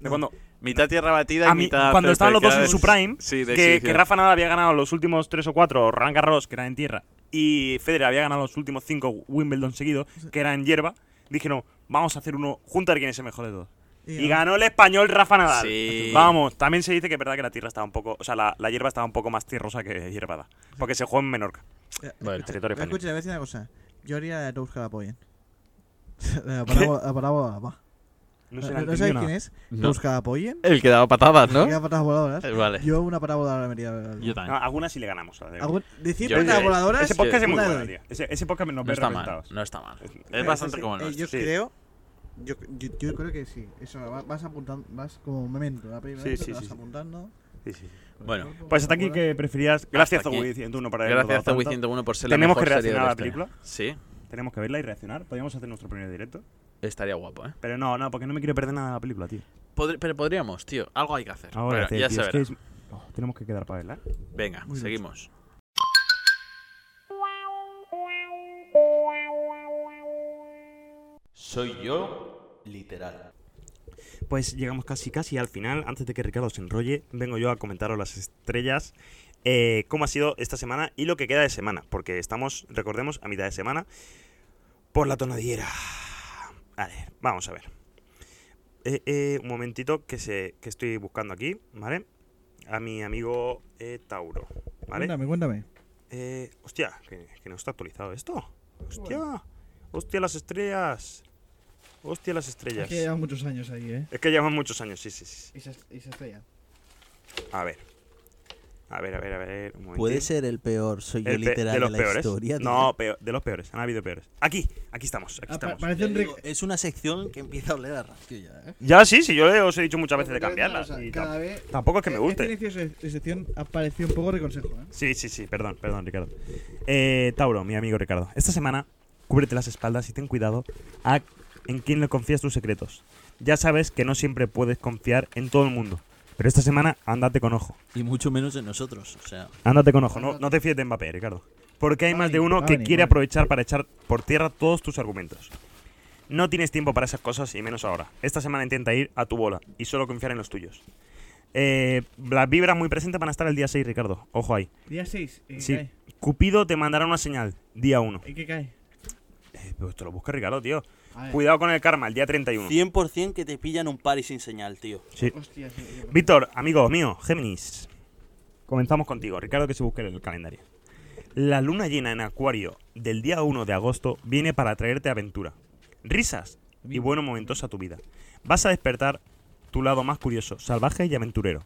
Speaker 2: De cuando,
Speaker 1: Mitad tierra batida
Speaker 2: A
Speaker 1: y
Speaker 2: mí,
Speaker 1: mitad.
Speaker 2: cuando
Speaker 1: césped,
Speaker 2: estaban los dos
Speaker 1: cada
Speaker 2: en
Speaker 1: vez-
Speaker 2: su prime,
Speaker 1: Sí, de
Speaker 2: que, que
Speaker 1: exhibición.
Speaker 2: Rafa Nadal había ganado los últimos tres o cuatro Roland Garros, que era en tierra, y Federer había ganado los últimos cinco Wimbledon seguidos, que era en hierba, dijeron, vamos a hacer uno junto a ver quién es el mejor de todos. Y ganó el español Rafa Nadal.
Speaker 1: Sí.
Speaker 2: Vamos, también se dice que es verdad que la tierra estaba un poco, o sea, la, la hierba estaba un poco más tierrosa que hierbada, porque se jugó en Menorca.
Speaker 3: Eh,
Speaker 1: Vale,
Speaker 3: escucha,
Speaker 2: territorio español.
Speaker 3: Escucha, le voy a decir una cosa. Yo haría la de no buscar la polla. La parábola, la parábola, va.
Speaker 2: No se la
Speaker 3: No, no
Speaker 2: entendió
Speaker 3: sabéis
Speaker 2: nada.
Speaker 3: quién es.
Speaker 1: No.
Speaker 3: No. Busca la polla.
Speaker 1: El que daba patadas, ¿no?
Speaker 3: Y da patadas voladoras.
Speaker 1: Eh, Vale.
Speaker 3: Yo una parábola ahora me iría.
Speaker 1: Yo
Speaker 2: No,
Speaker 1: también.
Speaker 2: algunas sí le ganamos. la de-
Speaker 3: Algún- Decir
Speaker 1: Yo-
Speaker 3: patadas
Speaker 1: eh,
Speaker 3: voladoras.
Speaker 2: Ese podcast es muy
Speaker 3: una de- Eh,
Speaker 2: bueno, tío. Ese, ese podcast nos
Speaker 1: No
Speaker 2: ve
Speaker 1: está mal.
Speaker 2: reventados.
Speaker 1: No está mal.
Speaker 2: Es-
Speaker 1: Es bastante como el
Speaker 3: Eh,
Speaker 1: nuestro.
Speaker 3: Yo
Speaker 2: Sí.
Speaker 3: creo. Yo, yo, yo creo que sí. Eso, va- vas apuntando. Vas como un memento. La primera
Speaker 2: Sí,
Speaker 3: vez
Speaker 2: sí,
Speaker 3: te vas
Speaker 2: sí, sí.
Speaker 3: apuntando.
Speaker 2: Sí, sí, sí.
Speaker 1: Bueno,
Speaker 2: Pues hasta aquí que preferías.
Speaker 1: Hasta
Speaker 2: Gracias,
Speaker 1: aquí.
Speaker 2: Zoe 101 para habernos
Speaker 1: Gracias
Speaker 2: dado
Speaker 1: a Wii
Speaker 2: tanto.
Speaker 1: 101 por ser la
Speaker 2: Tenemos
Speaker 1: mejor
Speaker 2: que
Speaker 1: serie de
Speaker 2: reaccionar a la
Speaker 1: historia. Sí.
Speaker 2: Tenemos que verla y reaccionar. Podríamos hacer nuestro primer directo.
Speaker 1: Estaría guapo, ¿eh?
Speaker 2: Pero no, no, porque no me quiero perder nada de la película, tío.
Speaker 1: Podri- pero podríamos, tío. Algo hay que hacer.
Speaker 2: Ahora,
Speaker 1: Pero
Speaker 2: tío,
Speaker 1: ya
Speaker 2: tío,
Speaker 1: se
Speaker 2: es que
Speaker 1: verá.
Speaker 2: es- Oh, tenemos que quedar para verla.
Speaker 1: Venga,
Speaker 2: Muy bien.
Speaker 1: seguimos. Soy yo, literal.
Speaker 2: Pues llegamos casi casi al final. Antes de que Ricardo se enrolle, vengo yo a comentaros las estrellas. eh, cómo ha sido esta semana y lo que queda de semana. Porque estamos, recordemos, a mitad de semana. Por la tonadillera. A ver, vamos a ver. Eh, eh, un momentito que, se, que estoy buscando aquí, ¿vale? A mi amigo eh, Tauro, ¿vale?
Speaker 4: Cuéntame, cuéntame.
Speaker 2: Eh, hostia, que, que no está actualizado esto. Hostia, hostia las estrellas. Hostia las estrellas.
Speaker 4: Es que lleva muchos años ahí, ¿eh?
Speaker 2: Es que llevan muchos años, sí, sí, sí.
Speaker 4: Y se, estrella.
Speaker 2: A ver. A ver, a ver, a ver. Un momentín.
Speaker 5: Puede ser el peor, soy yo
Speaker 2: El pe-
Speaker 5: literal
Speaker 2: de
Speaker 5: de,
Speaker 2: los
Speaker 5: la
Speaker 2: peores.
Speaker 5: historia. tío.
Speaker 2: no, peo- de los peores. Han habido peores. Aquí, aquí estamos, aquí
Speaker 4: Ah, pa-
Speaker 2: estamos.
Speaker 4: parece un
Speaker 5: Te digo,
Speaker 4: rec-
Speaker 5: es una sección que empieza a oler a ratio ya, ¿eh?
Speaker 2: Ya sí, sí, yo os he dicho muchas veces de
Speaker 4: Yo,
Speaker 2: cambiarla.
Speaker 4: o sea,
Speaker 2: y
Speaker 4: cada
Speaker 2: tam-
Speaker 4: vez.
Speaker 2: Tampoco es que me
Speaker 4: Este
Speaker 2: guste.
Speaker 4: inicio de se- de sección ha parecido un poco reconsejo, ¿eh?
Speaker 2: Sí, sí, sí, perdón, perdón, Ricardo. Eh, Tauro, mi amigo Ricardo. Esta semana, cúbrete las espaldas y ten cuidado a en quién le confías tus secretos. Ya sabes que no siempre puedes confiar en todo el mundo. Pero esta semana, ándate con ojo.
Speaker 5: Y mucho menos en nosotros, o sea.
Speaker 2: Ándate con ojo, no, no te fíes de Mbappé, Ricardo. Porque hay más de uno que
Speaker 4: Cavani,
Speaker 2: quiere
Speaker 4: Cavani.
Speaker 2: aprovechar para echar por tierra todos tus argumentos. No tienes tiempo para esas cosas y menos ahora. Esta semana intenta ir a tu bola y solo confiar en los tuyos. Eh, las vibras muy presentes van a estar el día 6, Ricardo. Ojo ahí.
Speaker 4: Día 6. ¿En qué
Speaker 2: Sí.
Speaker 4: cae?
Speaker 2: Cupido te mandará una señal, día 1.
Speaker 4: ¿En qué cae?
Speaker 2: Pero esto lo busca Ricardo, tío.
Speaker 4: A ver.
Speaker 2: Cuidado con el karma, el día 31.
Speaker 5: 100% que te pillan un par y sin señal, tío.
Speaker 2: Sí.
Speaker 4: Hostia, sí, sí, sí.
Speaker 2: Víctor, amigo mío, Géminis. Comenzamos contigo, Ricardo, que se busque en el calendario. La luna llena en Acuario del día 1 de agosto viene para traerte aventura, risas y buenos momentos a tu vida. Vas a despertar tu lado más curioso, salvaje y aventurero.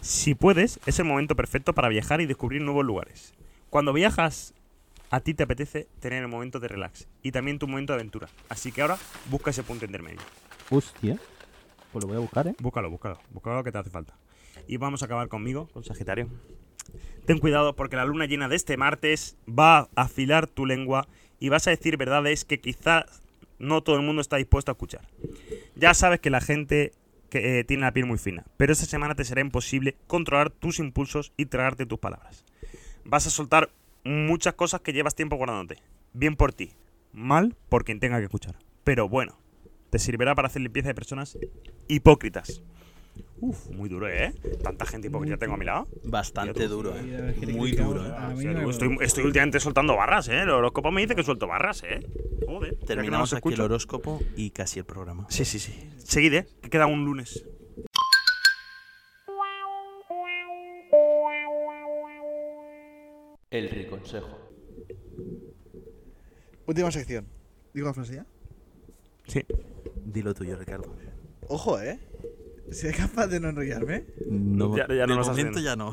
Speaker 2: Si puedes, es el momento perfecto para viajar y descubrir nuevos lugares. Cuando viajas, a ti te apetece tener el momento de relax y también tu momento de aventura. Así que ahora busca ese punto intermedio.
Speaker 6: Hostia. Pues lo voy a buscar, ¿eh?
Speaker 2: Búscalo, búscalo, búscalo que te hace falta. Y vamos a acabar conmigo, con Sagitario. Ten cuidado porque la luna llena de este martes va a afilar tu lengua y vas a decir verdades que quizás no todo el mundo está dispuesto a escuchar. Ya sabes que la gente que, eh, tiene la piel muy fina, pero esta semana te será imposible controlar tus impulsos y tragarte tus palabras. Vas a soltar muchas cosas que llevas tiempo guardándote. Bien por ti, mal por quien tenga que escuchar. Pero bueno, te servirá para hacer limpieza de personas hipócritas. Uf, muy duro, ¿eh? Tanta gente hipócrita tengo a mi lado.
Speaker 5: Bastante duro,
Speaker 4: Y a ver, ¿qué
Speaker 5: ¿eh?
Speaker 4: te
Speaker 5: Muy
Speaker 4: criticamos?
Speaker 5: duro, ¿eh?
Speaker 4: A
Speaker 2: O
Speaker 4: mí
Speaker 2: sea,
Speaker 4: no me-
Speaker 2: estoy, estoy últimamente soltando barras, ¿eh? El horóscopo me dice que suelto barras, ¿eh? Joder. ya que no
Speaker 5: Terminamos
Speaker 2: los
Speaker 5: aquí el
Speaker 2: escucho.
Speaker 5: horóscopo y casi el programa.
Speaker 2: Sí, sí, sí. Seguid, ¿eh? Que queda un lunes.
Speaker 1: El riconsejo.
Speaker 3: Última sección.
Speaker 4: Digo la frase ya.
Speaker 2: Sí.
Speaker 5: Dilo tuyo, Ricardo.
Speaker 3: Ojo, eh. Seré capaz de no enrollarme.
Speaker 5: No,
Speaker 2: Ya- ya no
Speaker 5: de
Speaker 2: lo estás
Speaker 5: momento
Speaker 2: haciendo.
Speaker 5: ya no.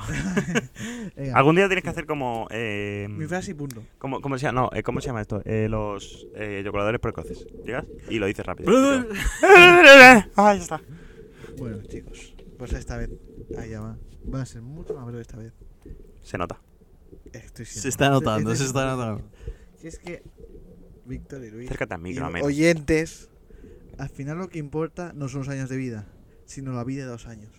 Speaker 4: Venga,
Speaker 2: Algún día tienes que hacer como. Eh,
Speaker 3: Mi frase y punto.
Speaker 2: como, como se llama? No, eh, ¿cómo se llama esto? Eh, los eh, yocoladores precoces. ¿Llegas? Y lo dices rápido. ah, ya está.
Speaker 3: Bueno, chicos. Pues esta vez. Allá va. Va a ser mucho más breve esta vez.
Speaker 2: Se nota.
Speaker 3: Estoy
Speaker 5: Se está notando, se está notando.
Speaker 3: Si es que. Víctor y Luis.
Speaker 2: Acércate al
Speaker 3: y
Speaker 2: micro, al menos.
Speaker 3: oyentes. Al final lo que importa no son los años de vida, sino la vida de dos años.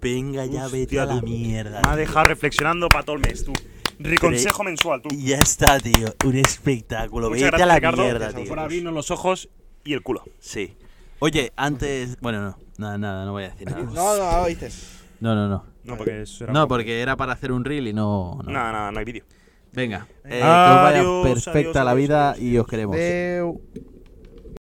Speaker 5: Venga, ya
Speaker 2: Hostia,
Speaker 5: vete a la
Speaker 2: tú.
Speaker 5: mierda.
Speaker 2: Me ha dejado reflexionando para todo el mes, tú. Riconsejo mensual, tú.
Speaker 5: Y Ya está, tío. Un espectáculo.
Speaker 2: Muchas
Speaker 5: vete
Speaker 2: gracias,
Speaker 5: a la
Speaker 2: Ricardo,
Speaker 5: mierda, tío.
Speaker 2: Por abrirnos los ojos y el culo.
Speaker 5: Sí. Oye, antes. Bueno, no. Nada, nada, no voy a decir nada.
Speaker 3: No, no, oíste.
Speaker 5: No, no, no.
Speaker 2: No, porque eso era.
Speaker 5: No, porque era para hacer un reel y no. no.
Speaker 2: No, no, no hay vídeo.
Speaker 5: Venga. eh, que os
Speaker 2: Adiós,
Speaker 5: vaya perfecta
Speaker 2: adiós,
Speaker 5: la
Speaker 2: adiós,
Speaker 5: vida
Speaker 2: adiós.
Speaker 5: y os queremos.
Speaker 3: Deu.